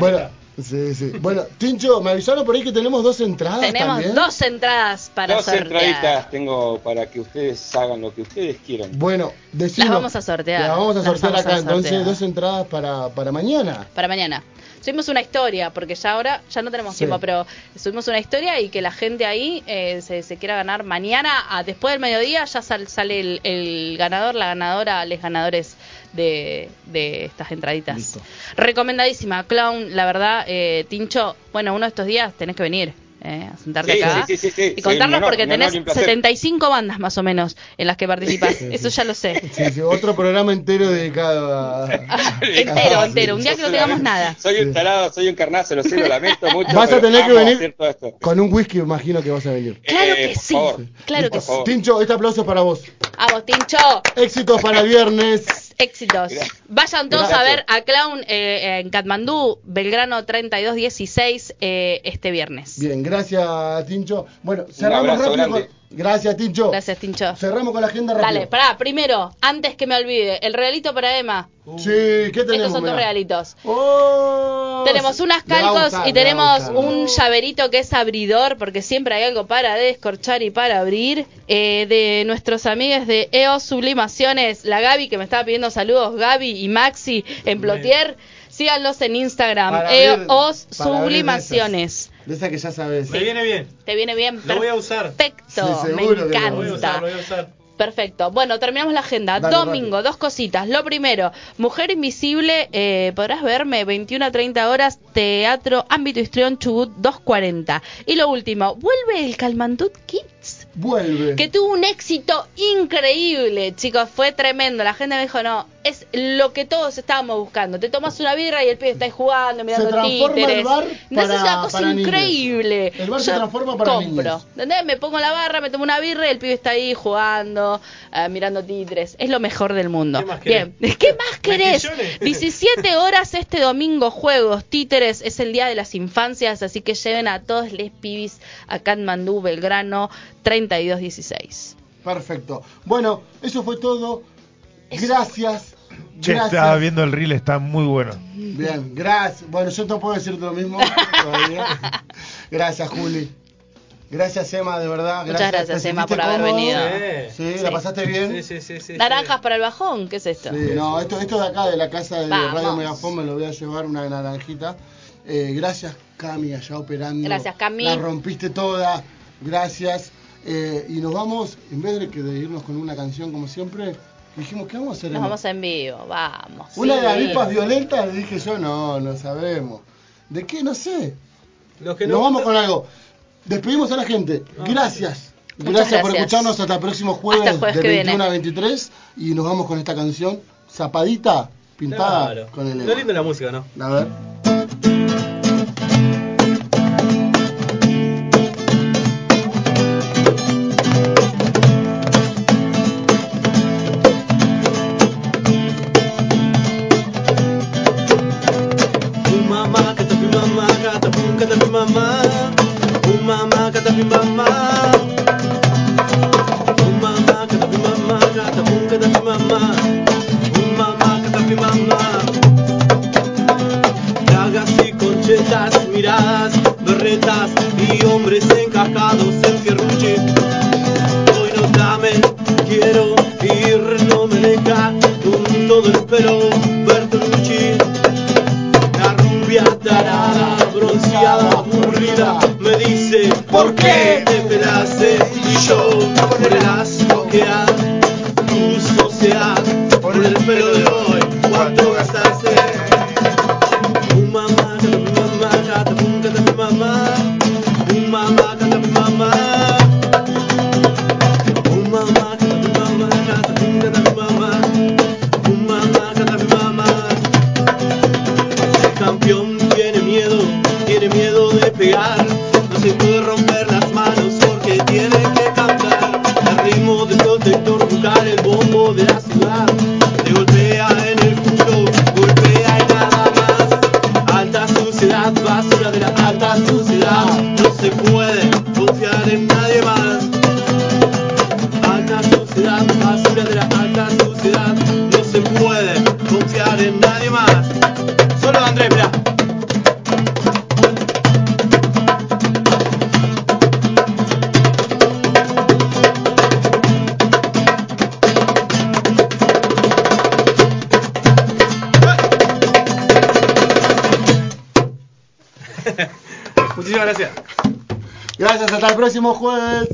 S1: Bueno, sí, sí. Bueno, Tincho, me avisaron por ahí que tenemos dos entradas
S5: Tenemos
S1: también.
S5: dos entradas para
S13: Dos
S5: sortear.
S13: entraditas tengo para que ustedes hagan lo que ustedes quieran.
S1: Bueno, decimos.
S5: Las vamos a sortear.
S1: Las vamos a
S5: Las
S1: sortear
S5: vamos a
S1: acá, entonces
S5: sortear.
S1: dos entradas para, para mañana.
S5: Para mañana. Subimos una historia, porque ya ahora, ya no tenemos
S1: Sí.
S5: tiempo, pero subimos una historia y que la gente ahí eh, se, se quiera ganar mañana, a- después del mediodía, ya sal- sale el, el ganador, la ganadora, los ganadores de, de estas entraditas. Recomendadísima, Clown, la verdad, eh, Tincho, bueno, uno de estos días tenés que venir. eh, a sentarte
S13: Sí,
S5: acá
S13: sí, sí, sí, sí.
S5: y
S13: Sí,
S5: contarnos
S13: un honor,
S5: porque
S13: un honor
S5: tenés
S13: y un placer.
S5: 75 bandas más o menos en las que participás eso ya lo sé
S1: Sí, sí, otro programa entero dedicado a.
S5: entero
S13: Ah,
S5: entero un día que no tengamos nada
S13: Soy un tarado, soy un carnazo, lo sé, lo lamento mucho.
S1: Vas a
S13: pero
S1: tener que
S13: amo
S1: venir-
S13: hacer todo esto.
S1: Con un whisky, imagino que vas a venir.
S5: Claro
S13: Eh,
S5: que
S13: por
S5: sí,
S13: favor.
S5: claro que
S13: Por
S5: sí.
S13: favor.
S1: Tincho, este aplauso es para vos.
S5: A vos, Tincho,
S1: Éxitos para el viernes.
S5: éxitos. Vayan todos a ver a Clown eh, en Katmandú, Belgrano 3216, eh, este viernes.
S1: Bien, gracias, Tincho. Bueno, cerramos
S13: abrazo
S1: rápido.
S13: grande.
S1: con- Gracias, Tincho.
S5: Gracias, Tincho.
S1: Cerramos con la agenda rápido.
S5: Dale, pará, primero, antes que me olvide, el regalito para Emma.
S1: Sí, ¿qué tenemos?
S5: Estos son tus
S1: Mirá?
S5: regalitos.
S1: Oh,
S5: Tenemos unas
S1: le va a
S5: calcos
S1: gustar,
S5: y
S1: le va a
S5: tenemos
S1: gustar.
S5: un llaverito que es abridor, porque siempre hay algo para descorchar y para abrir. eh, de nuestros amigos de EO Sublimaciones, la Gaby que me estaba pidiendo saludos, Gaby y Maxi en Plotier. Síganlos en Instagram,
S1: Para abrir-
S5: EO
S1: para abrir
S5: Sublimaciones.
S1: De esa que ya sabes.
S8: Me viene bien.
S5: Te viene bien,
S8: Lo voy a usar.
S5: perfecto,
S1: Sí,
S5: me
S1: seguro que lo
S8: Lo voy a usar,
S5: encanta.
S8: lo voy a usar.
S5: Perfecto. Bueno, terminamos la agenda.
S1: Dale,
S5: Domingo, dos cositas. Lo primero, Mujer Invisible, eh, podrás verme 21 a 30 horas, Teatro Ámbito Histrión Chubut 240. Y lo último, vuelve el Calmandut Kids,
S1: Vuelve.
S5: que tuvo un éxito increíble, chicos, fue tremendo. La gente me dijo, no, es lo que todos estábamos buscando. Te tomas una birra y el pibe está ahí jugando, mirando
S1: Se transforma
S5: títeres.
S1: el bar
S5: No, eso es
S1: para-
S5: una
S1: para
S5: cosa
S1: niños.
S5: increíble.
S1: El bar se
S5: Yo
S1: transforma para
S5: compro.
S1: niños.
S5: ¿Entendés? Me pongo la barra, me tomo una birra y el pibe está ahí jugando, eh, mirando titres. Es lo mejor del mundo.
S8: ¿Qué más querés?
S5: Bien, ¿qué más querés?
S8: Mejillones.
S5: 17 horas este domingo, juegos, títeres. Es el día de las infancias, así que lleven a todos les pibis a Katmandú, Belgrano, 3216.
S1: Perfecto. Bueno, eso fue todo. Gracias.
S6: Che,
S1: gracias.
S6: estaba viendo el reel, está muy bueno.
S1: Bien, gracias. Bueno, yo no puedo decirte lo mismo todavía. Gracias, Juli. Gracias, Emma, de verdad.
S5: Muchas gracias,
S1: ¿Te
S5: Emma,
S1: sentiste
S5: por haber venido.
S1: Sí, ¿la pasaste
S8: Sí,
S1: bien? Sí,
S8: sí, sí, sí,
S5: Naranjas para el bajón, ¿qué es esto?
S1: no, esto, esto de acá, de la casa de
S5: Vamos.
S1: Radio Megafón, me lo voy a llevar una naranjita. Eh, gracias, Cami, allá operando.
S5: Gracias, Cami.
S1: La rompiste toda. Gracias. Eh, y nos vamos, en vez de, que de irnos con una canción como siempre, dijimos, ¿qué vamos a hacer?
S5: Nos
S1: Emma?
S5: vamos en vivo, vamos.
S1: Una de
S5: Sí.
S1: avispas violentas, dije yo, no, no sabemos. ¿De qué? No sé.
S8: Los que
S1: Nos
S8: no Ah,
S1: vamos con algo. Despedimos a la gente. Gracias.
S5: Muchas
S1: Gracias, por
S5: gracias.
S1: escucharnos hasta el próximo jueves,
S5: Hasta el jueves
S1: de
S5: que
S1: 21
S5: viene.
S1: a 23 y nos vamos con esta canción zapadita pintada
S8: Claro.
S1: con el
S8: No
S1: Ema.
S8: linda la música, ¿no?
S1: A ver.
S8: Umama katapimama katapum katapimama Umama katapimama Umama katapimama katapum katapimama Umama katapimama Dagas y conchetas, miras, berretas y hombres encajados en fierruche Hoy no dame, quiero ir, no me deja con todo el pelo Bertolucci la rubia tarada, bronceada, aburrida, me dice ¿Por qué te pelaste? Y yo, por el asco que da tu sociedad, por el pelo de hoy,
S14: Muchísimas gracias.
S4: Gracias, hasta el próximo jueves.